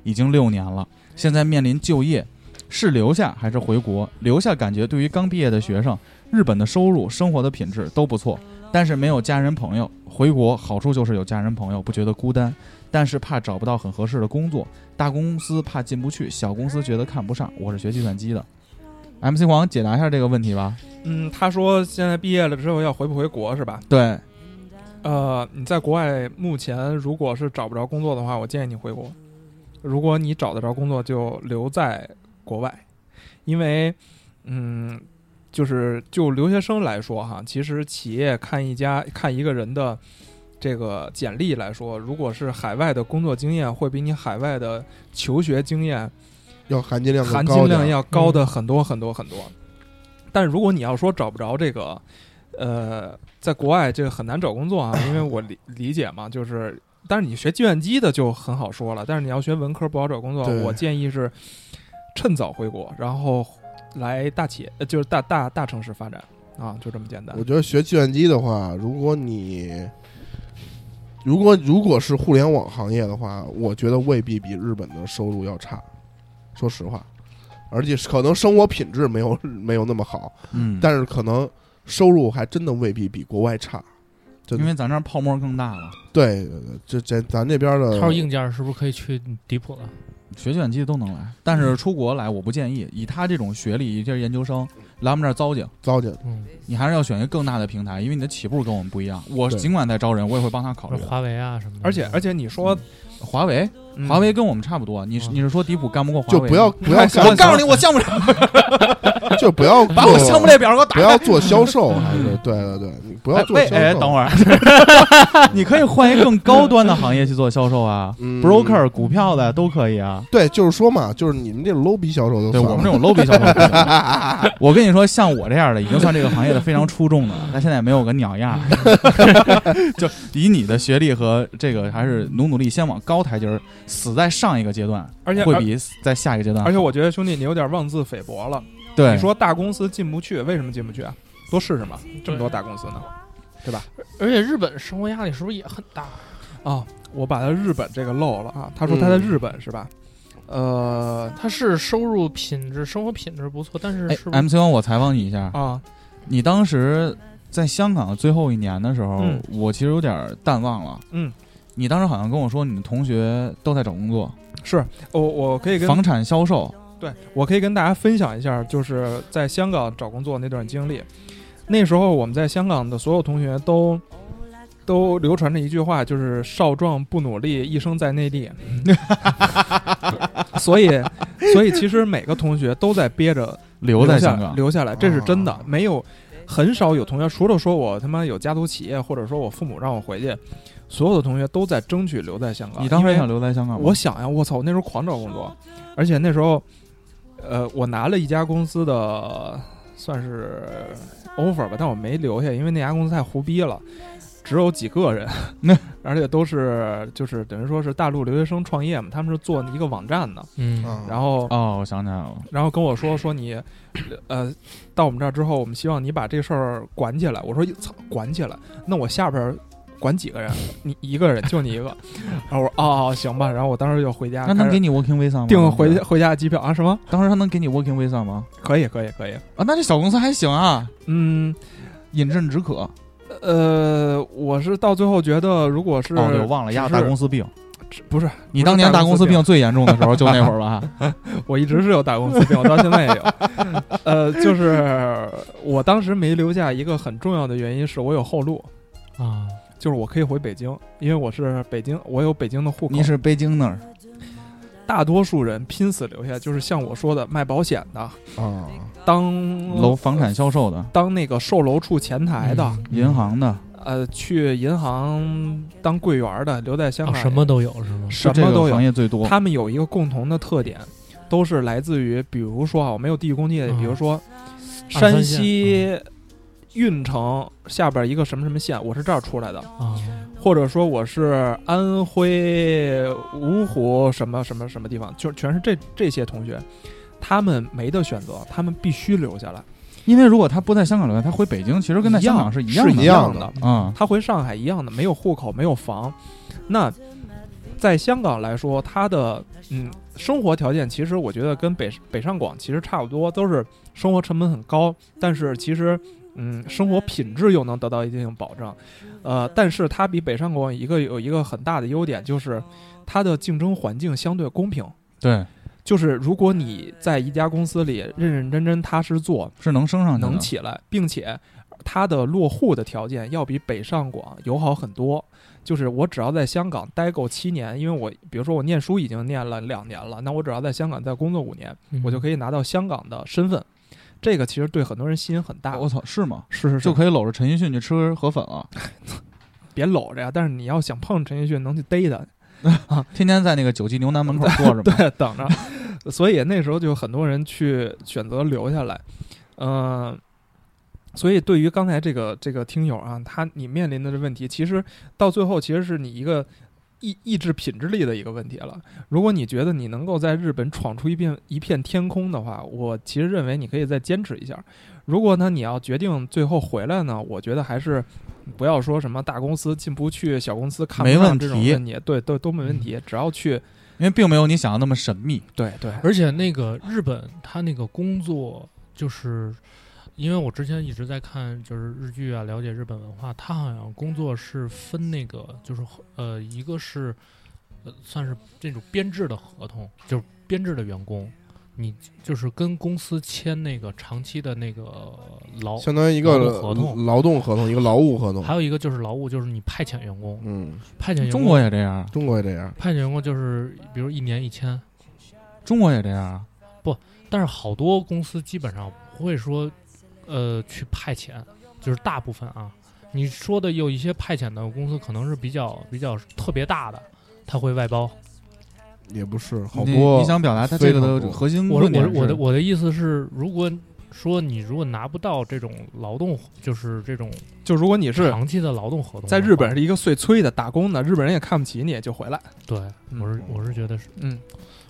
Speaker 2: 已经六年了。现在面临就业，是留下还是回国？留下感觉对于刚毕业的学生，日本的收入、生活的品质都不错，但是没有家人朋友。回国好处就是有家人朋友，不觉得孤单，但是怕找不到很合适的工作，大公司怕进不去，小公司觉得看不上。我是学计算机的，MC 黄解答一下这个问题吧。
Speaker 4: 嗯，他说现在毕业了之后要回不回国是吧？
Speaker 2: 对，
Speaker 4: 呃，你在国外目前如果是找不着工作的话，我建议你回国。如果你找得着工作，就留在国外，因为，嗯，就是就留学生来说哈，其实企业看一家看一个人的这个简历来说，如果是海外的工作经验，会比你海外的求学经验
Speaker 5: 要含金量更
Speaker 4: 含
Speaker 5: 高
Speaker 4: 金
Speaker 5: 点
Speaker 4: 量
Speaker 5: 儿嗯
Speaker 4: 要高的很多很多很多。但如果你要说找不着这个，呃，在国外这个很难找工作啊，因为我理理解嘛，就是，但是你学计算机的就很好说了，但是你要学文科不好找工作
Speaker 5: 对，
Speaker 4: 我建议是趁早回国，然后来大企业，呃就是大大大城市发展啊，就这么简单
Speaker 5: 我。觉得学计算机的话，如果你如果如果是互联网行业的话，我觉得未必比日本的收入要差，说实话，而且是可能生活品质没有没有那么好，
Speaker 2: 嗯，
Speaker 5: 但是可能收入还真的未必比国外差。真
Speaker 2: 因
Speaker 5: 的
Speaker 2: 为咱这儿泡沫更大了，
Speaker 5: 对，对对这这咱这边的
Speaker 6: 他说硬件是不是可以去迪普了？
Speaker 2: 学计算机都能来，但是出国来我不建议。以他这种学历，这研究生来我们这儿糟践，
Speaker 5: 糟践，
Speaker 6: 嗯，
Speaker 2: 你还是要选一个更大的平台，因为你的起步跟我们不一样。我
Speaker 5: 对
Speaker 2: 尽管在招人，我也会帮他考
Speaker 6: 或
Speaker 2: 虑
Speaker 6: 者
Speaker 2: 的。
Speaker 6: 华为啊什么的。
Speaker 4: 而且而且你说，
Speaker 2: 华为，
Speaker 4: 嗯
Speaker 2: 华为跟我们差不多，你是
Speaker 6: 嗯
Speaker 2: 你是说迪普干不过华
Speaker 5: 就
Speaker 2: 为吗？
Speaker 5: 不要不要
Speaker 4: 还
Speaker 5: 干
Speaker 4: 想
Speaker 2: 我告诉你，我项目长。
Speaker 5: 就不 要
Speaker 1: 把我
Speaker 5: 做
Speaker 1: 项目列表给我打
Speaker 5: 不
Speaker 1: 开
Speaker 5: 要。做销售，啊还是对对对，你不要
Speaker 2: 嗯
Speaker 5: 做
Speaker 2: 哎
Speaker 5: 销售。
Speaker 2: 哎，等会儿， 你可以换一个更高端的行业去做销售啊
Speaker 5: 嗯
Speaker 2: ，broker、股票的都可以啊。
Speaker 5: 对，就是说嘛，就是你们这种 low 逼销售就
Speaker 2: 对
Speaker 5: 算
Speaker 2: 我们这
Speaker 5: 了。
Speaker 2: 种 low 逼销售不行，我跟你说，像我这样的已经算这个行业的非常出众的了，但现在也没有个鸟样儿。 就以你的学历和这个，还是努努力，先往高台阶儿，死在上一个阶段，
Speaker 4: 而且
Speaker 2: 会
Speaker 4: 而
Speaker 2: 比死在下一个阶段好。
Speaker 4: 而且我觉得兄弟你有点妄自菲薄了。
Speaker 2: 对
Speaker 4: 你说大公司进不去，为什么进不去啊？多试试嘛，这么多大公司呢。
Speaker 8: 而且日本生活压力是不是也很大？
Speaker 4: 啊，我把他日本这个漏了啊。他说他在日本是吧？呃
Speaker 8: 他是收入品质、生活品质不错，但是
Speaker 2: 哎
Speaker 8: 是不是
Speaker 2: ，MC 王，我采访你一下，
Speaker 4: 啊，
Speaker 2: 你当时在香港最后一年的时候，
Speaker 4: 嗯
Speaker 2: 我其实有点淡忘了。
Speaker 4: 嗯，
Speaker 2: 你当时好像跟我说，你的同学都在找工作，
Speaker 4: 是我我可以跟
Speaker 2: 房产销售。
Speaker 4: 对，我可以跟大家分享一下，就是在香港找工作那段经历。那时候我们在香港的所有同学都都流传着一句话，就是“少壮不努力，一生在内地” 。所以，所以其实每个同学都在憋着
Speaker 2: 留在
Speaker 4: 下
Speaker 2: 香港，
Speaker 4: 留下来，这是真的
Speaker 5: 啊，
Speaker 4: 没有很少有同学，除了说我他妈有家族企业，或者说我父母让我回去，所有的同学都在争取留在香港。
Speaker 2: 你当
Speaker 4: 因
Speaker 2: 时
Speaker 4: 为
Speaker 2: 想留在香港吗？
Speaker 4: 我想呀，我操，我那时候狂找工作，而且那时候，呃，我拿了一家公司的算是 offer 吧，但我没留下，因为那家公司太胡逼了，只有几个人，而且都是就是等于说是大陆留学生创业嘛，他们是做一个网站的，
Speaker 8: 嗯，
Speaker 5: 嗯
Speaker 4: 然后
Speaker 2: 哦，我想起来了，
Speaker 4: 然后跟我
Speaker 2: 嗯
Speaker 4: 说说你，呃，到我们这儿之后，我们希望你把这事儿管起来。我说操，管起来？那我下边儿管几个人？你一个人，就你 一个。然后我说哦哦行吧。然后我当时就回家，
Speaker 2: 那能给你 working visa 吗？
Speaker 4: 订回回家的机票啊？什么？
Speaker 2: 当时他能给你 working visa 吗？
Speaker 4: 可以可以可以。
Speaker 2: 啊，那这小公司还行啊，
Speaker 4: 嗯，
Speaker 2: 饮鸩止渴。哦，
Speaker 4: 呃，我是到最后觉得，如果是、
Speaker 2: 哦对，我忘了，
Speaker 4: 只
Speaker 2: 压
Speaker 4: 是
Speaker 2: 大公司病。
Speaker 4: 不是
Speaker 2: 你当年
Speaker 4: 大
Speaker 2: 大
Speaker 4: 公
Speaker 2: 公
Speaker 4: 司
Speaker 2: 司
Speaker 4: 病
Speaker 2: 病最严重的时候就那会儿 吧？
Speaker 4: 我一直是有大公司病，我到现在也有。呃，就是我当时没留下一个很重要的原因，是我有后路。
Speaker 6: 啊，
Speaker 4: 就是我可以回北京，因为我是北京，我有北京的户口。
Speaker 2: 你是北京那儿，
Speaker 4: 大多数人拼死留下，就是像我说的，卖保险的，
Speaker 5: 啊，
Speaker 4: 当
Speaker 2: 楼嗯房产销售的，
Speaker 4: 当那个售楼处前台的，
Speaker 2: 银行的，
Speaker 4: 呃，去银行当柜员的，留在香
Speaker 8: 啊
Speaker 4: 港、
Speaker 8: 什么都有是吗？
Speaker 4: 什
Speaker 2: 这
Speaker 4: 么
Speaker 2: 个
Speaker 4: 都
Speaker 2: 行
Speaker 4: 有。
Speaker 2: 业最多。
Speaker 4: 他们有一个共同的特点，都是来自于，比如说啊，我没有地域攻击，
Speaker 6: 嗯
Speaker 4: 比如说
Speaker 6: 二
Speaker 4: 山
Speaker 6: 三线
Speaker 4: 西运城下边一个什么什么县，我是这儿出来的。
Speaker 6: 啊，
Speaker 4: 或者说我是安徽芜湖什么什么什么地方，就全是这这些同学，他们没得选择，他们必须留下来，
Speaker 2: 因为如果他不在香港留下，他回北京其实跟在香港是一样的。
Speaker 5: 是
Speaker 4: 一
Speaker 5: 一样
Speaker 4: 的
Speaker 5: 的。
Speaker 2: 啊，
Speaker 4: 他回上海一样的，没有户口，没有房。那在香港来说，他的嗯生活条件其实我觉得跟北北上广其实差不多，都是生活成本很高，但是其实嗯生活品质又能得到一定的保障。呃，但是它比北上广一个有一个很大的优点就是它的竞争环境相对公平。
Speaker 2: 对，
Speaker 4: 就是如果你在一家公司里认认真真踏实做，
Speaker 2: 是能升上去的。
Speaker 4: 能起来，并且它的落户的条件要比北上广友好很多。就是我只要在香港待够七年，因为我比如说我念书已经念了两年了，那我只要在香港再工作五年，
Speaker 6: 嗯
Speaker 4: 我就可以拿到香港的身份。这个其实对很多人吸引很大。
Speaker 2: 我操，是吗？
Speaker 4: 是是是，
Speaker 2: 就可以搂着陈奕迅去吃河粉了，
Speaker 4: 别搂着呀！但是你要想碰陈奕迅，能去逮他，
Speaker 2: 天天在那个九记牛腩门口坐着嘛。
Speaker 4: 对，等着。所以那时候就很多人去选择留下来，嗯、所以对于刚才这个这个听友啊，他你面临的这问题，其实到最后其实是你一个意意志品质力的一个问题了。如果你觉得你能够在日本闯出一片一片天空的话，我其实认为你可以再坚持一下。如果呢你要决定最后回来呢，我觉得还是不要说什么大公司进不去，小公司看不
Speaker 2: 没
Speaker 4: 上
Speaker 2: 问
Speaker 4: 这种
Speaker 2: 题嗯
Speaker 4: 问题，对，都都没问题，只要去，
Speaker 2: 因为并没有你想的那么神秘。
Speaker 4: 对对，
Speaker 6: 而且那个日本他那个工作就是。因为我之前一直在看就是日剧啊，了解日本文化，他好像工作是分那个就是呃，一个是呃算是这种编制的合同，就是编制的员工，你就是跟公司签那个长期的那个劳，
Speaker 5: 相当于一
Speaker 6: 劳
Speaker 5: 个
Speaker 6: 动合同
Speaker 5: 劳动合同，一个劳务合同。
Speaker 6: 还有一个就是劳务，就是你派遣员工，
Speaker 5: 嗯，
Speaker 6: 派遣员工
Speaker 2: 中国也这样，
Speaker 5: 中国也这样。
Speaker 6: 派遣员工就是比如一年一千，
Speaker 2: 中国也这样啊。
Speaker 6: 但是好多公司基本上不会说，呃，去派遣，就是大部分啊，你说的有一些派遣的公司可能是比较比较特别大的，他会外包。
Speaker 5: 也不是好
Speaker 2: 你
Speaker 5: 多
Speaker 2: 你想表达他这
Speaker 5: 非常
Speaker 2: 个的
Speaker 5: 多
Speaker 2: 核心
Speaker 4: 嗯
Speaker 6: 我
Speaker 2: 论
Speaker 6: 的
Speaker 2: 点是
Speaker 6: 我的我的我的意思是，如果说你如果拿不到这种劳动，就是这种
Speaker 4: 就如果你是
Speaker 6: 长期的劳动合同的话，
Speaker 4: 在日本是一个碎催的打工的，日本人也看不起你，就回来。
Speaker 6: 对，我是我是觉得是，
Speaker 4: 嗯，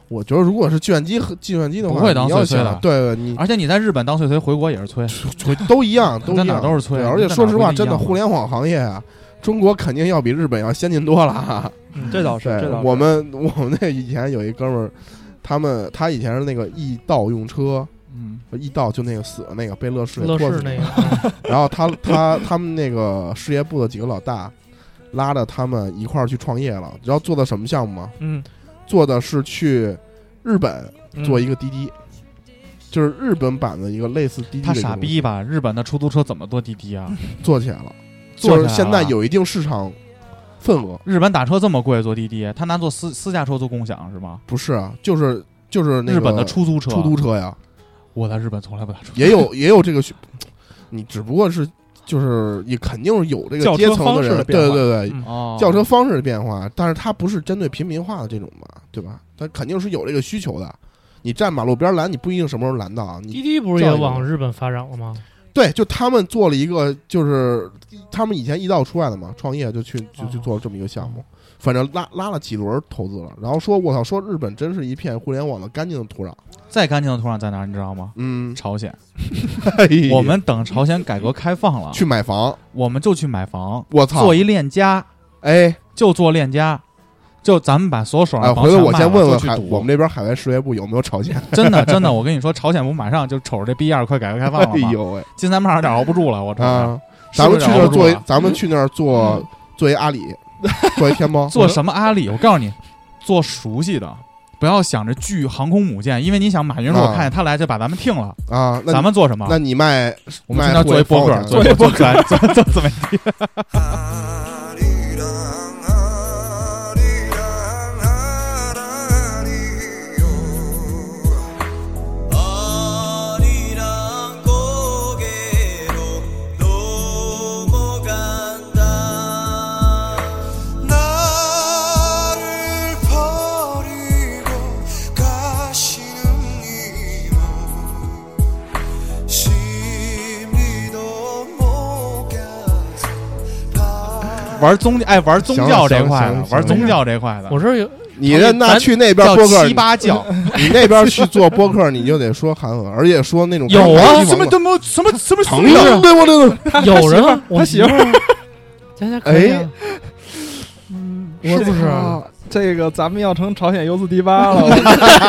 Speaker 5: 我觉得如果是计算机和计算机的话，
Speaker 2: 不会当
Speaker 5: 你要
Speaker 2: 碎催的
Speaker 5: 想对对你
Speaker 2: 而且你在日本当碎催，回国也是催，
Speaker 5: 吹都一样，都一
Speaker 2: 在
Speaker 5: 样，
Speaker 2: 哪都是催
Speaker 5: 对而
Speaker 2: 你
Speaker 5: 且
Speaker 2: 在
Speaker 5: 说
Speaker 2: 哪
Speaker 5: 实
Speaker 2: 不
Speaker 5: 话，
Speaker 2: 一
Speaker 5: 真的，
Speaker 2: 样
Speaker 5: 互联网行业啊，中国肯定要比日本要先进多 了啊。
Speaker 4: 这倒是，
Speaker 5: 对
Speaker 4: 这倒，是
Speaker 5: 我们我们那以前有一哥们儿，他们他以前是那个易道用车，
Speaker 2: 嗯，
Speaker 5: 易道就那个死了那个被乐视给
Speaker 8: 乐
Speaker 5: 拖
Speaker 8: 视
Speaker 5: 死
Speaker 8: 那
Speaker 5: 了
Speaker 8: 个，
Speaker 5: 然后他他他们那个事业部的几个老大，拉着他们一块儿去创业了。你知道做的什么项目吗？
Speaker 4: 嗯，
Speaker 5: 做的是去日本
Speaker 4: 嗯
Speaker 5: 做一个滴滴，就是日本版的一个类似滴滴
Speaker 2: 他
Speaker 5: 的一个
Speaker 2: 傻
Speaker 5: 东西
Speaker 2: 逼吧？日本的出租车怎么坐滴滴啊？
Speaker 5: 做起来了，
Speaker 2: 做
Speaker 4: 啊
Speaker 5: 就是
Speaker 2: 起来
Speaker 5: 现在
Speaker 2: 了
Speaker 5: 有一定市场份额。
Speaker 2: 日本打车这么贵，坐滴滴，他拿坐私私家车坐共享是吗？
Speaker 5: 不是啊，就是就是那个
Speaker 2: 日本的出租车，
Speaker 5: 出租车呀，
Speaker 2: 我在日本从来不打车，
Speaker 5: 也 有也有这个需，你只不过是就是也肯定是有这个
Speaker 4: 轿车
Speaker 5: 阶层
Speaker 4: 方式
Speaker 5: 人，
Speaker 4: 的
Speaker 5: 对
Speaker 4: 变
Speaker 5: 对
Speaker 4: 化
Speaker 5: 对对，
Speaker 4: 嗯
Speaker 2: 哦，
Speaker 5: 轿车方式的变化，但是它不是针对平民化的这种嘛，对吧？它肯定是有这个需求的。你站马路边拦，你不一定什么时候拦到啊。
Speaker 8: 滴
Speaker 5: 你
Speaker 8: 滴不是
Speaker 5: 教
Speaker 8: 也
Speaker 5: 育部
Speaker 8: 往日本发展了吗？
Speaker 5: 对，就他们做了一个，就是他们以前一道出来的嘛，创业就去就去
Speaker 6: 哦
Speaker 5: 做了这么一个项目，反正拉拉了几轮投资了。然后说，我操，说日本真是一片互联网的干净的土壤。
Speaker 2: 再干净的土壤在哪儿？你知道吗？
Speaker 5: 嗯，
Speaker 2: 朝鲜，
Speaker 5: 哎呀
Speaker 2: 我们等朝鲜改革开放了，
Speaker 5: 去买房，
Speaker 2: 我们就去买房，
Speaker 5: 我操，
Speaker 2: 做一链家，
Speaker 5: 哎
Speaker 2: 就做链家，就咱们把所有手
Speaker 5: 哎，
Speaker 2: 上房
Speaker 5: 回头
Speaker 2: 全
Speaker 5: 我
Speaker 2: 卖
Speaker 5: 先
Speaker 2: 了
Speaker 5: 问
Speaker 2: 就
Speaker 5: 问
Speaker 2: 去
Speaker 5: 海，
Speaker 2: 赌
Speaker 5: 我们这边海外事业部有没有朝鲜？
Speaker 2: 真的真的，我跟你说，朝鲜不马上就瞅着这逼样儿快改革开放了吗
Speaker 5: 哎？呦喂
Speaker 2: 金三胖有点熬不住了，我操！
Speaker 5: 啊！
Speaker 2: 是
Speaker 5: 咱
Speaker 2: 不
Speaker 5: 们
Speaker 2: 是
Speaker 5: 去
Speaker 2: 有点
Speaker 5: 那儿
Speaker 2: 熬不住
Speaker 5: 做一
Speaker 2: 了，
Speaker 5: 咱们去那儿做做一阿里， 做一天猫，
Speaker 2: 嗯 做什么阿里？我告诉你，做熟悉的，不要想着巨航空母舰，因为你想马云如果
Speaker 5: 啊
Speaker 2: 看见他来就把咱们听了，
Speaker 5: 啊？那
Speaker 2: 咱们做什么？
Speaker 5: 那你卖
Speaker 2: 我们去那
Speaker 5: 卖
Speaker 2: 做一播
Speaker 5: 互联
Speaker 2: 客，
Speaker 5: 网
Speaker 2: 一播客，做做自媒体。
Speaker 9: 아리랑 고개로 넘어간다 나를 버리고 가시는 이모 심리도 못 가서
Speaker 2: 玩宗爱玩宗教这块的
Speaker 5: 行行，行
Speaker 2: 玩宗教这块的，
Speaker 4: 啊
Speaker 6: 我这儿有
Speaker 5: 你那那去那边
Speaker 2: 叫
Speaker 5: 播客，
Speaker 2: 七八教，
Speaker 5: 你那边去做播客，你就得说韩文，而且说那种
Speaker 6: 有啊
Speaker 5: 什么
Speaker 2: 什么什么什么
Speaker 5: 成语，
Speaker 4: 啊
Speaker 5: 对我对对，
Speaker 6: 有人啊，我
Speaker 4: 他媳妇哎
Speaker 6: 儿 啊，佳佳可以
Speaker 5: 哎
Speaker 6: 啊，是不是？
Speaker 4: 这个咱们要成朝鲜优四 D 八了，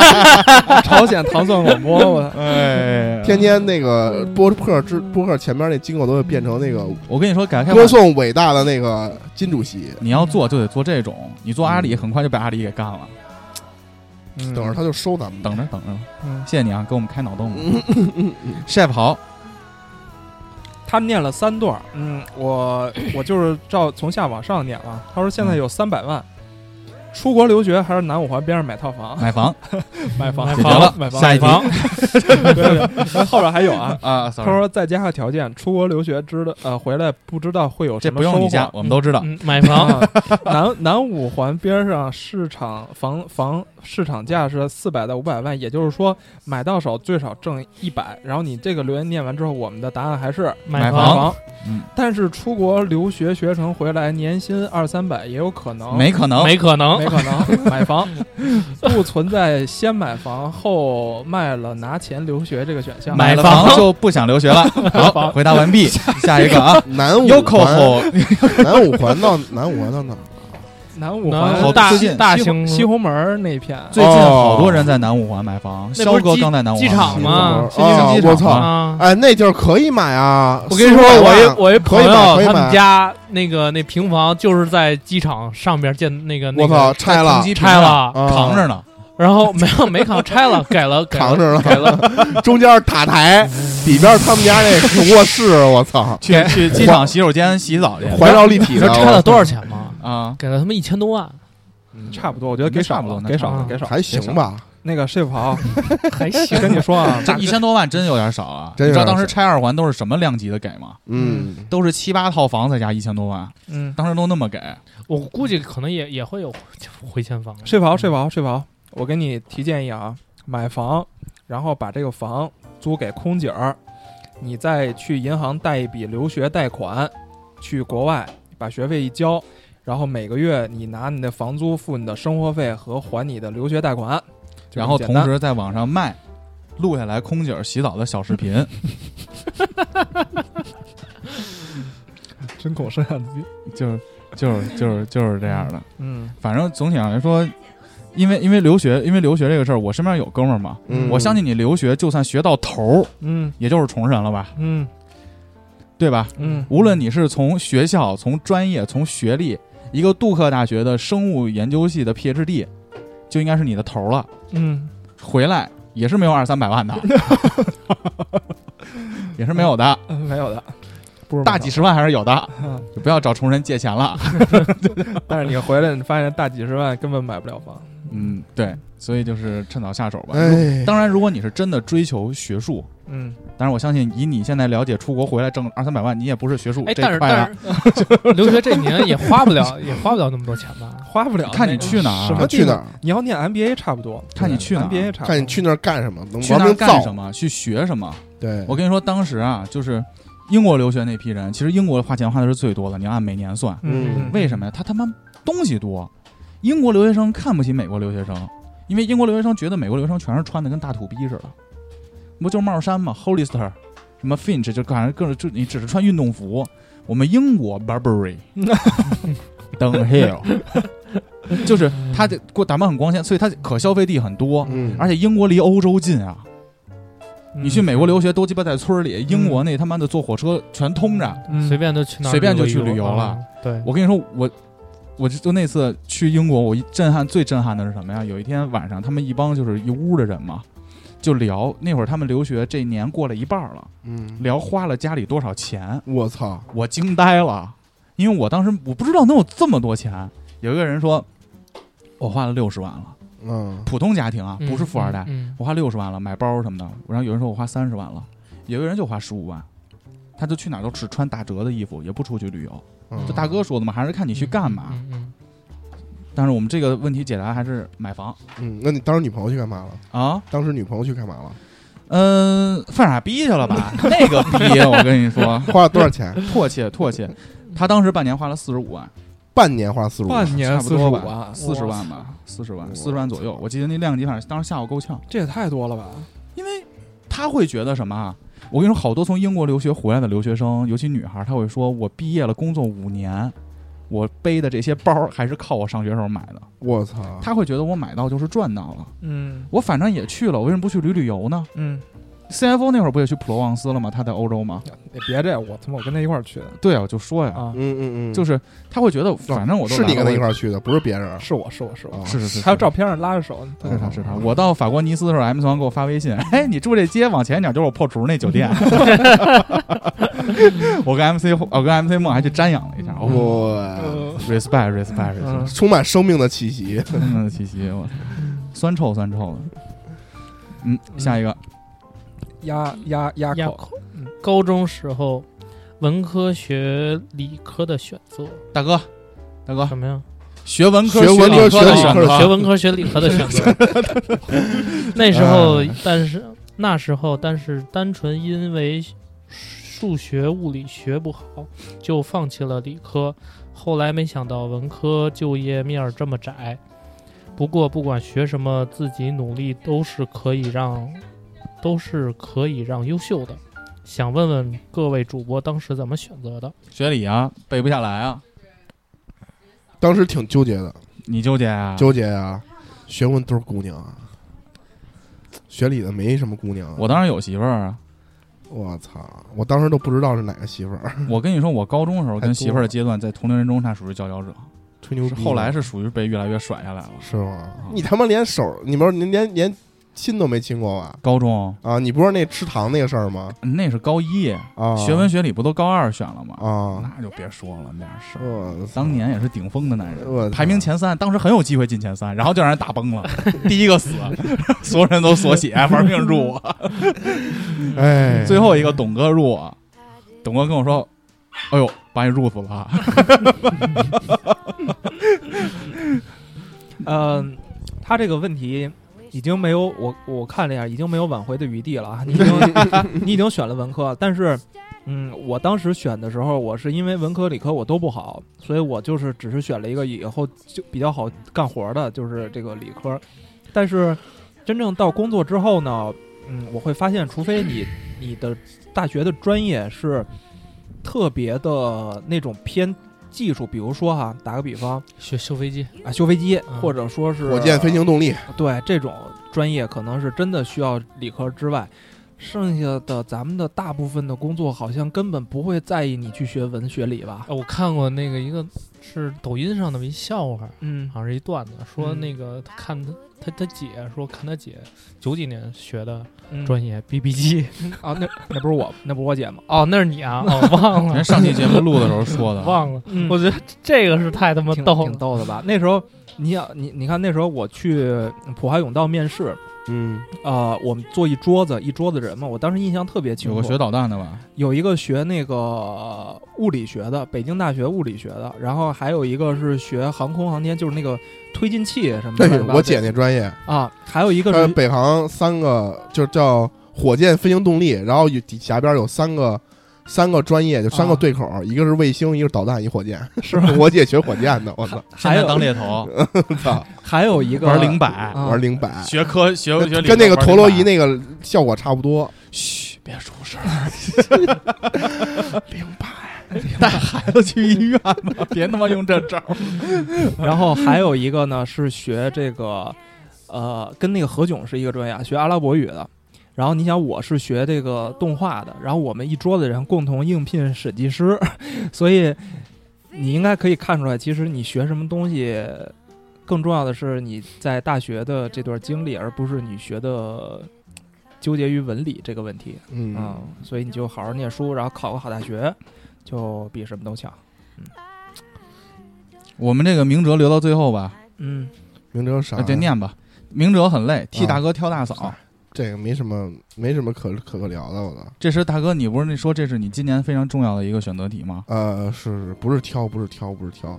Speaker 4: 朝鲜糖蒜广播，我
Speaker 2: 哎，
Speaker 5: 天天那个播客之播客前面那经过都会变成那个
Speaker 2: 我跟你说，改革开
Speaker 5: 歌
Speaker 2: 放，
Speaker 5: 颂伟大的那个金主席，
Speaker 2: 你要做就得做这种，你做阿里很快就被阿里给干了，
Speaker 4: 嗯
Speaker 5: 等着他就收咱们。
Speaker 2: 等着等着，
Speaker 4: 嗯
Speaker 2: 谢谢你啊，给我们开脑洞，chef 好，
Speaker 4: 他念了三段儿，嗯，我我就是照从下往上念啊。他说现在有三百万，出国留学还是南五环边上买套房，
Speaker 2: 买房
Speaker 4: 买房，
Speaker 2: 解决了
Speaker 4: 买，房，
Speaker 2: 下一题
Speaker 6: 房
Speaker 4: 对对对，后边还有啊。
Speaker 2: 啊
Speaker 4: 他
Speaker 2: ，sorry，
Speaker 4: 说再加个条件，出国留学知道呃回来不知道会有
Speaker 2: 这
Speaker 4: 什么
Speaker 2: 不
Speaker 4: 收获。
Speaker 2: 用你加，我们都知道，
Speaker 8: 嗯，买房，
Speaker 4: 啊， 南南五环边上市场房房市场价是四百到五百万，也就是说买到手最少挣一百。然后你这个留言念完之后，我们的答案还是
Speaker 2: 买
Speaker 8: 买
Speaker 4: 买
Speaker 2: 房
Speaker 4: 房。
Speaker 2: 嗯
Speaker 4: 但是出国留学学成回来，年薪二三百也有可能，
Speaker 2: 没可能，
Speaker 8: 没可能
Speaker 4: 嗯没，可能买 房，不存在先买房后卖了拿钱留学这个选项。
Speaker 2: 买了
Speaker 8: 买
Speaker 2: 房
Speaker 8: 房
Speaker 2: 就不想留学了。好，回答完毕，下一个啊
Speaker 5: 南五
Speaker 2: ，Yoko
Speaker 5: 环，
Speaker 2: 吼
Speaker 5: 南五环到南五环到哪儿？
Speaker 4: 南五
Speaker 2: 好
Speaker 4: 环
Speaker 8: 南大
Speaker 2: 最近
Speaker 8: 大
Speaker 4: 西
Speaker 8: 型
Speaker 4: 红西红门儿那片，
Speaker 2: 最近好多人在南五环买房，
Speaker 8: 那
Speaker 2: 肖
Speaker 8: 不是
Speaker 2: 哥
Speaker 8: 机
Speaker 2: 刚在南五环
Speaker 8: 机场
Speaker 2: 买
Speaker 8: 吗
Speaker 2: 房
Speaker 8: 啊
Speaker 2: 新兴机
Speaker 5: 我
Speaker 2: 场
Speaker 5: 操！
Speaker 8: 啊。
Speaker 5: 哎，那地儿可以买啊！
Speaker 8: 我跟你说，
Speaker 5: 400
Speaker 8: 我
Speaker 5: 万
Speaker 8: 一我一朋友
Speaker 5: 可以买可以买
Speaker 8: 他们家那个那平房就是在机场上边建那个那
Speaker 5: 我操，
Speaker 8: 个
Speaker 5: 拆了，
Speaker 8: 拆了，
Speaker 5: 啊
Speaker 2: 扛着呢，
Speaker 8: 然后没有没扛拆了，改了改
Speaker 5: 扛着了
Speaker 8: 改了，
Speaker 5: 中间塔台里边他们家那个卧室，我 操，
Speaker 2: 去去机场洗手间洗澡去
Speaker 5: 环绕立体
Speaker 8: 你
Speaker 5: 的
Speaker 8: 知道，拆了多少钱吗？
Speaker 2: 啊，
Speaker 8: 给了他们一千多万，
Speaker 4: 差不多，我觉得给
Speaker 2: 那差
Speaker 4: 少
Speaker 2: 不多
Speaker 4: 了，
Speaker 2: 那
Speaker 4: 给
Speaker 2: 差
Speaker 4: 嗯少
Speaker 8: 不
Speaker 4: 了，
Speaker 8: 多
Speaker 4: 给少了，
Speaker 5: 还行吧？
Speaker 4: 那个 chef 好，
Speaker 8: 还行
Speaker 4: 跟你说啊，
Speaker 2: 这一千多万真有点少啊！
Speaker 5: 真
Speaker 2: 你
Speaker 5: 有
Speaker 2: 知道
Speaker 5: 点
Speaker 2: 当时
Speaker 5: 少
Speaker 2: 拆二环都是什么量级的给吗？
Speaker 5: 嗯，
Speaker 2: 都是七八套房再加一千多万，
Speaker 4: 嗯
Speaker 2: 当时都那么给。
Speaker 8: 我估计可能也也会有回迁房。
Speaker 4: 睡袍，睡袍，睡袍，我给你提建议啊，买房，然后把这个房租给空姐儿，你再去银行贷一笔留学贷款，去国外把学费一交，然后每个月你拿你的房租付你的生活费和还你的留学贷款，就这
Speaker 2: 然
Speaker 4: 么
Speaker 2: 后
Speaker 4: 简
Speaker 2: 同
Speaker 4: 单
Speaker 2: 时在网上卖，录下来空姐儿洗澡的小视频，
Speaker 4: 针孔摄像机，
Speaker 2: 就是就是就是就是这样的。
Speaker 4: 嗯，
Speaker 2: 反正总体上来说，因为因为留学，因为留学这个事儿，我身边有哥们儿嘛，
Speaker 5: 嗯
Speaker 2: 我相信你留学就算学到头儿，
Speaker 4: 嗯
Speaker 2: 也就是重审了吧，
Speaker 4: 嗯
Speaker 2: 对吧？
Speaker 4: 嗯
Speaker 2: 无论你是从学校、从专业、从学历，一个杜克大学的生物研究系的 PhD，就应该是你的头儿了。
Speaker 4: 嗯，
Speaker 2: 回来也是没有二三百万 的，也是没有的，
Speaker 4: 嗯没有的，不是
Speaker 2: 大几，十万还是有的，
Speaker 4: 嗯
Speaker 2: 就不要找穷人借钱了。
Speaker 4: 但是你回来你发现大几十万根本买不了房，
Speaker 2: 嗯，对，所以就是趁早下手吧。
Speaker 5: 哎，
Speaker 2: 当然，如果你是真的追求学术，
Speaker 4: 嗯，
Speaker 2: 但是我相信以你现在了解，出国回来挣二三百万，你也不是学术
Speaker 8: 哎，
Speaker 2: 这
Speaker 8: 但是
Speaker 2: 块啊
Speaker 8: 但
Speaker 2: 的。
Speaker 8: 是 留学这年也花不了，也花不了那么多钱吧？
Speaker 4: 花不了，
Speaker 2: 看你去哪
Speaker 4: 什
Speaker 2: 儿
Speaker 4: 么地
Speaker 5: 看去哪
Speaker 4: 方
Speaker 5: 儿，
Speaker 4: 你要念 MBA 差不多，
Speaker 2: 看你去哪儿
Speaker 4: MBA 差不多，
Speaker 5: 看你去那儿干什么，能
Speaker 2: 去
Speaker 5: 玩
Speaker 2: 那儿
Speaker 5: 命
Speaker 2: 干
Speaker 5: 造
Speaker 2: 什？么，去学什么。
Speaker 5: 对，
Speaker 2: 我跟你说，当时啊，就是英国留学那批人，其实英国花钱花的是最多的，你要按每年算。
Speaker 4: 嗯，嗯
Speaker 2: 为什么呀？他他妈东西多，英国留学生看不起美国留学生，因为英国留学生觉得美国留学生全是穿的跟大土逼似的，不就是帽衫吗？Hollister，什么 Finch，就感觉各种就你只是穿运动服。我们英国 Burberry，Dunhill，就是他这过打扮很光鲜，所以他可消费地很多，
Speaker 5: 嗯，
Speaker 2: 而且英国离欧洲近啊。
Speaker 4: 嗯
Speaker 2: 你去美国留学都鸡巴在村儿里，英国那他妈的坐火车全通着。
Speaker 4: 嗯
Speaker 8: 随便就去哪儿
Speaker 2: 随便就
Speaker 8: 旅游
Speaker 2: 去旅游了
Speaker 8: 啊。对，
Speaker 2: 我跟你说，我我就就那次去英国，我一震撼最震撼的是什么呀？有一天晚上，他们一帮就是一屋的人嘛，就聊那会儿他们留学这年过了一半儿了，
Speaker 5: 嗯，
Speaker 2: 聊花了家里多少钱，
Speaker 5: 我操，
Speaker 2: 我惊呆了，因为我当时我不知道能有这么多钱。有一个人说，我花了六十万了，
Speaker 5: 嗯，
Speaker 2: 普通家庭啊，
Speaker 8: 嗯
Speaker 2: 不是富二代，
Speaker 8: 嗯，
Speaker 2: 我花六十万了，买包什么的。然后有人说我花三十万了，有一个人就花十五万，他就去哪儿都只穿打折的衣服，也不出去旅游。
Speaker 5: 嗯
Speaker 2: 就大哥说的嘛，还是看你
Speaker 8: 你
Speaker 2: 去干嘛。
Speaker 8: 嗯嗯
Speaker 2: 但是我们这个问题解答还是买房
Speaker 5: 嗯，那你当时女朋友去干嘛了？
Speaker 2: 啊，
Speaker 5: 当时女朋友去干嘛了？
Speaker 2: 嗯、犯傻逼去了吧？那个逼，我跟你说，
Speaker 5: 花了多少钱？
Speaker 2: 唾弃唾弃。他当时半年花了四十五万，
Speaker 5: 半年花四十五，
Speaker 4: 半年
Speaker 2: 差不
Speaker 4: 四十
Speaker 2: 多
Speaker 4: 五
Speaker 2: 吧，
Speaker 4: 万，
Speaker 2: 四十万吧，四十万，四十万左右。我记得那量级，反正当时吓我够呛，
Speaker 4: 这也太多了吧？
Speaker 2: 因为他会觉得什么啊？我跟你说，好多从英国留学回来的留学生，尤其女孩，她会说：“我毕业了，工作五年，我背的这些包还是靠我上学时候买的。
Speaker 5: 我操”，
Speaker 2: 她会觉得我买到就是赚到了，
Speaker 4: 嗯
Speaker 2: 我反正也去了，我为什么不去旅旅游呢？
Speaker 4: 嗯，
Speaker 2: CFO 那会儿不也去普罗旺斯了吗？他在欧洲吗？
Speaker 4: 你嗯别这，我他妈我跟他一块儿去的
Speaker 2: 对啊，我就说呀，
Speaker 4: 啊，
Speaker 5: 嗯嗯嗯，
Speaker 2: 就是他会觉得反正我都
Speaker 5: 是你
Speaker 2: 来
Speaker 5: 跟
Speaker 2: 了
Speaker 5: 他一块儿去的，不是别人儿。
Speaker 4: 是我是我是我，
Speaker 5: 啊嗯
Speaker 2: 是是是，
Speaker 4: 还有照片上拉着手，
Speaker 2: 是他是他。我到法国尼斯的时候，M 三给我发微信，哎，你住这街往前一点就是我破厨那酒店。 我跟 MC 我跟 MC 梦还去瞻仰了一下，哦我
Speaker 5: 哇，
Speaker 2: respect respect
Speaker 4: 嗯
Speaker 2: respect，
Speaker 5: 充满生命的气息。
Speaker 2: 嗯，气息我酸臭酸臭的。嗯，下一个
Speaker 4: 压压压
Speaker 8: 嗯，压
Speaker 4: 口，
Speaker 8: 口。高中时候，文科学理科的选择
Speaker 2: 大哥，大哥
Speaker 8: 什么呀？
Speaker 2: 学文科
Speaker 5: 学文科
Speaker 2: 理科的
Speaker 5: 学理科
Speaker 2: 选择
Speaker 8: 学文科学理科的选择。那时候
Speaker 5: 哎，
Speaker 8: 但是那时候，但是单纯因为数学、物理学不好，就放弃了理科。后来没想到文科就业面儿这么窄。不过不管学什么，自己努力都是可以让，都是可以让优秀的。想问问各位主播当时怎么选择的？
Speaker 2: 学理啊，背不下来啊，
Speaker 5: 当时挺纠结的，
Speaker 2: 你纠结啊？
Speaker 5: 纠结啊，学问都是姑娘啊，学理的没什么姑娘啊。
Speaker 2: 我当然有媳妇儿啊。
Speaker 5: 我操，我当时都不知道是哪个媳妇儿，
Speaker 2: 我跟你说，我高中的时候
Speaker 5: 太
Speaker 2: 跟媳妇
Speaker 5: 多
Speaker 2: 儿的
Speaker 5: 了
Speaker 2: 阶段，在同龄人中那属于佼佼者，
Speaker 5: 吹牛
Speaker 2: 是
Speaker 5: 逼。
Speaker 2: 后来是属于被越来越甩下来了。
Speaker 5: 是吗？你他妈连手，你们连连连亲都没亲过吧？
Speaker 2: 高中
Speaker 5: 啊，你不是那吃糖那个事儿吗？
Speaker 2: 那是高一，
Speaker 5: 啊，
Speaker 2: 学文学理不都高二选了吗？
Speaker 5: 啊，
Speaker 2: 那就别说了，那样事儿。
Speaker 5: 我操
Speaker 2: 当年也是顶峰的男
Speaker 5: 我
Speaker 2: 人，
Speaker 5: 操
Speaker 2: 排名前三，当时很有机会进前三，然后就让人打崩了，第一个死， 所有人都锁血，玩命入我，
Speaker 5: 哎，
Speaker 2: 最后一个董哥入我，董哥跟我说：“哎呦，把你入死了。
Speaker 4: 嗯，他这个问题已经没有我我看了一下，已经没有挽回的余地了啊！你已经 你已经选了文科，但是，嗯，我当时选的时候，我是因为文科理科我都不好，所以我就是只是选了一个以后就比较好干活的，就是这个理科。但是真正到工作之后呢，嗯，我会发现，除非你你的大学的专业是特别的那种偏技术，比如说哈、打个比方。
Speaker 6: 修修飞机，
Speaker 4: 啊，修飞机，
Speaker 6: 嗯
Speaker 4: 或者说是啊
Speaker 5: 火箭飞行动力，
Speaker 4: 对这种专业，可能是真的需要理科之外，剩下的咱们的大部分的工作好像根本不会在意你去学文学理吧
Speaker 6: 哎？我看过那个一个是抖音上的一笑话，
Speaker 4: 嗯
Speaker 6: 好像是一段子，说
Speaker 4: 嗯
Speaker 6: 那个他看他他他姐说看他姐九几年学的
Speaker 4: 嗯
Speaker 6: 专业 BB 机，
Speaker 4: 啊，那那不是我，那不是我姐吗？
Speaker 6: 哦，那是你啊， 哦，忘”了
Speaker 2: 人上期节目录的时候说的，
Speaker 6: 忘了，
Speaker 4: 嗯
Speaker 6: 我觉得这个是太他妈
Speaker 4: 挺
Speaker 6: 逗
Speaker 4: 挺
Speaker 6: 了。
Speaker 4: 逗的吧？那时候你想，你你看那时候我去普华永道面试，
Speaker 5: 嗯，
Speaker 4: 呃，我们坐一桌子一桌子人嘛，我当时印象特别清
Speaker 2: 有
Speaker 4: 楚，
Speaker 2: 个学导弹的吧？
Speaker 4: 有一个学那个呃物理学的，北京大学物理学的，然后还有一个是学航空航天，就是那个推进器什么的。
Speaker 5: 对
Speaker 4: 乱七八糟
Speaker 5: 哎我姐那专业，
Speaker 4: 啊，还有一个
Speaker 5: 它
Speaker 4: 是
Speaker 5: 北航三个就叫火箭飞行动力，然后有底下边有三个三个专业，就三个
Speaker 4: 啊
Speaker 5: 对口，一个是卫星，一个是导弹，一火箭。
Speaker 4: 是吧
Speaker 5: 我姐学火箭的，我操，
Speaker 4: 还
Speaker 2: 现在当
Speaker 4: 有
Speaker 2: 猎头，
Speaker 5: 操，
Speaker 4: 还有一个
Speaker 2: 玩零摆，
Speaker 4: 啊
Speaker 5: 玩零百，
Speaker 2: 学科学学理
Speaker 5: 跟那个
Speaker 2: 玩
Speaker 5: 陀螺
Speaker 2: 零
Speaker 5: 仪
Speaker 2: 摆
Speaker 5: 那个效果差不多。
Speaker 2: 嘘，别出事儿。零百，带孩子去医院吧， 别他妈用这招儿。
Speaker 4: 然后还有一个呢是学这个，呃，跟那个何炅是一个专业啊，学阿拉伯语的。然后你想，我是学这个动画的，然后我们一桌子人共同应聘审计师， 所以你应该可以看出来，其实你学什么东西，更重要的是你在大学的这段经历，而不是你学的纠结于文理这个问题
Speaker 5: 嗯，
Speaker 4: 啊、所以你就好好念书，然后考个好大学，就比什么都强。
Speaker 2: 我们这个明哲留到最后吧，
Speaker 4: 嗯，
Speaker 5: 明哲啥
Speaker 2: 那？就念吧。明哲很累，替大哥挑大嫂
Speaker 5: 啊。这个没什么，没什么可可可聊的，我操。
Speaker 2: 这时大哥，你不是那说这是你今年非常重要的一个选择题吗？
Speaker 5: 呃，是是不是挑，不是挑，不是挑，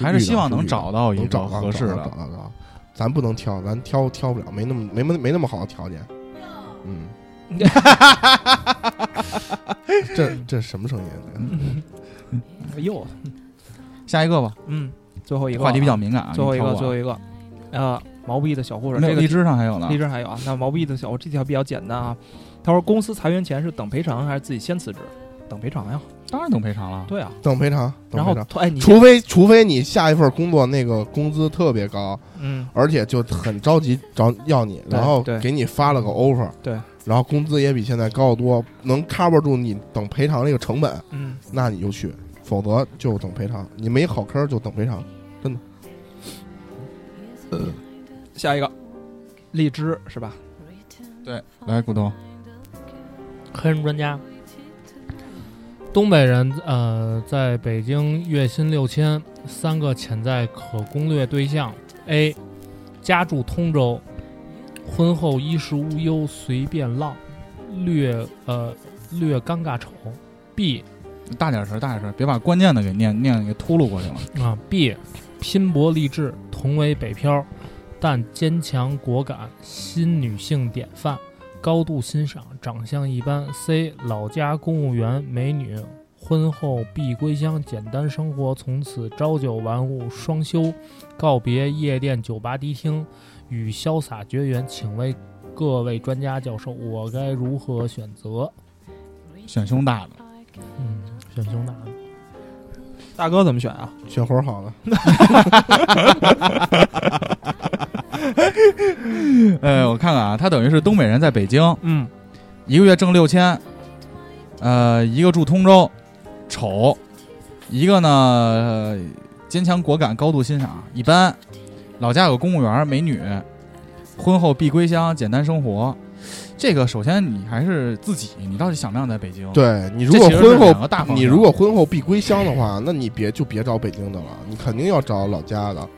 Speaker 2: 还是
Speaker 5: 遇到
Speaker 2: 希望能
Speaker 5: 遇到
Speaker 2: 找到一
Speaker 5: 能
Speaker 2: 个
Speaker 5: 找到
Speaker 2: 合适
Speaker 5: 找到找
Speaker 2: 的。
Speaker 5: 到找到咱不能挑，咱挑挑不了，没那么没没没那么好的条件。 嗯，这这什么声音？
Speaker 4: 又
Speaker 2: 下一个吧，
Speaker 4: 哎嗯，最后一个
Speaker 2: 话题比
Speaker 4: 啊
Speaker 2: 较敏感啊。
Speaker 4: 最后一
Speaker 2: 你
Speaker 4: 个，
Speaker 2: 挑吧
Speaker 4: 最后一个，啊，毛不易的小护士，
Speaker 2: 没
Speaker 4: 这
Speaker 2: 有
Speaker 4: 个
Speaker 2: 荔枝上还有呢
Speaker 4: 荔。枝还有啊。那毛不易的小，这条比较简单啊。他说公司裁员前是等赔偿还是自己先辞职？等赔偿呀，
Speaker 2: 当然等赔偿了。
Speaker 4: 对啊。
Speaker 5: 等赔偿，
Speaker 4: 然
Speaker 5: 等
Speaker 4: 后
Speaker 5: 赔偿。
Speaker 4: 哎，你
Speaker 5: 除非除非你下一份工作那个工资特别高，
Speaker 4: 嗯，
Speaker 5: 而且就很着急找要你，
Speaker 4: 对
Speaker 5: 然后
Speaker 4: 对
Speaker 5: 给你发了个 offer，
Speaker 4: 对，
Speaker 5: 然后工资也比现在高得多，能 cover 住你等赔偿这个成本，
Speaker 4: 嗯，
Speaker 5: 那你就去，否则就等赔偿。你没好坑就等赔偿。
Speaker 4: 下一个，荔枝是吧？
Speaker 2: 来，股东，
Speaker 6: 黑人专家，东北人，呃，在北京月薪六千，三个潜在可攻略对象：A. 家住通州，婚后衣食无忧，随便浪，略呃略尴尬丑；B
Speaker 2: 大点声，大点声，别把关键的给念念给秃噜过去了。
Speaker 6: 啊 B 拼搏励志，同为北漂，但坚强果敢，新女性典范，高度欣赏，长相一般。C 老家公务员，美女，婚后必归乡，简单生活，从此朝九晚五双休，告别夜店、酒吧、迪厅，与潇洒绝缘。请问各位专家教授，我该如何选择？
Speaker 2: 选胸大的，
Speaker 6: 嗯，选胸大的。
Speaker 4: 大哥怎么选啊？
Speaker 5: 选活好了，
Speaker 2: 呃，我看看啊，他等于是东北人在北京，
Speaker 4: 嗯，
Speaker 2: 一个月挣六千，呃，一个住通州，丑，一个呢、呃坚强果敢，高度欣赏，一般，老家有个公务员，美女，婚后必归乡，简单生活。这个首先你还是自己，你到底想不想在北京？，
Speaker 5: 对你如
Speaker 2: 哦这
Speaker 5: 果
Speaker 2: 其实是
Speaker 5: 婚
Speaker 2: 两个大方
Speaker 5: 后
Speaker 2: 向
Speaker 5: 你如果婚后必归乡的话，那你别就别找北京的了，你肯定要找老家的。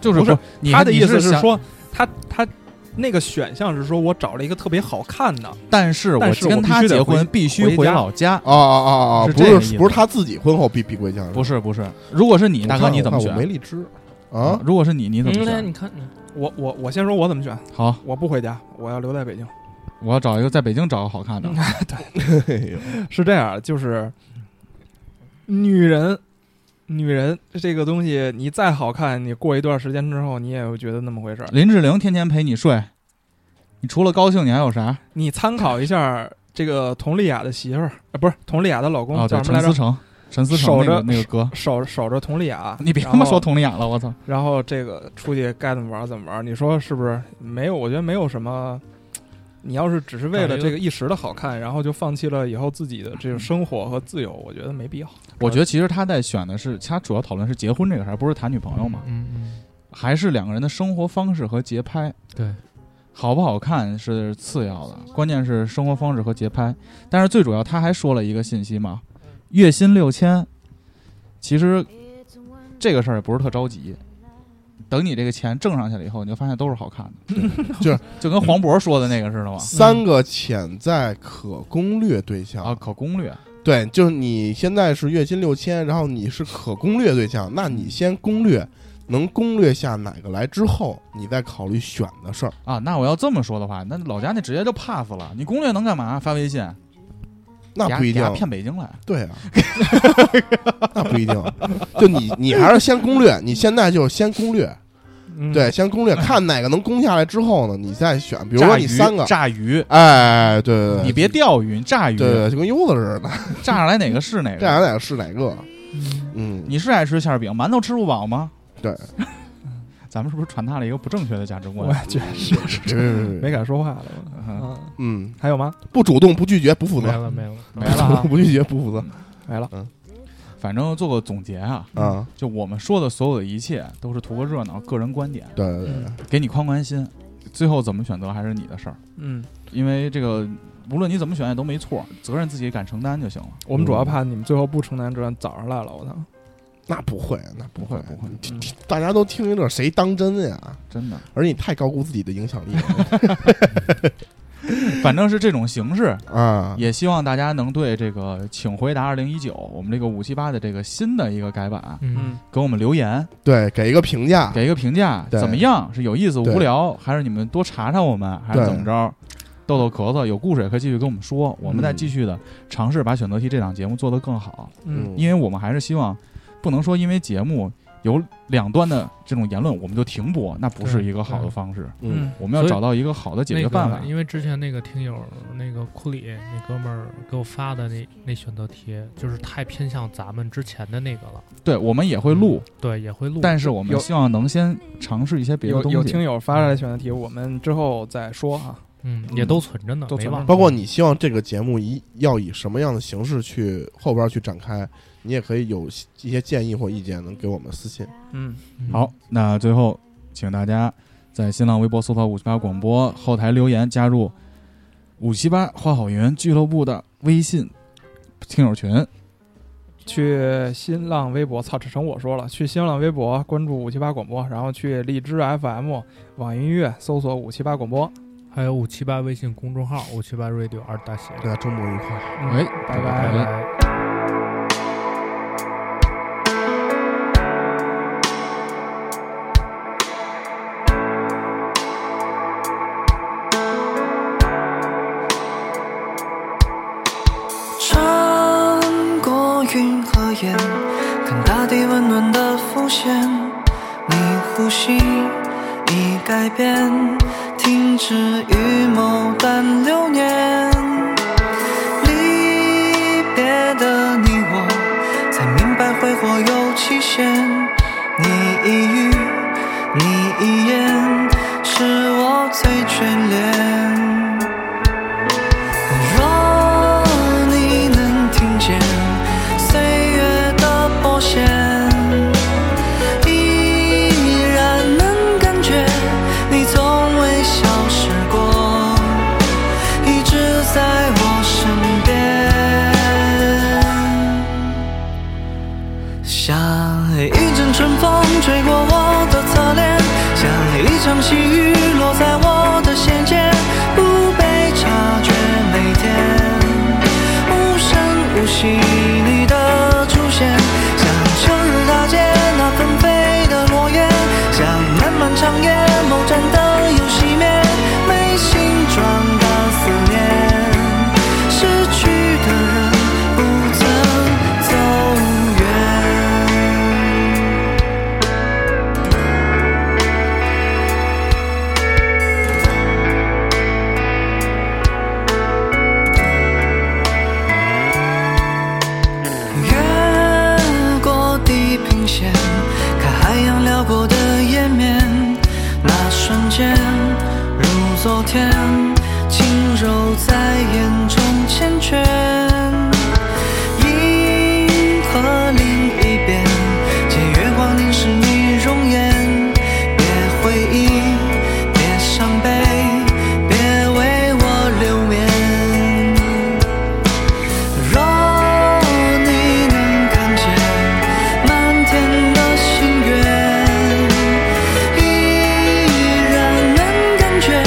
Speaker 2: 就是
Speaker 4: 不是
Speaker 2: 你
Speaker 4: 他的意思
Speaker 2: 你
Speaker 4: 是
Speaker 2: 想，嗯
Speaker 4: 说，他他那个选项是说我找了一个特别好看的，
Speaker 2: 但是我
Speaker 4: 但是我
Speaker 2: 跟
Speaker 4: 必
Speaker 2: 他
Speaker 4: 须得
Speaker 2: 结
Speaker 4: 回
Speaker 2: 婚必须
Speaker 4: 回
Speaker 2: 回
Speaker 4: 家
Speaker 2: 老家。
Speaker 5: 哦哦哦哦，
Speaker 2: 是
Speaker 5: 不
Speaker 2: 这个意
Speaker 5: 是
Speaker 2: 思
Speaker 5: 不是他自己婚后必必归乡，
Speaker 2: 不是不是，如果是你
Speaker 5: 我
Speaker 2: 大
Speaker 5: 看
Speaker 2: 哥，你怎么
Speaker 5: 我看我没
Speaker 2: 选
Speaker 5: 荔枝啊？
Speaker 2: 如果是你，你怎么
Speaker 10: 嗯，那
Speaker 2: 选？
Speaker 10: 你看，嗯
Speaker 4: 我我我先说我怎么选，
Speaker 2: 好，
Speaker 4: 我不回家，我要留在北京。
Speaker 2: 我要找一个在北京找个好看的。
Speaker 5: 哎呦
Speaker 4: 是这样，就是女人，女人这个东西，你再好看，你过一段时间之后，你也会觉得那么回事儿。
Speaker 2: 林志玲天天陪你睡，你除了高兴，你还有啥？
Speaker 4: 你参考一下这个佟丽娅的媳妇儿，呃不是佟丽娅的老公
Speaker 2: 哦，对
Speaker 4: 叫，什
Speaker 2: 陈
Speaker 4: 么来
Speaker 2: 思
Speaker 4: 着？
Speaker 2: 诚，陈思诚
Speaker 4: 守
Speaker 2: 那个
Speaker 4: 着
Speaker 2: 那个歌，
Speaker 4: 守守着佟丽娅，
Speaker 2: 你别
Speaker 4: 然
Speaker 2: 他妈
Speaker 4: 后
Speaker 2: 说佟丽娅了，我操！
Speaker 4: 然后这个出去该怎么玩儿怎么玩儿，你说是不是？没有，我觉得没有什么。你要是只是为了这个一时的好看，然后就放弃了以后自己的这种生活和自由，我觉得没必要。
Speaker 2: 我觉得其实他在选的是，他主要讨论是结婚这个事儿，不是谈女朋友嘛，
Speaker 6: 嗯嗯，
Speaker 2: 还是两个人的生活方式和节拍。
Speaker 6: 对，
Speaker 2: 好不好看是次要的，关键是生活方式和节拍。但是最主要，他还说了一个信息嘛，月薪六千，其实这个事儿也不是特着急。等你这个钱挣上去了以后，你就发现都是好看 的，
Speaker 5: 就是
Speaker 2: 就跟黄渤说的那个似的嘛。
Speaker 5: 啊三个潜在可攻略对象
Speaker 2: 啊，可攻略，
Speaker 5: 对，就是你现在是月薪六千，然后你是可攻略对象，那
Speaker 2: 嗯
Speaker 5: 你先攻略，能攻略下哪个来之后，你再考虑选的事儿。
Speaker 2: 啊，那我要这么说的话，那老家那直接就 pass 了。你攻略能干嘛？发微信，
Speaker 5: 那
Speaker 2: 给
Speaker 5: 不一
Speaker 2: 给
Speaker 5: 定
Speaker 2: 他，骗北京来。
Speaker 5: 对啊， 那不一定。就你，你还是先攻略，你现在就是先攻略，
Speaker 4: 嗯、
Speaker 5: 对，先攻略，看哪个能攻下来之后呢，你再选。比如
Speaker 2: 炸
Speaker 5: 说
Speaker 2: 鱼，
Speaker 5: 你三个，
Speaker 2: 炸鱼，
Speaker 5: 哎，对对对，
Speaker 2: 你别钓鱼，你炸鱼，哎
Speaker 5: 对对，就跟悠子似的，
Speaker 2: 炸上来哪个是哪个。
Speaker 5: 这俩哪个是哪个？嗯，
Speaker 2: 你是爱吃馅儿饼，馒头吃不饱吗？
Speaker 5: 对，
Speaker 2: 咱们是不是传达了一个不正确的价值观
Speaker 4: 我？觉得是是
Speaker 5: 别别别别别
Speaker 4: 没敢说话了。
Speaker 2: 嗯
Speaker 4: 嗯，
Speaker 5: 嗯，
Speaker 4: 还有吗？
Speaker 5: 不主动，不拒绝，不负
Speaker 6: 没
Speaker 5: 责，
Speaker 6: 了没了，
Speaker 2: 没了啊哈
Speaker 5: 不拒绝，不负责
Speaker 4: 没了。
Speaker 2: 反正做个总结啊，
Speaker 5: 啊！
Speaker 2: 就我们说的所有的一切都是图个热闹，个人观点，
Speaker 5: 对对对，
Speaker 2: 给你宽宽心。最后怎么选择还是你的事儿，
Speaker 4: 嗯，
Speaker 2: 因为这个无论你怎么选也都没错，责任自己敢承担就行了。
Speaker 4: 我们主要怕你们最后不承担责任，早上来了，我操！
Speaker 5: 那不会，那不会，
Speaker 2: 不会嗯不
Speaker 4: 会
Speaker 5: 听大家都听一乐，谁当真呀？
Speaker 2: 真的，
Speaker 5: 而且你太高估自己的影响 力了
Speaker 2: 反正是这种形式，
Speaker 5: 啊！
Speaker 2: 也希望大家能对这个《请回答二零一九》我们这个五七八的这个新的一个改版，
Speaker 6: 嗯，
Speaker 2: 给我们留言，
Speaker 5: 对，给一个评价，
Speaker 2: 给一个评价，
Speaker 5: 对
Speaker 2: 怎么样？是有意思、
Speaker 5: 对
Speaker 2: 无聊，还是你们多查查我们，还是
Speaker 5: 对
Speaker 2: 怎么着？逗逗咳嗽，有故事也可以继续跟我们说，我们再继
Speaker 5: 嗯
Speaker 2: 续的尝试把选择题这档节目做得更好，
Speaker 4: 嗯，
Speaker 2: 因
Speaker 5: 为
Speaker 2: 为我们还是希望，不能说因为节目有两端的这种言论我们就停播，那不是一个好的方式。
Speaker 5: 嗯，
Speaker 2: 我们要
Speaker 6: 所以
Speaker 2: 找到一个好的解
Speaker 6: 那
Speaker 2: 决
Speaker 6: 个
Speaker 2: 办法。
Speaker 6: 因为之前那个听友那个库里那哥们儿给我发的那那选择题，就是太偏向咱们之前的那个了。嗯
Speaker 2: 对，我们也会录，
Speaker 6: 对，也会录，
Speaker 2: 但是我们
Speaker 4: 有
Speaker 2: 希望能先尝试一些别的
Speaker 4: 有
Speaker 2: 东西。
Speaker 4: 有听友发来选择题，我们之后再说啊。
Speaker 6: 嗯，也都存着呢，
Speaker 4: 都
Speaker 6: 没
Speaker 4: 存着
Speaker 6: 忘。
Speaker 5: 包括你希望这个节目一要以什么样的形式去后边去展开，你也可以有一些建议或意见，能给我们私信。
Speaker 4: 嗯，
Speaker 2: 好，那最后请大家在新浪微博搜索“五七八广播”，后台留言加入“五七八花好园俱乐部”的微信听友群。
Speaker 4: 去新浪微博，操，这成我说了，去新浪微博关注五七八广播，然后去荔枝 FM、网易音乐搜索五七八广播。
Speaker 6: 还有五七八微信公众号五七八 radio 二大写。
Speaker 5: 大家周末愉快。
Speaker 4: 嗯
Speaker 2: 哎，
Speaker 4: 拜
Speaker 2: 拜
Speaker 4: 拜
Speaker 2: 拜。
Speaker 11: 穿过云和烟，看大地温暖的浮现。你呼吸已改变，停止与某段流年。离别的你我，才明白挥霍有期限。你一语，你一言，是我最眷恋。若你能听见岁月的拨弦，依然能感觉你从未
Speaker 9: 场细雨落在我的鞋尖，不被察觉。每天无声无息你的出现，像城市大街那纷飞的落叶，像漫漫长夜某盏灯又熄灭，没形状的思念，失去的人不曾走远。越过地平线，看海洋辽阔的页面，那瞬间如昨天，轻柔在眼中缱绻。银河另一边，借月光凝视你容颜，别回忆，别伤悲，别为我留恋。若你能看见满天的星月，依然能感觉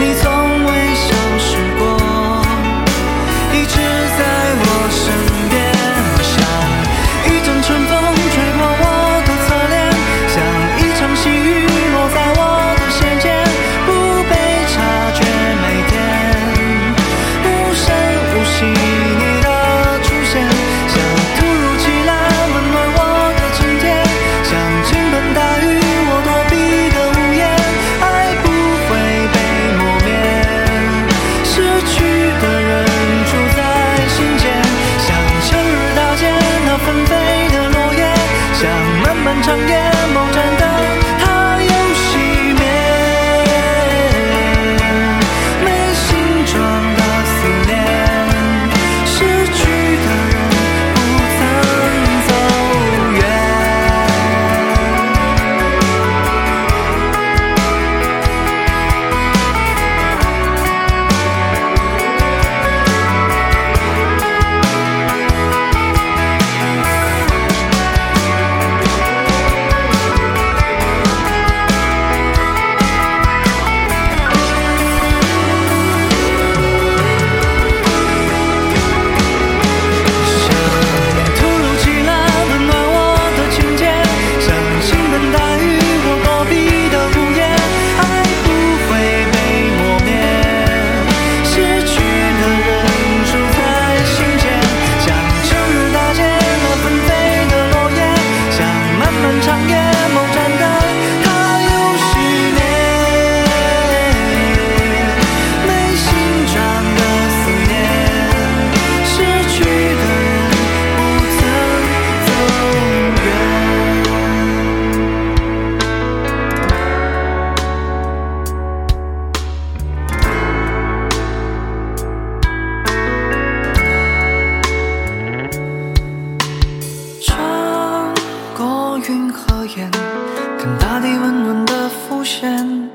Speaker 9: 你从未消失过，一直在我身边。像一阵春风吹过我的侧脸，像一场细雨落在我的鞋尖，不被察觉每天。无声无息，你的出现，像突如其来温暖我的晴天，像倾盆大雨我躲避的屋檐，爱不会被磨灭。失去的人住在心间，像夏日大街那纷飞的落叶，像漫漫长夜某盏灯。它又熄灭。没形状的思念，失去的人不曾走远。像突如其来温暖我的情节，像倾盆大雨我躲避的屋檐，爱不会被磨灭。失去的人住在心间，像秋日大街那纷飞的落叶，像漫漫长夜某盏灯，它又熄灭。没形状的思念。失去的人不曾走远。穿过云和烟，看大地温暖的浮现，